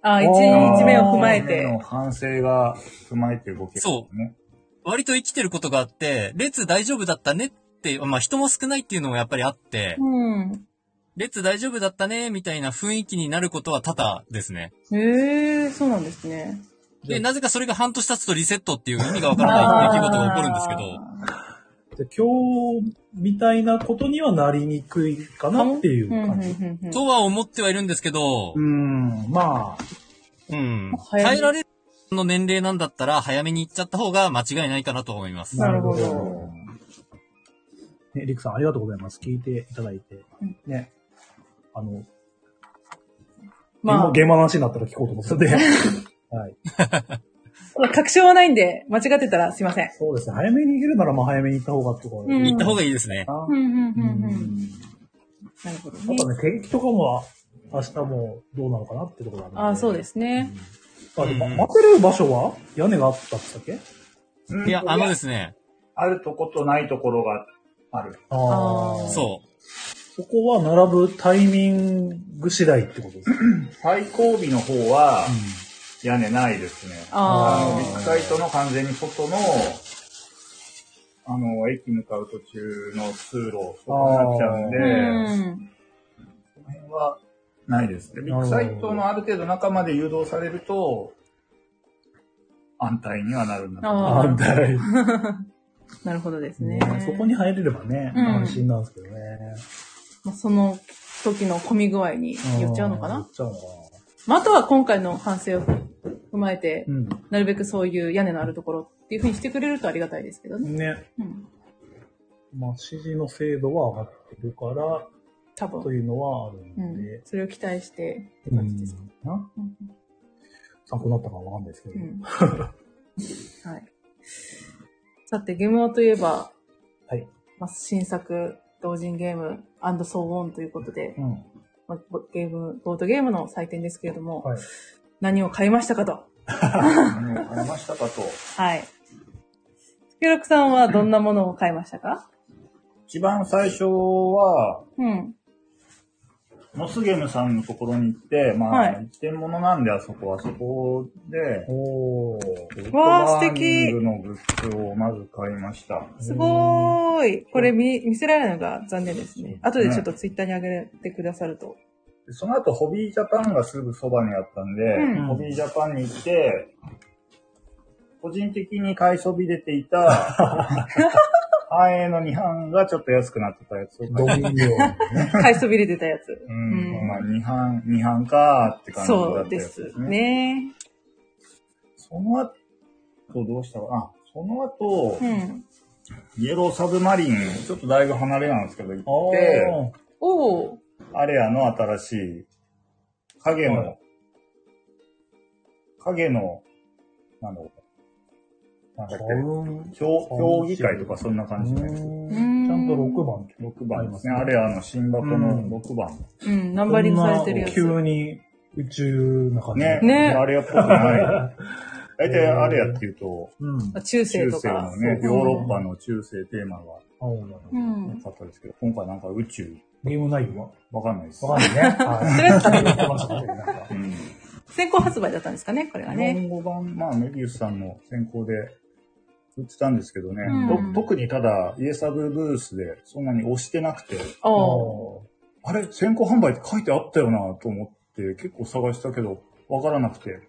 あ、
あ
1
ー
日目を踏まえ
一年の
て。
反省が踏まえて動ける、ね。
割と生きてることがあって、列大丈夫だったねって、まあ人も少ないっていうのもやっぱりあって、
うん。
列大丈夫だったねみたいな雰囲気になることは多々ですね。
へえ、そうなんですね。
で、なぜかそれが半年経つとリセットっていう意味がわからない出来事が起こるんですけど、
で今日みたいなことにはなりにくいかなっていう
うん、うん、
感
う
じ。
んうん。
とは思ってはいるんですけど
う、ん、まあ、
うん。
早め
耐えられるの年齢なんだったら早めに行っちゃった方が間違いないかなと思います。
なるほ
なるほ
ど。
ど
ね、りくさんありがとうございます。聞いていただいて。
うん
ね。あの、
ま
ゲマなしになったら聞こうと思ってたんで。 はい。
あ、確証はないんで、間違ってたらすいません。
そうですね。早めに行けるなら、まあ早めに行った方がとか。
うん
行った方がいいですね。
うん、うん、
う
うんん、うん。
あ
なるほど
と
ね。
ね、景気とかも明日もどうなのかなってところがる
あ
ん。
ー、そうですすね。
うんあでも
うん
待てる場所は屋根があったっつったっけ
うん
いや、あのですね、
あるとことないところがある。
あ
あー
う。
そう。
そこは並ぶタイミング次第ってことですか
最後尾の方は屋根ないですね。あ
あ
の、ビッグサイトの完全に外の、あの、駅向かう途中の通路とかになっちゃうんで
あ。、うん。
この辺はないですね。ビッグサイトのある程度中まで誘導されると、安泰にはなるんだけど
あー
んだい。
なるほどですね。
ねそこに入れればね、
うん
安心なんですけどね。
まあその時の混み具合に言っちゃうのか
言
な
っ。ちゃうのか
まあ、あとは今回の反省を踏まえて、
な。うん。
なるべくそういう屋根のあるところっていうふうにしてくれるとありがたいですけどね。
ね、
うん。
まあ、指示の精度は上がってるから、
多
と
分。
いうのはある
うんん
で。。
それを期待してって
うん
感じですか。
な
うん
参考になったかはわかんないですけど。
うん。はい。さて、ゲームオといえば、
はい。
まあ、新作、同人ゲーム、so on ということで、
うん。
まあ、ゲーム、ボードゲームの祭典ですけれども、
はい。
何を買いましたかと。
何を買いましたかと。
はい。スケロクさんはどんなものを買いましたか
一番最初は、
うん。
モスゲームさんのところに行って、まあ、
はい
一点物なんで、あそこはそこで、
おー。
ウッド
わ
バ
あ素
ーニン
敵
グのグッズをまず買いました。
すごーい。これ見、見せられないのが残念ですね。後でちょっとツイッターに上げてくださると。
でその後、ホビージャパンがすぐそばにあったんで、
うん
ホビージャパンに行って、個人的に買いそびれてい た、繁栄の2版がちょっと安くなってたやつを
ド
買い
ミニオン。
買いそびれてたやつ。
う
うん
ん、まあ2版、2版かーって感じだった
そう
や
で
つですすね。
ね。
その後どうしたか、あ、その後、
うん。
イエローサブマリン、ちょっとだいぶ離れなんですけど、行って、
あ
おお。
アレアの新しい、影
は
の、影の、なんだろう。なんだっ
あ、
け
買うん。
評評議会とかそんな感じのやつ。
ち
ち
ゃんと6番。
6番ですね。あれ、あの、新箱
うん
の6番。
うん、ナンバリングされてるや
こん
つ。
な急に宇宙な感じ。
ね。
ね
あれやっぽくない。大体あれやっていうと、
うん。
あ中世
中
と
世
か
の。ね、
そ
ヨ
う
ーロッパの中世テーマが
青なの。
うん。
多かったですけど、今回なんか宇宙、
ゲーム内容は
わかんないです。
わかんないね。はい。
それは気に
言ってましたね。なんか
うん
先行発売だったんですかね、これが
日
ね。
本語版、まあ、メビウスさんの先行で売ってたんですけどね、
うん
と特にただ、イエサブブースでそんなに押してなくて、
おお。
あれ、先行販売って書いてあったよなと思って、結構探したけど、わからなくて、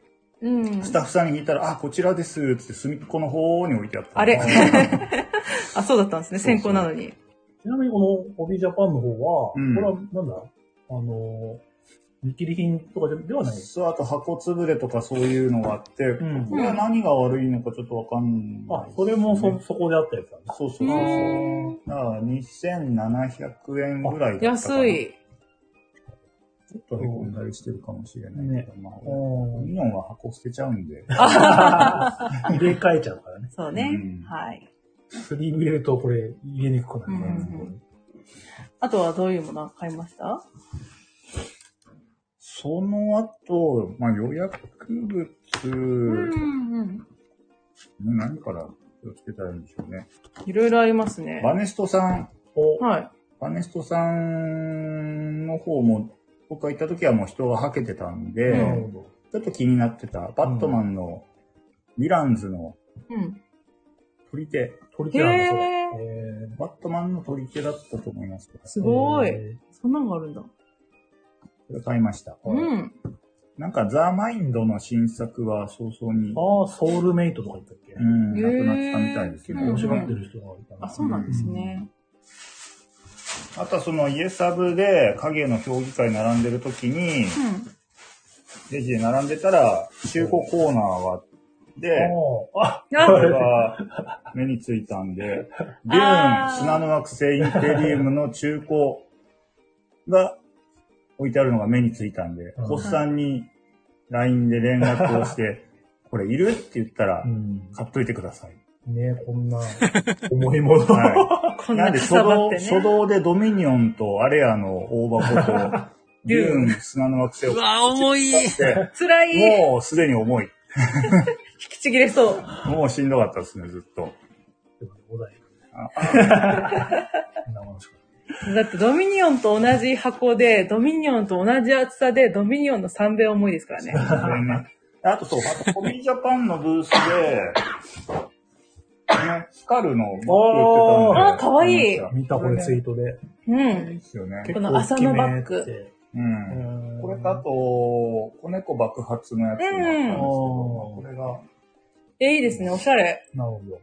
うん。
スタッフさんに聞いたら、あ、こちらです、つって隅っこの方に置いてあった。
あれ
あ
あ、そうだったんですね、先行なのに。
ちなみにこのホビージャパンの方は、
うん
これはなんだあのー、見切り品とかではない。
そう、あと箱つぶれとかそういうのがあって、
ん
これは何が悪いのかちょっとわかんない、
あ、それもそ、
ね
そこであったやつだね。
そうそうそう
う
そう。
ー
だから2700円ぐらいだったかな
安。い。
ちょっとへこんだりしてるかもしれないけど、まあ、
う
ミ
ん
ニオンは箱捨てちゃうんで。
入れ替えちゃうからね。
そうね
うん。
はい。
スリーブ入れるとこれ入れにくくなるから、
うんうんうんあとはどういうもの買いました
その後、まあ予約物、
うん。
何から気をつけたらいいんでしょうね。
いろいろありますね。
バネストさん、
お、
はい。
バネストさんの方も、僕が行った時はもう人がはけてたんで、
うん
なるほど。
ちょっと気になってた、バットマンの、ヴィランズの
うん。
取り手、
取り手なんだ、それ。
へ
えー
バットマンの取り手だったと思いますけど、
すごい。
え
そんなのがあるんだ。
これ買いました。
うん。
なんかザ・マインドの新作は早々
ー
に、
ああ、ソウルメイトとか言ったっけ、
うん、
へ
な
ー
くなってたみたいですけど、
うん
面白がってる人がいたな
あ、そうなんですね。
あとはそのイエサブで影の評議会並んでる時に、
う
レジで並んでたら、中古コーナーがあって、
ああ、あ
ん。あ
これが目についたんで、デュー
あ
ン、
ー
砂の惑星、インペリウムの中古が置いてあるのが目についたんで
うん、
コっさんに LINE で連絡をして、 これいるって言ったら
う、ん。
買っといてくだ さい。
ねこんな重いもの。
は
こ
い。
ん
な
なん
で
く
初
さばっ
動、
て
初
ね。
動でドミニオンとアレアの大箱と、 デ
デュ
ュ
ー
ー
ン
ン、砂の惑星を
うわ、重い。
で、
辛い。引
もうすでに重い。
きちぎれそう。
もうしんどかったですね、ずっと。
お題。
あ
こんなものしか
だってドミニオンと同じ箱で、ドミニオンと同じ厚さで、ドミニオンの3倍重いですからね。
ごめんねあとそう、あとホビージャパンのブースで、ね、スカルのバッグ売ってたんで。
あーかわいい
見た、これツイ
い
ートで。
うん。
ですよね。
この朝のバッグ
結構大きめって
うん。これとあと、子猫爆発のやつもあったんですけど、これが、
え、いいですね。おしゃれ。
なるほど。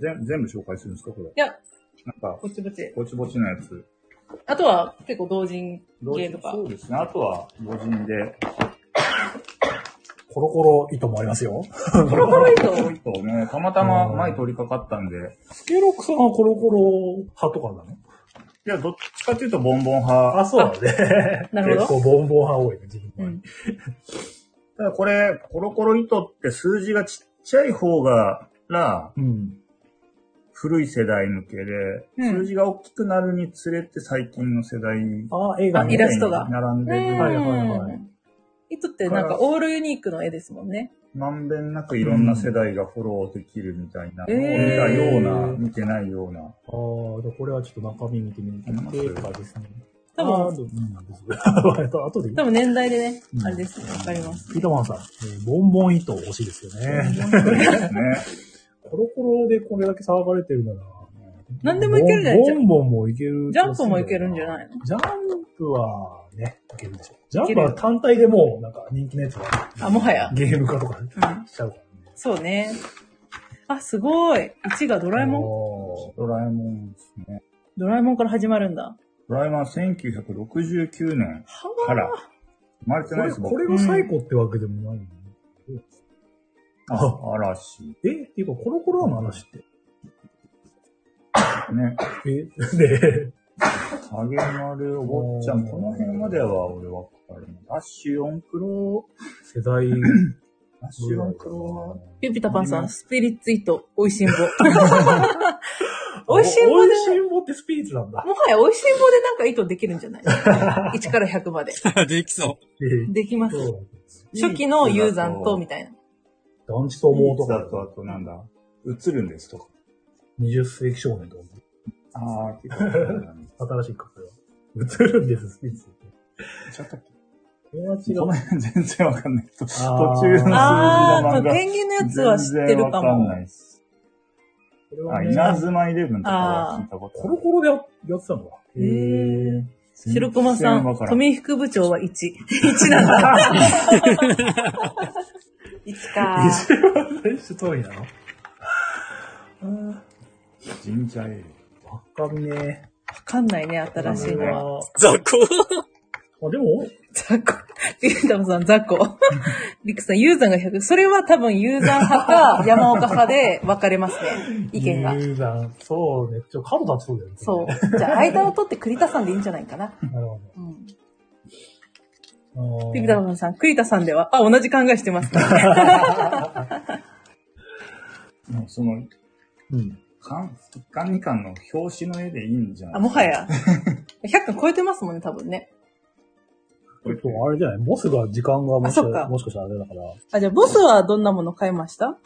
全全部紹介するんですか、これ。
いや、
なんか、
ぼちぼち。
ぼちぼちのやつ。
あとは、結構同人
同
系
時
とか。
そうですね。あとは、同人で。
コロコロ糸もありますよ。
コ
ロコロ糸
糸ね、たまたま前通りかかったんで、
スケロックさんはコロコロ派とかなの
いや、どっちかっていうとボンボン派。
あ、そうだね。
なる
結
ほ
構ボンボン派多いね、自
ど。う
分
ん。
ただこれ、コロコロ糸って数字がちっちゃい方が、ら、
うん。
古い世代向けで、
うん
数字が大きくなるにつれて最近の世代
あ、映画
あイラストが
並んで
うん
る。
はいはいはい
糸ってなんかオールユニークの絵ですもんね。
まんべんなくいろんな世代がフォローできるみたいな。
うん
見たよう
え
な、
ー
見てないような。
ああ、じゃあこれはちょっと中身見てみて、
うん
見てかですね。
多分
あー、でもうんなんです。 割と後でいい
多分年代でね
う、ん
あれですね。わかります。
ピートマンさん、えーボンボン糸欲しいですよね。
ですね。
コロコロでこれだけ騒がれてるなら、
何でもいけるんじゃない
ボンボンもいける。
ジャンプもいけるんじゃないの
ジャンプはね、いけるでしょ。ジャンプは単体でもう、なんか人気のやつは
あ、もはや。
ゲーム化とか
うん。
しちゃうからね。
そうね。あ、すごい。1がド
ド
ラえもん
も
ドラえもんですね。
ドラえもんから始まるんだ。
ドラえもんは1969年
は
から生まれて
こ
ない
れ、
ですもん
これが最古ってわけでもないよね。
あ嵐。ね。
えっていうか、コロコロの話って。えで、
ハゲマル、お坊ちゃん、この辺までは俺はかかる。ラッシュ4クロ
世代、
ラッシュ4クロ
ピピタパンさ
うん
ん、スピリッツイート、美味 しんぼ。美味しんぼ
お
で
美味しんぼってスピリッツなんだ。
もはや美味しんぼでなんか意図できるんじゃない ?1 から100まで。
できそ
え
できます
そ。う
初期のユーザーと、みたいな。
団地と思うと
だ
か、
と、あとなんだ。映るんですとか。
20世紀少年とか、
ああ、結構そうだね。
新しいカフェは。映るんです、スピリッツって。
ちょっと、こ
これは違う
の。辺全然わかんない。途中
あー
の数字の
あー、
漫画。
ペンギンのやつは知ってるか
全然わかん
も。
ないっす。
これは
あ、
ね
稲妻イレブンとかは聞いたこと
コ
あ
ロ
る。
コロでややってたのか。
へー
え。
白駒さ
全然わ
ん、
から
富副部長は1。1なん だ。1か。
一番 最初遠いなの
神社エール。
わかんね
わかんないね、新しい
え。
のは。
あ
う。雑魚
でも、
雑魚。リクタムさん、雑魚。 リクさん、ユーザーが100。それは多分ユーザー派か山岡派で分かれますね。意見が。
ユーザー、そうね。ちょ、角立ちそうだよね。
そう。じゃあ、間を取って栗田さんでいいんじゃないかな。
なるほ
うん。
ど。あー
ピクタマンさん、栗田さんでは、あ、同じ考えしてますね。
もうその、
うん。
缶、一巻二巻の表紙の絵でいいんじゃない
あ、もは。や。100巻超えてますもんね、多分ね。
ちょっとあれじゃないボスが時間がもし
あそっか
もしかしたらあれだから。
あ、じゃあ、ボスはどんなもの買いました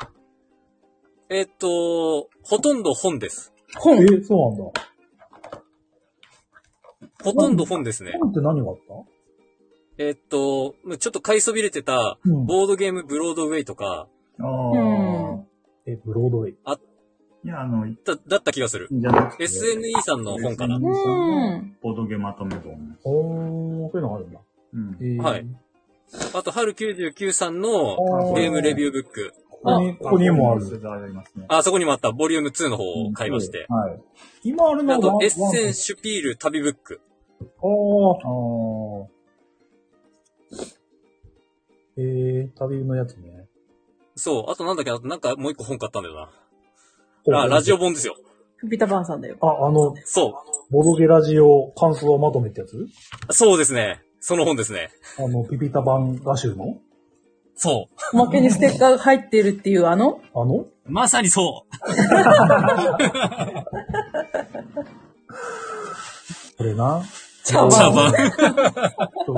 えっと、ほとんど本です。
え
本。
ー、そうなんだ。
ほとんど本ですね。
本って何があった
えっと、ちょっと買いそびれてた、
うん
ボードゲームブロードウェイとか、
あ
う
あ
ん。
え、ブロードウェイ。
いや、あの、い
だ、だった気がする。
いんじゃなくて。
SNE さんの本かな。
SNE さんのボードゲまとめ本。
おー、そういうのがあるんだ。
うん
えー
はい。あと、春99さんの
あ
ゲームレ
ュー。
ビューブック。
ここに、ここにもある。
がありますね。
あ、そこにもあった、ボリューム2の方を買いまして。
はい。
今ある
あ
の
と
は、、
エッセンシュピール旅ブック。
あー
あー
えー、旅のやつね。
そう。あと、なんだっけな、なんかもう一個本買ったんだよな。あ、ラジオ。本ですよ。
ピタパンさんだよ。
あ、あの、
そ
ボドゲラジオ感想まとめってやつ
う。そうですね。その本ですね。
あの、ピピタ版画集の
そ
おまけにステッカーが入っているっていう、あの
あの
う。まさにそう。
これな。
茶碗。
茶番。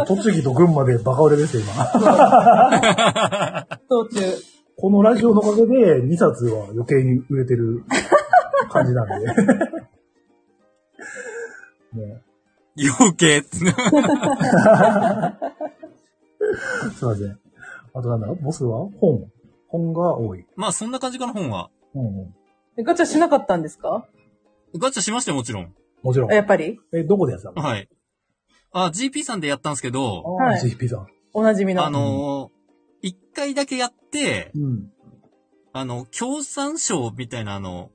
栃木と群馬でバカ売れですよ、今。
道中。
このラジオのおかげで2冊は余計に売れてる感じなん で。ね
余計。
すいません。あとなんだボスは本。本が多い。
まあ、そんな感じかな、本は。
うんうん。
えガチャしなかったんですか
ガチャしましたよ、もちろん。
もちろん
あ。やっぱり
え、どこでやってたの
はい。あ、GP さんでやったんですけど、
あ
は
あ、
い
GP さん。
おなじみの。
あのー、一回だけやって、
うん。
あの、共産賞みたいなあの、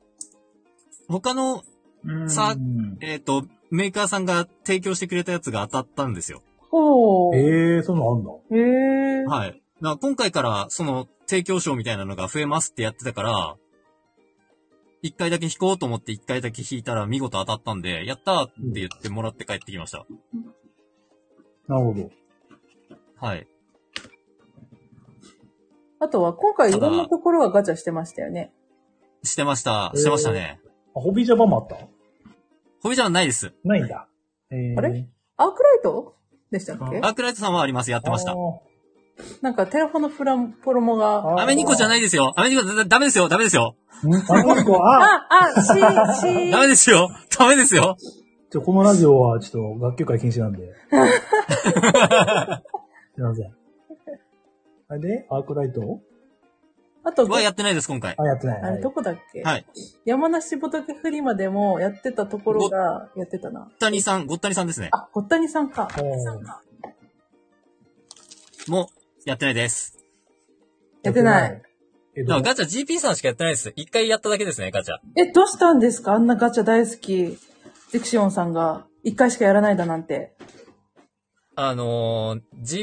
他の、
うん
さ
うん
えっ、と、メーカーさんが提供してくれたやつが当たったんですよ。
ほう。へ
ええ、そういうのあんだ。
えー。
はい。だから今回から、その、提供賞みたいなのが増えますってやってたから、一回だけ引こうと思って一回だけ引いたら見事当たったんで、やったーって言ってもらって帰ってきました。
なるほど。
はい。
あとは、今回いろんなところがガチャしてましたよね。
してました。してましたね。
あ、ホビージャパンもあった
ホビジャンないです。
ないんだ。えー
あれアークライトでしたっけ
アークライトさんはあります。やってました
あー。
なんか、テラフォのプラン、フォロモが。
アメニコじゃないですよ。アメニコ、だダメですよ。ダメですよ。
んあ、これこうあ
あ、あ、し、し
ダ、メですよ。ダメですよ。
ちょ、このラジオはちょっと学級会禁止なんで。 すいません。あれで、アークライト
あと、
はやってないです、今回。
あ、やってない。
あ
は
れ、
い
どこだっけ
はい。
山梨仏フリマでもやってたところが、やってたな。
ゴッタニさん、ゴッタニさんですね。
あ、ごったにさんか。
うん
もう、やってないです。
やってない。。
え、
だ
ど
か
う
らガチャ GP さんしかやってないです。一回やっただけですね、ガチャ。
え、どうしたんですかあんなガチャ大好き。ディクシオンさんが、一回しかやらないだなんて。
ああのー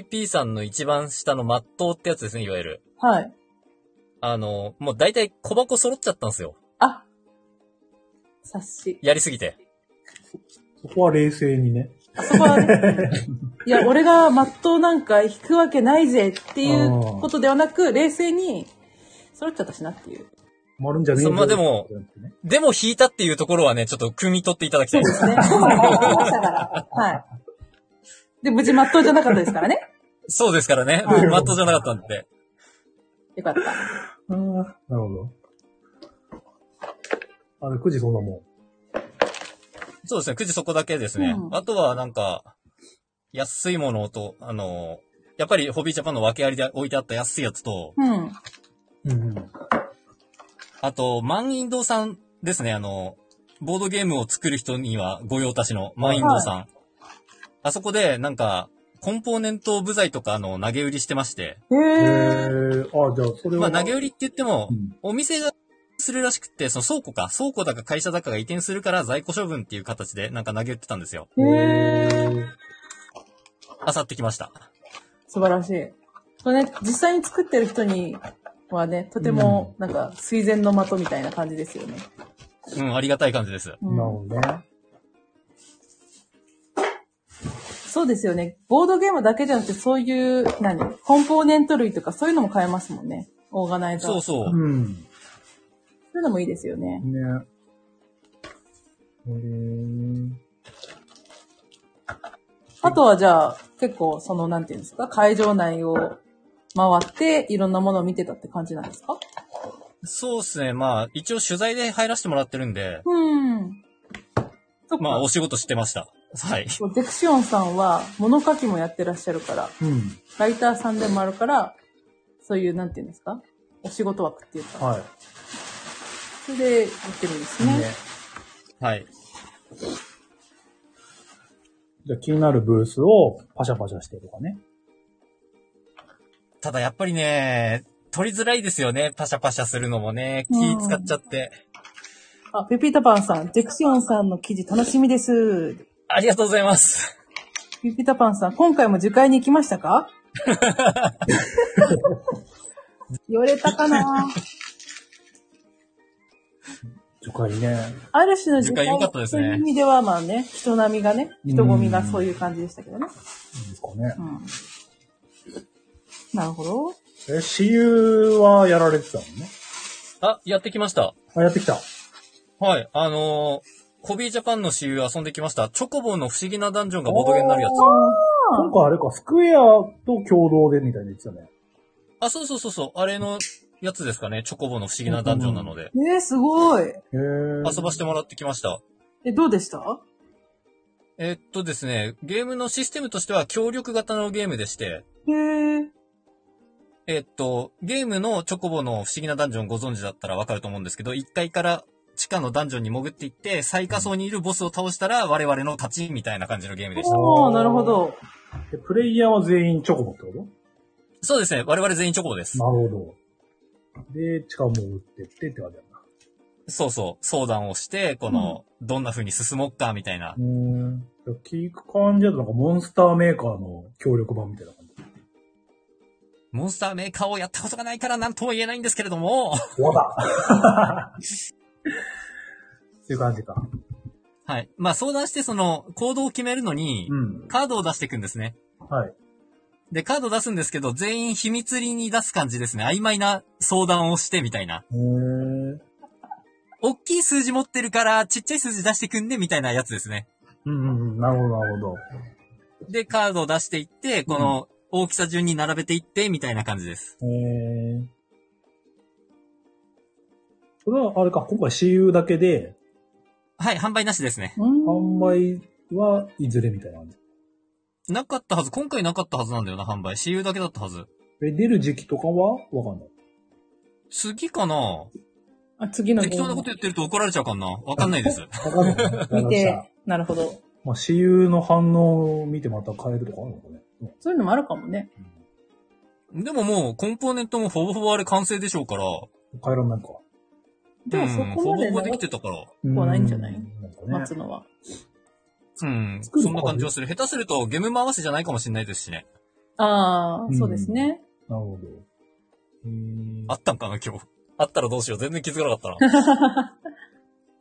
GP さんの一番下のマットってやつですね、いわゆる。
はい。
あのーもう大体小箱揃っちゃったんですよ。
あ察し。
やりすぎて。
そこは冷静にね。
あそこはね、いや、俺がマットなんか引くわけないぜっていうことではなく、冷静に揃っちゃったしなっていう。
困るんじゃねえ
そうまあでも
ってなってね
でも引いたっていうところはね、ちょっと汲み取っていた だきたいです。
ね。はい。で、無事マットじゃなかったですからね。
そうですからね。
はい
マットじゃなかったんで。
よかった。
ああ、なるほど。あれ、9時そんなも
そうですね、9時そこだけですね。
うん
あとはなんか、安いものと、あのーやっぱりホビージャパンの訳ありで置いてあった安いやつと、
う
ん。
ん。
うんうん。
あと、満員堂さんですね、あの、ボードゲームを作る人には御用達の満員堂さん。あそこで、なんか、コンポーネント部材とか、あの、投げ売りしてまして。
へえ
へ
あ
え。
じゃあ、それ
ま
は。
あ、投げ売りって言っても
う、ん
お店がするらしくって、その倉庫か、倉庫だか会社だかが移転するから在庫処分っていう形で、なんか投げ売ってたんですよ。
へえ。
あさってきました。
素晴らしい。これね、実際に作ってる人にはね、とても、なんか、垂涎の的みたいな感じですよね。
うん、ありがたい感じです。
うん
なるほどね。
そうですよね。ボードゲームだけじゃなくて、そういう、何コンポーネント類とかそういうのも買えますもんね。オーガナイザー。
そう
そ
そう。
うん。
ういうのもいいですよね。
ね。これ、
あとはじゃあ、結構、その、なんていうんですか、会場内を回って、いろんなものを見てたって感じなんですか
そうですね。まあ、一応取材で入らせてもらってるんで、
うん。そっか。
まあ、お仕事してました。はい。
ゼクシオンさんは物書きもやってらっしゃるから、
うん。
ライターさんでもあるから、そういう、なんていうんですかお仕事枠っていうか、
は
それでやってるんです
い。
ね。
ね。
はい。
じゃあ気になるブースをパシャパシャしてとかね。
ただやっぱりね、取りづらいですよね。パシャパシャするのもね。気使っちゃって。
あ、ペピータパンさん、ゼクシオンさんの記事楽しみです。
ありがとうございます。
ピピタパンさん、今回も受会に行きました か言われたかな
樹海ね。
ある種の
受会良かったですね
という意味では、まあね、人並みがね、人混みがそういう感じでしたけどね。
いいですかね
う。ん。なるほど。
え、私有はやられてたのね。
あ、やってきました。
あ、やってきた。
はい。あのー、コビージャパンの私有遊んできました。チョコボンの不思議なダンジョンがボードゲームになるやつ。
今回あれか、スクエアと共同でみたいな言ってたね。
あ、そうそうそうそう。あれのやつですかね。チョコボンの不思議なダンジョンなので。
えー、すごい。
へー
遊ばしてもらってきました。
え、どうでした
えっとですね、ゲームのシステムとしては協力型のゲームでして、
へえ。
えっと、ゲームのチョコボの不思議なダンジョンご存知だったらわかると思うんですけど、1階から地下のダンジョンに潜っていって、最下層にいるボスを倒したら我々の勝ちみたいな感じのゲームでした。
おー、なるほど。
でプレイヤーは全員チョコボってこと
そうですね、我々全員チョコボです。
なるほど。で、地下も打ってってって感じなんだ。
そうそう、相談をして、この、どんな風に進もっかみたいな
う。ーん。聞く感じだとなんかモンスターメーカーの協力版みたいな感じ。
モンスターメーカーをやったことがないから何とも言えないんですけれども、
わだ っていう感じか。
はい。まあ相談してその、行動を決めるのに
う、ん。
カードを出していくんですね。
はい。
で、カード出すんですけど、全員秘密裏に出す感じですね。曖昧な相談をしてみたいな。
へー
大きい数字持ってるから、ちっちゃい数字出してくんで、みたいなやつですね。
うんうんうん。なるほど、なるほど。
で、カードを出していって、この、大きさ順に並べていって、みたいな感じです。
へーそれは、あれか、今回私有だけで、
はい、販売なしですね。
う
販
ん。
売はいずれみたいな感じ。
なかったはず、今回なかったはずなんだよな、販売。私有だけだったはず。
え、出る時期とかはわかんない。
次かな
あ、次の
適当なこと言ってると怒られちゃうかなわかんないです。
わかんない。わかり
見
ましてた。、
なるほど。
まあ、私有の反応を見てまた変えるとかあるのかね。うん
そういうのもあるかもね。
でももう、コンポーネントもほぼほぼあれ完成でしょうから、
変えらんないか。
でもそこまで
うんほぼほぼで
長
きてたから。
う
こはないんじゃない
なんかね
待つのは。
うん。
作る
そんな感じはする。下手するとゲーム回しじゃないかもしれないですしね。
ああ、そうですね。
なるほど。えー、
あ
あ
ったんかな、今日。あったらどうしよう。全然気づかなか ったな。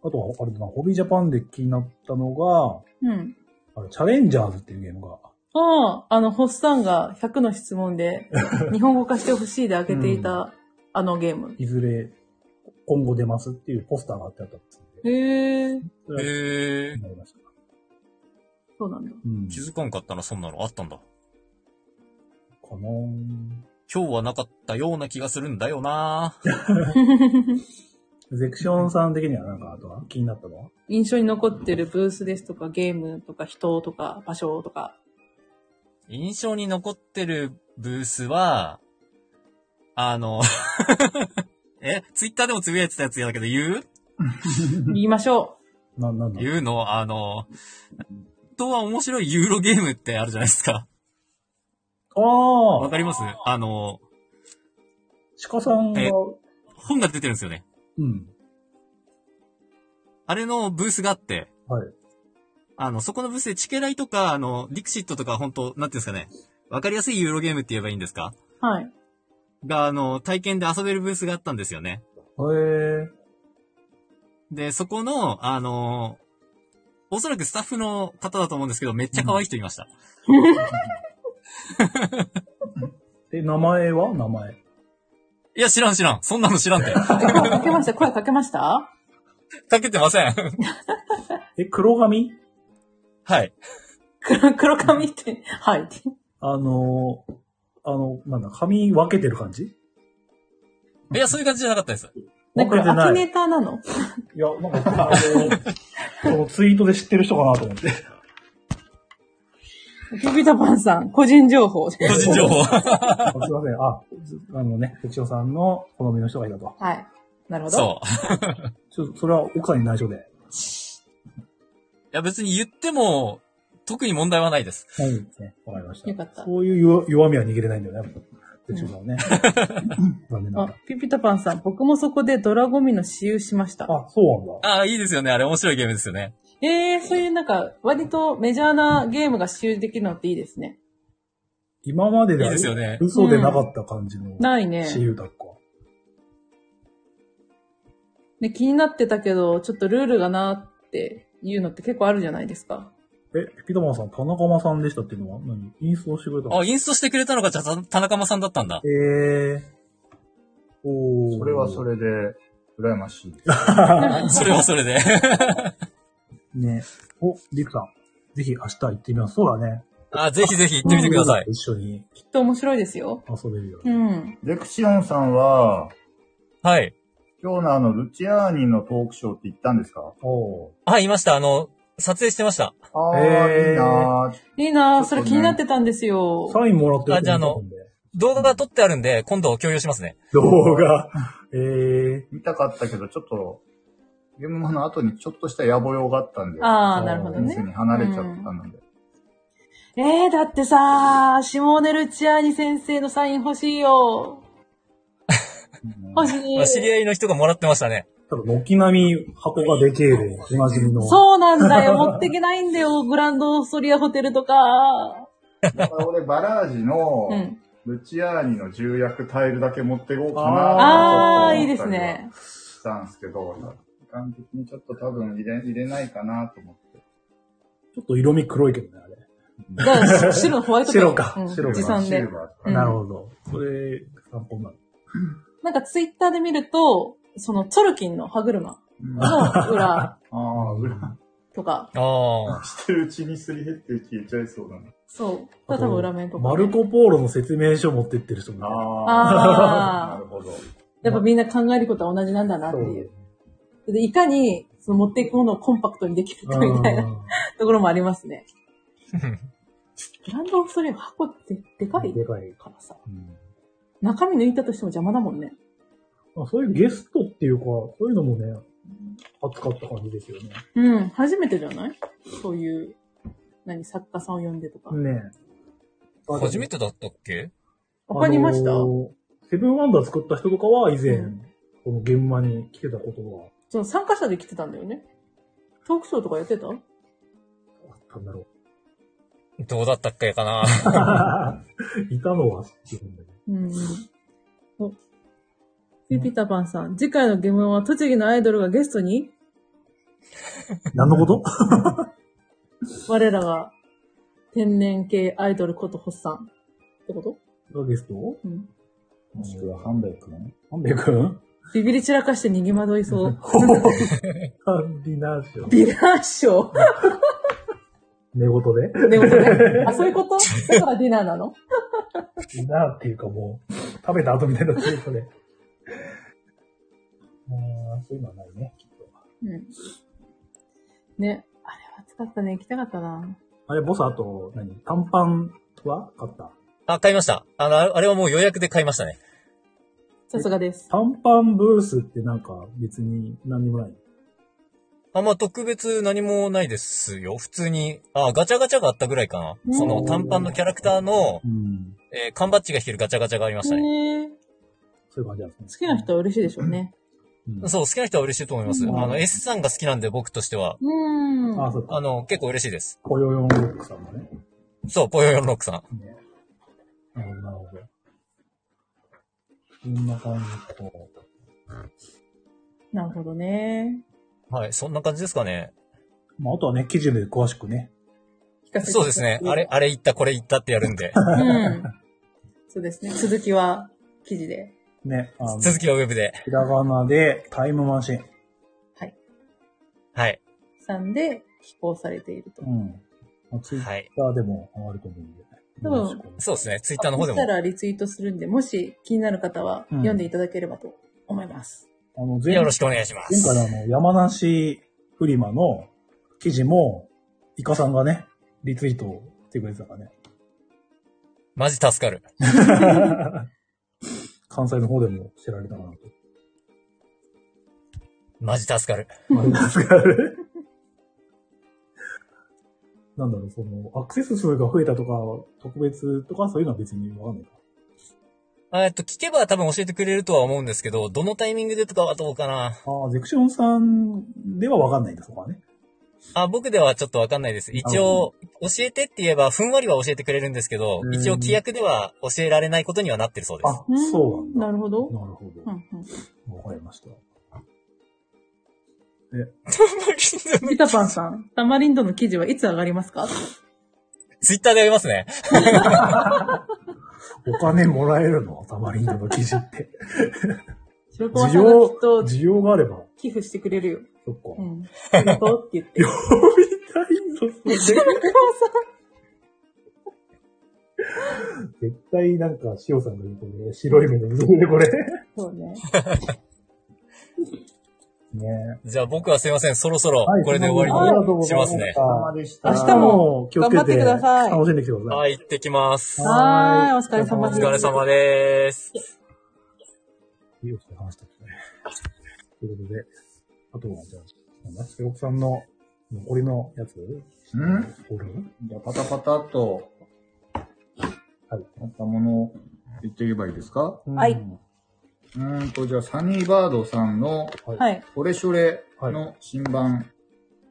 とは、あれだな、ホビージャパンで気になったのが、
うん。
あのチャレンジャーズっていうゲームが、
ああ、あの、ホッサンが100の質問 で、日本語化してほしいで開けていた、
うん
あのゲーム。
いずれ今後出ますっていうポスターがあってあったんですんで、
へえ、
それは
へえ
気に。なりました。
そうなんだ。
うん。
気
か
づかんかったな、そんなの。あったんだ。
なー
今日はなかったような気がするんだよな
ゼクションさん的にはなんか、あとは気になったのは
印象に残ってるブースですとか、ゲームとか、人とか、場所とか。
印象に残ってるブースは、あの、 え、ツイッターでもつぶやいてたやつやだけど言う
言いましょ
な、なんだ
言うのあの、本当は面白いユーロゲームってあるじゃないですか。わ
ああ
かりますあの、
鹿さんが
え、本が出てるんですよね。
うん。
あれのブースがあって、
はい。
あの、そこのブースでチケライとか、あの、ディクシットとか、本当なんていうんですかね。わかりやすいユーロゲームって言えばいいんですか
う。はい。
が、あの、体験で遊べるブースがあったんですよね。
へえ。
で、そこの、あのおそらくスタッフの方だと思うんですけど、めっちゃ可愛い人いました。
で、名前は名前。
いや、知らん知らん。そんなの知らん っ
え
て。
声かけました声かけました
かけてません。
え、黒髪
はい。
黒黒髪って、はいって。
あのー、あの、なんだ、髪分けてる感じ
いや、そういう感じじゃなかったです。
なん
分け
か、
て
アキ
ない。
ネ
い
ーターなの
や、なんか、あの、そ のツイートで知ってる人かなと思って。
ビビタパンさん、個人情報。
個人情報。
あすいません。あ、ずあのね、哲夫さんの好みの人がいたと。
はい。なるほど。
そう。
ちょっと、それは奥さんに内緒で。はい
や、別に言っても、特に問題はないです。
い。ね、わかりました。
よかった
そういう弱弱みは逃げれないんだよね。哲夫さんはね。 残念なが
あ、ピピタパンさん、僕もそこでドラゴミの私有しました。
ら。あ、そうなんだ。
ああ、いいですよね。あれ面白いゲームですよね。
ええそういうなんか、割とメジャーなゲームが私有できるのっていいですね。
今までで
いい
は
ですよね。
嘘でなかった感じの、
ないね。
私有だっこ。
ね、気になってたけど、ちょっとルールがなっていうのって結構あるじゃないですか。
え、ピピタマンさん、田中間さんでしたっていうのは何インストールしてくれたの
あ、インストしてくれたのが、じゃあ、た田中間さんだったんだ。
えー。おー
それはそ。れで、羨ましいです。
それはそれで。
ね。お、リクさん。ぜひ明日行ってみます。そうだね。
あぜひぜひ行ってみてください。
一緒に
きっと面白いですよ。
遊べるよ。
うん。
ゼクシオンさんは、
はい。
今日のあの、ルチアーニのトークショーって言ったんですか
おー
あ、いました。あの、撮影してました。
ああ、
へー
いいなー
いいなぁ、そ
そう
れ
ね
気になってたんですよ。
サインもらってる
あじゃああの
見たんで
動画が撮ってあるんで、今度共有しますね。
動画。 えー。
見たかったけど、ちょっと、ゲームマの後にちょっとした野暮用があったんで、
ああ、なるほど
店
ね。
に離れちゃったので。
ええだってさ、シモーネルチアーニ先生のサイン欲しいよ。
うん
欲し
まあ知
い。
り合いの人がもらってましたね。
多分、軒並み箱がでけえで、おなじみの。
そうなんだよ。持ってけないんだよ。グランドソリアホテルとか。
だから俺、バラージの
う、ん。
ルチアーニの重役タイルだけ持っていこうか
あ
な
あ、
と
いいで
思った
す
りは
ね。
したんですけど、時間的にちょっと多分入れ入れないかなと思って。
ちょっと色味黒いけどね、あれ。
だから白のホワイトペン
白か
うん
白か
持参
シ
で
ル。バー
うん
なるほど。それ、参考になる。
なんかツイッターで見ると、そのツォルキンの歯車
うんあ
の裏
あ、裏、
とか、
ああ。
してるうちにすり減って消えちゃいそうだな。
そう。多分裏面とか、
マルコ・ポーロの説明書持ってってる人もいた
あー
なるほど。
やっぱみんな考えることは同じなんだなっていう。で、いかに、その持っていくものをコンパクトにできるかみたいなところもありますね。ブランドオフソリア箱ってでかい
でかい。
からさ。
うん
中身抜いたとしても邪魔だもんね。
まあ、そういうゲストっていうか、そういうのもね、熱かった感じですよね。
うん。初めてじゃないそういう、何、作家さんを呼んでとか。
ねえ
初めてだったっけ
他にいました、
あのーセブンワンダー作った人とかは以前、
うん
この現場に来てたことが
その参加者で来てたんだよね。トークショーとかやってた
あっったんだろう。
どうだったっけかな
いたのは知ってるんだけど。
うん。お。ピピタパンさん、次回のゲームは栃木のアイドルがゲストに
何のこと
我らが天然系アイドルことホッサンってこと
がゲスト
うん。
もしくはハンベイ君
なんでくん
ビビり散らかして逃げ惑いそう。
ハンディナーション。
ビナーショー。
寝言で
でもね、あ、そういうことだからディナーなの
ディナーっていうかもう、食べた後みたいになって るよね。あーそういうのはないね、きっと。
うん。ね。あれは暑かったね。行きたかったな。
あれ、ボス、あと、何短パンは買った
あ、買いました。あの、あれはもう予約で買いましたね。
さすがです。
短パンブースってなんか別に何にもない。
あんま特別何もないですよ。普通に。あ、ガチャガチャがあったぐらいかな。その短パンのキャラクターの、
うん。
えー缶バッジが引けるガチャガチャがありましたね。
へえ。
そういう感じなんですね。
好きな人は嬉しいでしょうね。
うん
そう、好きな人は嬉しいと思います。
うん
あの、S さんが好きなんで僕としては、
うーん。
あ、そう
あ
か。
の、結構嬉しいです。
ポヨヨンロックさんもね。
そう、ポヨヨンロックさん。
ねなるほど、なるほど。こんな感じか。
なるほどね。
はい、そんな感じですかね。
まあ、あとはね、記事で詳しくね。
聞かせて
そうですね。あれ、あれ言った、これ言ったってやるんで、
うん。そうですね。続きは記事で。
ね、あの、
続
ひ
きはウェブで。
らがなでタイムマシン。
はい。
さんで寄稿されていると。
うん。まあ、ツイッタ
はい。
ーでも上がると思うんで。
多分
よろしくお願いします
そうですね。ツイッターの方で
そし
も
た。らリツイートするんで、もし気になる方は読んでいただければと思います。
あの、前
よろしくお願いします。
前回のあの、山梨フリマの記事も、イカさんがね、リツイートをしてくれてたからね。
マジ助かる。
関西の方でも知られたかなと。
マジ助かる。
なんだろう、その、アクセス数が増えたとか、特別とか、そういうのは別にわかんないか。
あえっと、聞けば多分教えてくれるとは思うんですけど、どのタイミングでとかはどうかな。
ああ、ゼクションさんではわかんないんですからね。
あ、僕ではちょっとわかんないです。一応、教えてって言えば、ふんわりは教えてくれるんですけど
う、ん
一応規約では教えられないことにはなってるそうです。
あ、そうなんだ。
なるほど。
なるほ
う
ど。
んうん。
わかりました。
ピタパンさん、タマリンドの記事はいつ上がりますか
ツイッターでやりますね。
お金もらえるのタマリンドの記事 って。
白熊
需
さんが
要
きっ、と
需要があれば、
寄付してくれるよ。
そっか。
うん。ありがとうって言って。
呼びたいぞ、それ
白熊
絶対なんか、塩さんが言うとね、白い目で見てるね、こ れ。
さん、そうね。
ね
じゃあ僕はすいません。そろそろ
は、い
これで終わ
あ
り
がとうご
にし
ざい
ま
まし
すね。
た
でした
明日も
気をつけ
頑張ってください
楽しんできてください。
はい、行ってきます。
はいお疲れ様
お
です
疲れ様でーす。
いいよ、話したっけね。ということで、あとは、じゃあ、なんだ、セロクさんの残りのやつ
うん
俺
じゃあパタパタっと、
はい。
あったものを言っていけばいいですか
はい
うん
うーんと、じゃあ、サニーバードさんの、
はい。
オレショレの新版、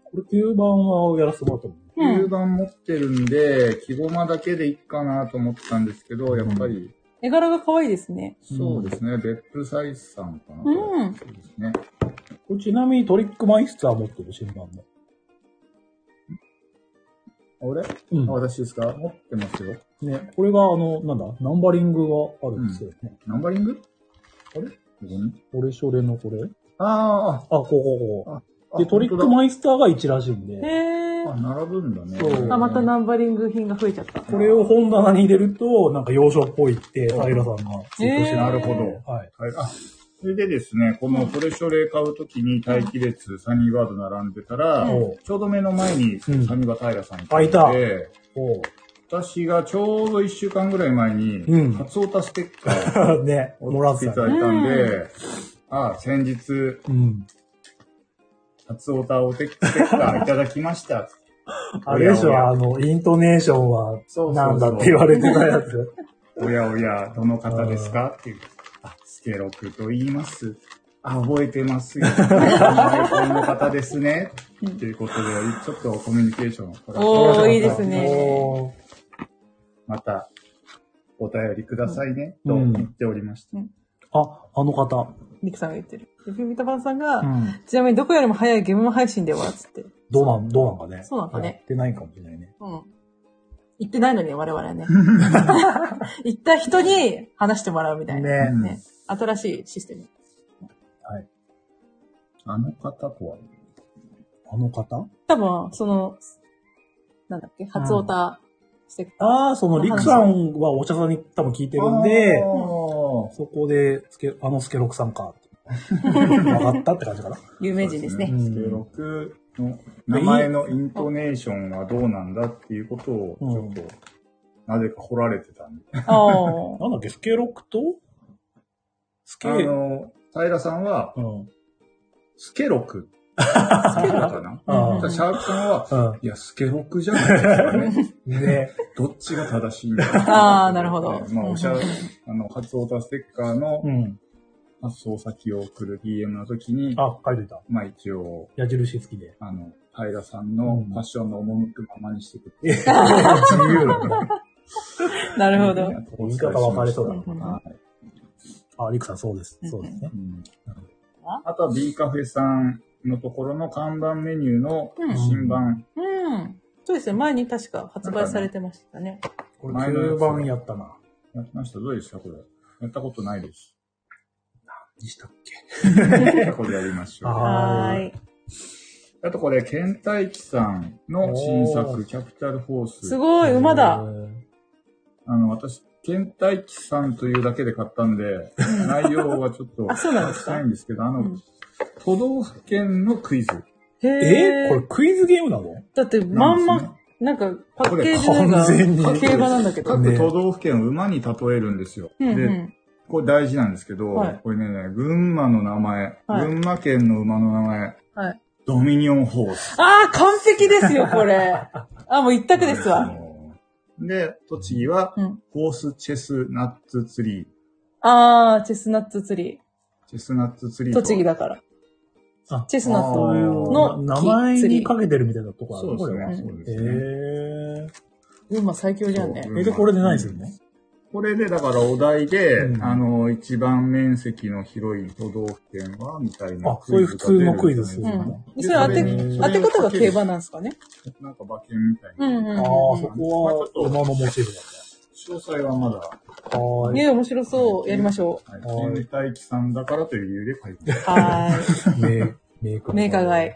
これ、9番はやらせてもらったもんね。
うん
9版持ってるんで、木駒だけでいいかなと思ってたんですけど、やっぱり、
絵柄が可愛いですね。
そうですね、別府サイズさんかな。
うん
そうですね。
これちなみにトリックマイスター持ってる、新版も。
俺、
う
あ私ですか持ってますよ。
ん。ね、これが、あの、なんだ、ナンバリングがあるんですよね。
ナンバリング
あれ
どこに
俺、それのこれ。
あー
あ、こうこうこ
あ、
う。で、トリック
も
マイスターが1らしいんで。
へえ
あ、。並ぶんだね。
そう
あ、またナンバリング品が増えちゃった。
これを本棚に入れると、なんか洋書っぽいって、平さんがツイートして
えー
た
なるほど。
はい。
はい。あ、それでですね、このトレショレ買うときに待機列、サニーバード並んでたら、
うん
ちょうど目の前にサ
うん
ニバタイラさん
あいた
で、
おう。
私がちょうど1週間ぐらい前に、
うん
カツオタステッカー
ね、もら
を
っ
つ
て
いた
た
だ
ね。
いたんで、ああ、先日、
うん。
カツオタをテッステッカーいただきました。
あれでし
お
ょ、
やおや
あの、イントネーションは、
そうそうそう
なんだって言われてたやつ。
おやおや、どの方ですかっていう。あ、スケロクと言います。あ、覚えてま すよ。はいこの方ですね。ということで、ちょっとコミュニケーションを取らせて
おー
また
いいですね
おー
また、お便りくださいね、
う
と
ん
言っておりました。
あ、あの方。
リクさんが言ってる。でピピタパンさんが、
うん。
ちなみにどこよりも早いゲーム配信では、つって。
どうなん、どうなんかね。
そうなんかね
やってないかもしれないね。
うん。言ってないのに我々はね。行った人に話してもらうみたいな。
ね
ね新しいシステム。
あの方とは、
あの方
多分、その、なんだっけ、初オタしてく
ああ、その、リクさんはお茶さんに多分聞いてるんで、
あ
そこで、スケあのスケロクさん か。分かったって感じかな。
有名人ですね。
うん
スケロクの名前のイントネーションはどうなんだっていうことを、ちょっと、なぜか掘られてたんで。
おー
なんだっけ、スケロクとスケ、
あの、平さんは、
うん。
スケロク。スケロクかな
あ
シャークさんは、
あ。
いや、スケロクじゃないですかね。
うん。ね。
どっちが正しいんだ
あーなるほど
まあ、おしゃ、あの、初オタステッカーの
うん。
発送先を送る DM の時に、
あ、書いといた。
まあ一応、
矢印好きで。
あの、平さんの
うん
ファッションの赴くままにしてくれて、
え、
自由な。
なるほ ど。
言い方分かれそうだ
な
はい
あ、リクさんそうです。そうですね。
うんあとは B カフェさんのところの看板メニューの
うん
新版、
うん。そうですね。前に確か発売されてましたね。
これ9番やったな。
やってました。どうでしたこれ。やったことないです。
にしたっけ
これやりましょう。
あ
は
ー
ーい。
あとこれ、ケンタイキさんの新作、キャピタルフォース。
すごい、馬だ。。
あの、私、ケンタイキさんというだけで買った んで、内容はちょっと、
あそうなんですか
したいんですけど、あの、
うん
都道府県のクイズなん
へ
で
え
え
これ。クイズゲームなの
だって、
すね。
まんま、なんか、パッケージなん
これ完全に
か、競馬なんだけど。
各都道府県を馬に例えるんですよ。
うんう
で、
ん。
これ大事なんですけど、
はい
これね、群馬の名前、
はい
群馬県の馬の名前、
はい
ドミニオンホース。
ああ、完璧ですよ、こ れ。あ、もう一択ですわ。
で、栃木は、
うん
ホースチェスナッツツリー。
ああ、チェスナッツツリ
チェスナッツツリ
ー。
ーと。
栃木だから。
あ
チェスナットの
名前
釣り
にかけてるみたいなとこある
そうですね。
こ
そう
え
ですね。
群馬最強じゃんね
そ。う
え、で、これでないですよね。
これで、だからお題で、
うん
あの、一番面積の広い都道府県は、みたいな。
あ、そういう普通のクイズです
う
よ
ん
ね。。
でそれ当て、
うん
当て方が競馬なんですかね。
なんか馬券みたいな。
うんう
あ
ん
あ、そこは馬のモチーフだ
詳細はまだ。
ね。は
ね面白そう。やりましょ
はい。天体機さんだからという理由で書いてます
う。はー
い。メーカー。
い。メーカー買い。。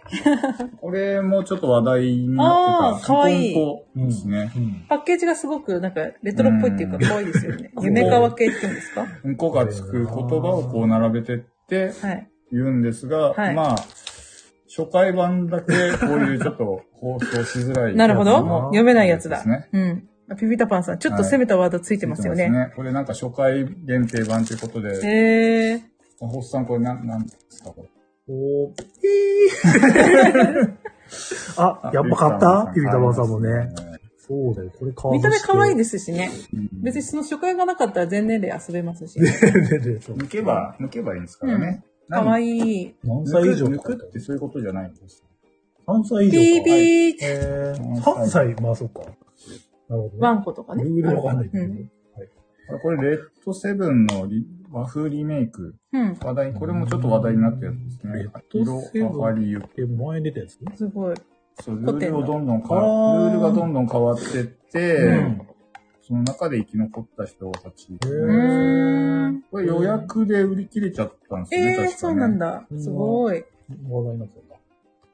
これもちょっと話題にな
あ
って
ー
た。
かわいい
ポンコですね。
うん。
パッケージがすごく、なんか、レトロっぽいっていうか、
うん
可愛いですよね。
ん
夢川系っていうんですか
うんこがつく言葉をこう並べてって
はい。
言うんですが、
はい
まあ、初回版だけこういうちょっと放送しづら い。
なるほど。
も
読めないやつだ
ですね。
うん。あピピタパンさん、ちょっと攻めたワードついてますよ
ついて
ね。
ますこれなんか初回限定版ということで、
へえ。
ホスさんこれなん、なんですかこれ。
おー。 あ、やっぱ買ったピピタバンさんもね。。そうだよ、これ買わ
見た目 可愛い
で
ですしね。
うん
別にその初回がなかったら全年齢遊べますし。
す。
抜けば、抜けばいいんですからね。
可
い
愛いい。
何
抜
歳
く
以上
抜くってそういうことじゃないんです。
?3 歳以上
ピ
か。
ーピーって
えー、
三
3
歳
歳、まあそっか。なるほ
ワ
どね。
ンコとかね。
ルールわかんないけど
う
ね。
これ、レッドセブンのリ和風リメイク。
うん。
話題、これもちょっと話題になったやつですね。
レッドセブン
色変わりゆく。
え、前に出たやつ
すごい。
そう、ルールをどんどん変
古典の
わ、ルールがどんどん変わってって、
うん
その中で生き残った人たち。
へ
うーん。
これ予約で売り切れちゃったんですよ
え
ね、
え、
確かね。
そうなんだ。すごい。
話題になって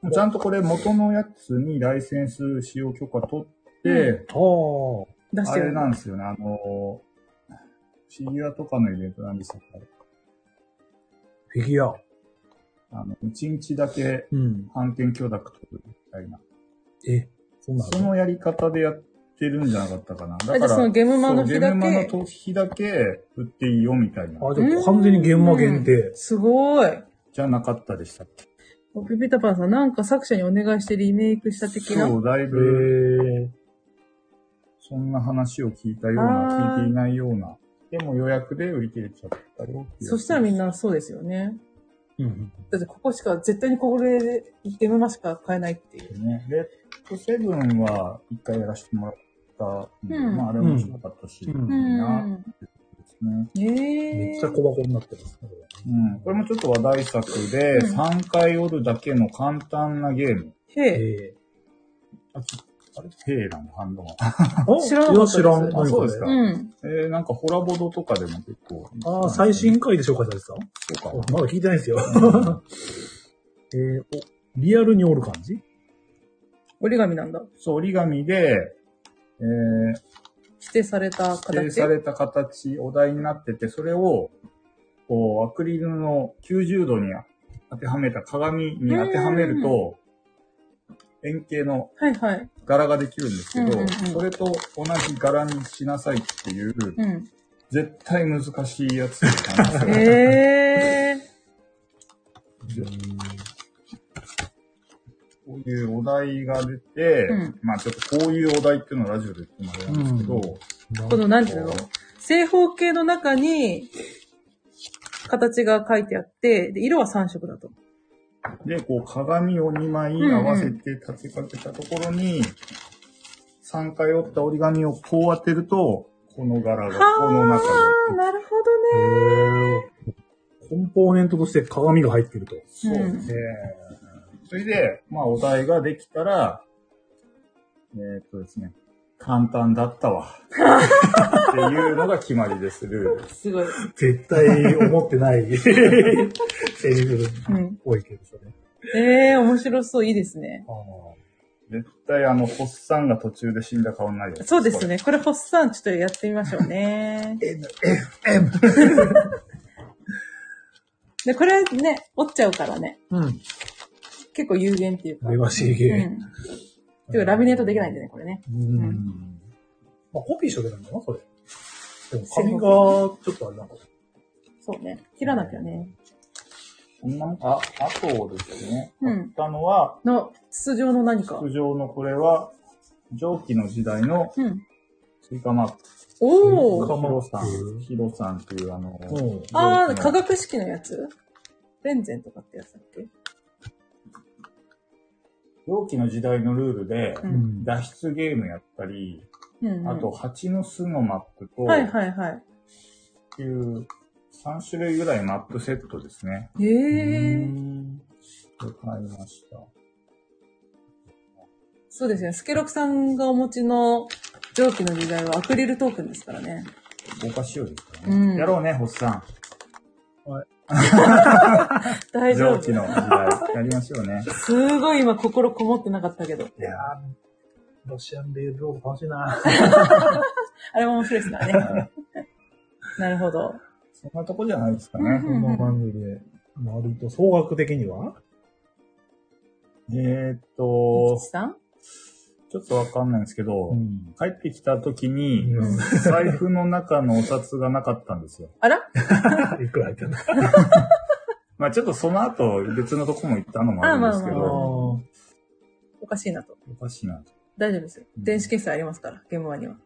た。
ちゃんとこれ元のやつにライセンス使用許可取って、
ああ。
出し
あ
てる
れ。なんですよね、あの、フィギュアとかのイベントなんでしたっけ
フィギュア。
あの、一日だけ
うん。
版権許諾取るみたいな。
え、そんな
そのやり方でやってるんじゃなかったかな。だから、
じゃあそのゲムマの日だけ
そうゲムマの日だけ売っていいよみたいな
の。あ、じゃあ完全に現場限定。
すごい。
じゃなかったでしたっけ
ピピタパンさん、なんか作者にお願いしてリメイクした的な
そ。う、だい
へ
ぶ、
え。
そんな話を聞いたよう
あ
な、
ー
聞いていないような。でも予約で売り切れちゃったよっていう
そしたらみんなそうですよね。
うん。
だってここしか、絶対にこれで、ゲームマしか買えないっていう。
ね。レッドセブンは一回やらせてもらったんで、
うん
まああれ面白かったし、いい
うん
なってですね。
え
めっ
え
ちゃ小箱になってますね。こ
うん。これもちょっと話題作で、
うん
3回折るだけの簡単なゲーム。
へ
れえ
え。
あ、ちょあれテーラの反応は。
えお
知らなかったです
いや知らん。
あそうですか
うん。
えー、なんかホラボドとかでも結構。
ああ、最新回で紹介されてた
そう
まだ聞いてないんですよ。
かな。
えー、お、リアルに折る感じ
折り紙なんだ。
そう、折り紙で、えー、
指定された
指定
形。
された形、お題になってて、それを、こう、アクリルの90度に当てはめた、鏡に当てはめると、円形の
はいはい。
柄ができるんですけ
うんうんう
ど
ん、
それと同じ柄にしなさいっていう、
うん。
絶対難しいやつなんですよ。
へえ。
こういうお題が出て
うん、
まあちょっとこういうお題っていうのをラジオで言ってもあれなんですけど、
このなんていうの正方形の中に、形が書いてあって、で、色は3色だと。
で、こう鏡を2枚合わせて立てかけたところに、3回折った折り紙をこう当てると、この柄がこの中
あ、
で。
なるほどね。
コンポーネントとして鏡が入ってると。
そうですね。それで、まあお題ができたら、えーっとですね、簡単だったわ。っていうのが決まりでする。
すごい。
絶対思ってない セリフ
うん。
多いけど、それ。
ええー、面白そう。いいですね。
あ
絶対あの、ホッサンが途中で死んだ顔になるやつ
そうです。ね。これ、ホッサン、ちょっとやってみましょうね。で、これね、折っちゃうからね。
ーうん。
結構有限っていうか。
レバシー
う
ゲーム。
ん。てか、ラミネートできないんでね、これね。
うん。
うん
まあ、コピーしとけないんだな、それ。でも、紙が、ちょっとあれなんか。
そうね。切らなきゃね。
こんなもんあ、あとですね、
う
あ
ん
っ。たのは、
の、筒状の何か。
通常のこれは、蒸気の時代の
うん。
スイカマップ。
お
スイカ
ー。
マップ
ヒロさん。ヒロさんっていうあの、
うん。
あ
蒸
ー、
気の
化学式のやつレンゼンとかってやつだっけ
蒸気の時代のルールで、
う
うんん。
脱出ゲームやったり、
うん、うん。
あと、蜂の巣のマップと、
はいはいは
っていう3種類ぐらいマップセットですね。
い。へえ。
これ買いました。
そうですね。スケロクさんがお持ちの蒸気の時代はアクリルトークンですからね。
豪華仕様ですから
うん
ね。やろうね、ホッサ
大
ン。
丈
蒸
夫
気。の時代。やりましょ うね。
すごい今心こもってなかったけど。
いやーロシアンベールロード楽しいな。
あれも面白いですか らね。なるほど。
そんなとこじゃないですか
う
ね。
こんな感じで。割と、総額的には
えーっ
お
と、
さん
ちょっとわかんないんですけど、
ん。
帰ってきた時に、
うん
財布の中のお札がなかったんですよ。
あら
いくら入ってんだ
まあちょっとその後別のとこも行ったのもあるんですけ
あ
ど、
まあまあまあ
お
ろ
おかしいなと。
かしいなと。
大丈夫ですよ。電子決済ありますから、現場には。
う。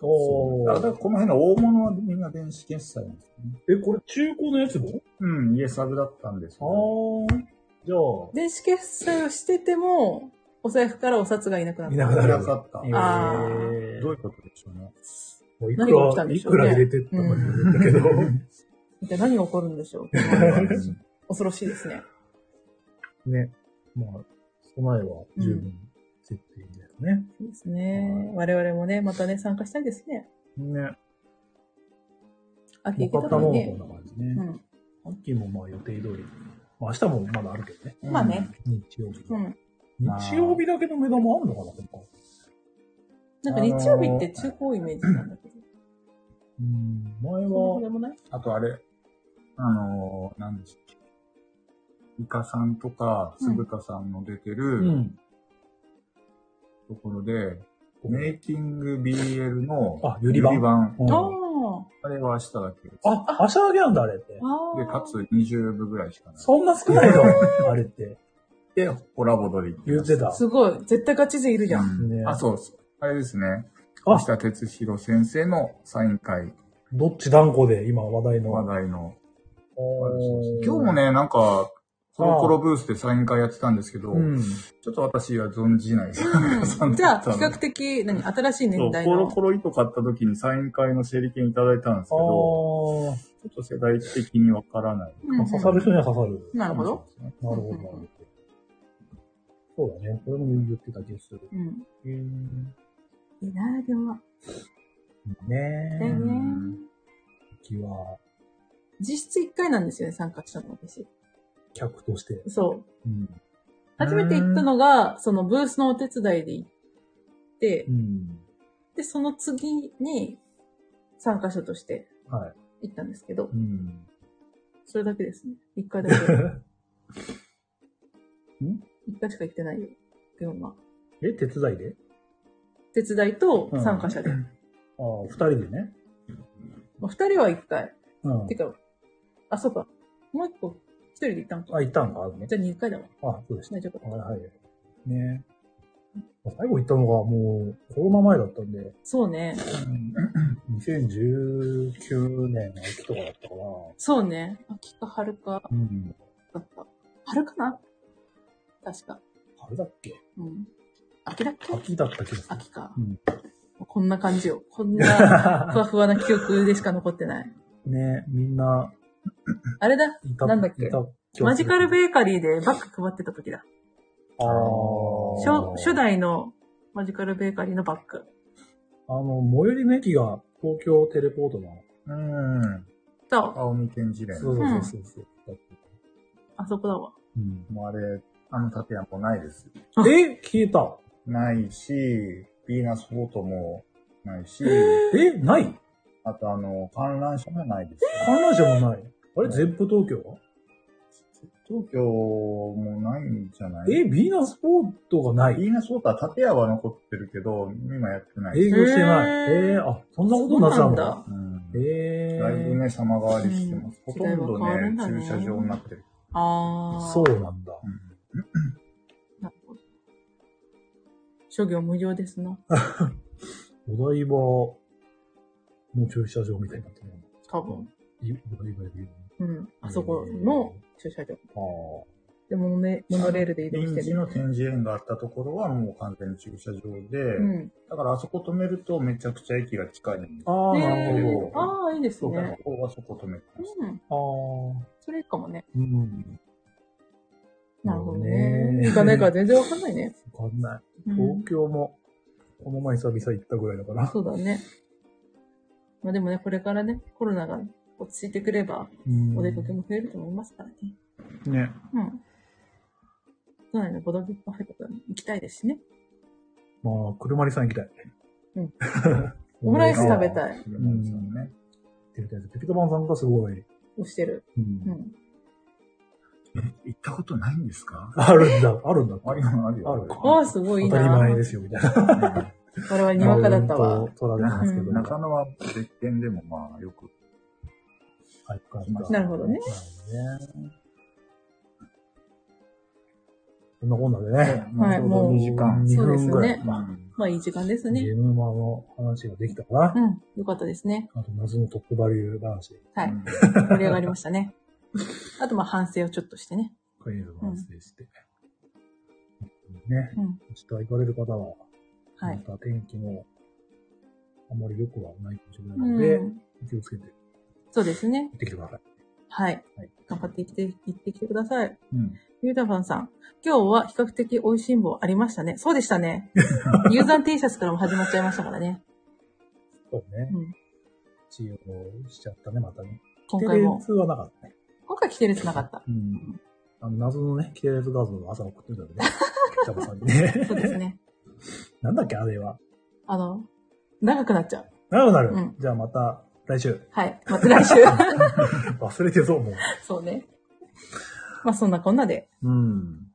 そう
お
だか
ー。
らこの辺の大物はみんな電子決済なんです
え、
ね。
これ中古のやつも
うん、家サブだったんですけ
あー。
ど。
じゃあ、
電子決済をしてても、お財布からお札がいなくなる。
いなく
な
なる。
かった。
えー
あ
どういうことでしょうね。
もうい
何が起き
く
たん
ら、
で
い
しょう
く
ね
ら入れてったか言うんだけど。
一体何が起こるんでしょう恐ろしいで すね。
ね。まあ、備えは十分設定だよね。
そうですね。我々もね、またね、参加したいですね。
ね。
秋
分か
行
っ
け
た
た
もん
のに
こん。な感じ
う
ね。
ん。
秋もまあ予定通り。まあ明日もまだあるけどね。
まあね。
日曜日。
うん。
日曜日だけの目玉あるのかな、今回。
なんか日曜日って中古多いイメージなんだけど。
うん。前
そんな
は、
でもない
あとあれ、あのー、なんでしょう。イカさんとか、酢豚さんの出て
う
る
ん。
ところで、メイキング BL の
あゆりばん
版
うん
あ
あ、
あれは明日だけです。
明日だけなんだ、あれって
あ。。ああ。
で、かつ20部ぐらいしかない。
そんな少ないのあれって。
で、コラボドリ
言ってた。
すごい。絶対ガチ勢いるじゃん。
ね
あ、そうそう。あれですね。
あ
吉、田哲弘先生のサイン会
どっち断固で今話題の。
話題の今日もね、なんか、コロコロブースでサイン会やってたんですけど、
うん。
ちょっと私は存じない。
うんじゃあ、比較的、何、新しい
そ
年
う、
代
コロ
の。
コロ糸買った時にサイン会の整理券いただいたんですけ
あ
ど、
ー
ちょっと世代的にわからない。
うん
まあ、刺さる人には刺さる。
なるほど。
なるほど、なるほど。そうだね。これも言ってた気がする。
うん。
えー、
いいな、でも。だよ
ねえ。
ね。
時は、
実質1回なんですよね、参加したの、私。
客として。
そう。
うん。
初めて行ったのが、そのブースのお手伝いで行って
う、ん。
で、その次に参加者として
はい。
行ったんですけど
う、ん。
それだけですね。1回だけ。1回しか行ってないよ。でもまあ、
え、手伝いで
手伝いと参加者で。
ああ、二人でね。
まあ、2人は1回。
うん
て。か、あ、そうか。もう1個、1人で行ったのか。
あ、行ったんか、あるね。
じゃあ2回だわ。
あ、そうでした。
大丈夫だ。
はいはい。ね最後行ったのがもう、コロナ前だったんで、
そうね。
2019年の秋とかだったかな。
そうね。秋か春か
うん。
だった。春かな確か。
あれだっけ
うん。秋だっけ
秋だった気がする。
秋か。
うん
こんな感じよ。こんなふわふわな記憶でしか残ってない。
ねみんな、
あれだ。
いた、
なんだっけ
いた気がする
マジカルベーカリーでバッグ配ってた時だ。
あ
初
ー
初代のマジカルベーカリーのバッグ。
あの、最寄りの駅が東京テレポートの、
うん。
と、
青み県事連。
そうそうそうそう。
あそこだわ。
うん
もうあれ、あの建屋もないです。
あ
え消えた。
ないし、ヴィーナスフォートもないし、
えない
あとあの、観覧車もないです。
観覧車もない。あれ全部東京は
東京もないんじゃない
えヴィーナスポートがない
ヴィーナスフォートは建屋は残ってるけど、今やってない。
営業してない。え
へー
えー、あ、そんなことになっちゃうん
そう
だ。
うん
ええ
だいぶ
ー、
ね、様変わりしてます。
うん
ほとんど
時代は変わるん
ね、
だね
駐車場になってる。
あー。
そうなんだ。
うん
なるほど。諸行無料ですな。
お台場の駐車場みたいになってる。
多分。
いお台場で言う
うん。あそこの駐車場。
の
でもね、モノレールで移動し
臨
て
時
る。
の展示園があったところはもう完全に駐車場で、
うん。
だからあそこ止めるとめちゃくちゃ駅が近いんで
あ。ああ、
ね
なるほ
えああ、いいです
そうだから
ね。
ここはそこ止めてまし
うん。
ど。ああ、
それいいかもね。
うん。
なるほ
なるほど
ど
ね
ね。行かないから全然わかんないね。
わかんない。
うん
東京も、この前久々行ったぐらいだから。
そうだね。まあでもね、これからね、コロナが落ち着いてくれば、
うん
お出かけも増えると思いますからね。
ね。
うん。都内のボドゲカフェとかも行きたいですしね。
まあ、車にさん行きたい。
うん。オムライス食べたい。
た。車屋さんね
行ってみたいです。ピピタマンさんがすごい。
押してる。
う。
うんん。
行ったことないんですか
あるんだ、あるんだ。
あるよ、あるよ。
あるか
ああ、すごいい
当
い
たり
な。
前
我
ですよ、みたいな。
々にわかだった
マウ
わ
ン。ト取られますけど。
うん
中野は別件でもまあよく。
はい、わかりました
なるほどね。
なるほどねこんなこんなでね。
はい
ちょうど2時間。
そうです
2分
ね
ぐらいか
う
な。
ん
まあいい時間です
ゲ
ね。
ームマの話ができたかな。
うん。よかったですね。
あと、謎のトップバリュー話。
はい。
うん
盛り上がりまし たね。あとまあ反省をちょっとしてね。
クイズの反省して。ね。
うん。
明日行かれる方は、
は
ま
い。
た天気も、あまり良くはないかもしれないので
う、ん。
気をつけて行
そうですね。
ってきてください。
はい
はい。
頑張って生きて、生ってきてください。
うん
ユーダファンさん、今日は比較的美味しんぼありましたね。そうでしたね。 ユーザー T シャツからも始まっちゃいましたからね。
そうね。
うん
治療しちゃったね、またね。
今
テ
回
レ
も。
ツはなかったね。
今回着てるやつなかった。
うん。あの、謎のね、キレレズ画像を朝送ってたん でね。ピタパさんにね。
そうですね。
なんだっけ、あれは。
あの、長くなっちゃう。
なるなる。
うん
じゃあまた来週。
はい。ま た来週。
忘れてそう、もう。
そうね。まあそんなこんなで。
うん。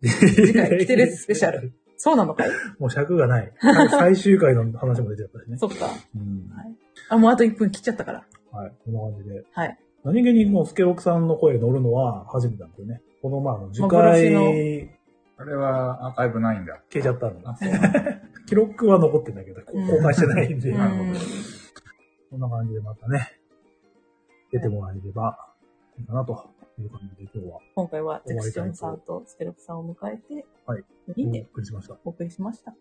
次回、キテレツスペシャル。そうなのかい
もう尺が ない。最最終回の話も出てゃったしね。
そっか。
うん。
あ、もうあと1分切っちゃったから。
はい。こんな感じで。
はい。
何気にもうスケボクさんの声乗るのは初めてなんだよね。このまあ、次
幻
回、
の
消
あれはアーカイブないんだ。
えちゃったんだ
あ、。そうなんだ。
記録は残ってんだけど、こ
うん
公開してないんで。
うん。
こんな感じでまたね、出てもらえればいかなという感じで今日は
今回はゼクションさんとステロプさんを迎えて、
はい。
4人
お
で
送りしました。
お送りしました。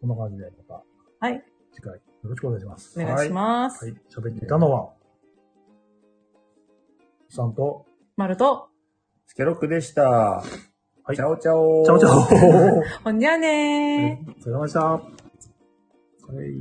こんな感じでまた
はい。
次回よろしくお願いします。
お願いします。
はい。喋っていたのは、さんと、
マルと、
スケロクでした。
はい
チャオチャ オ。
チャオチャオあ
ほんじゃあね
り
ー。
がとうございました。はい。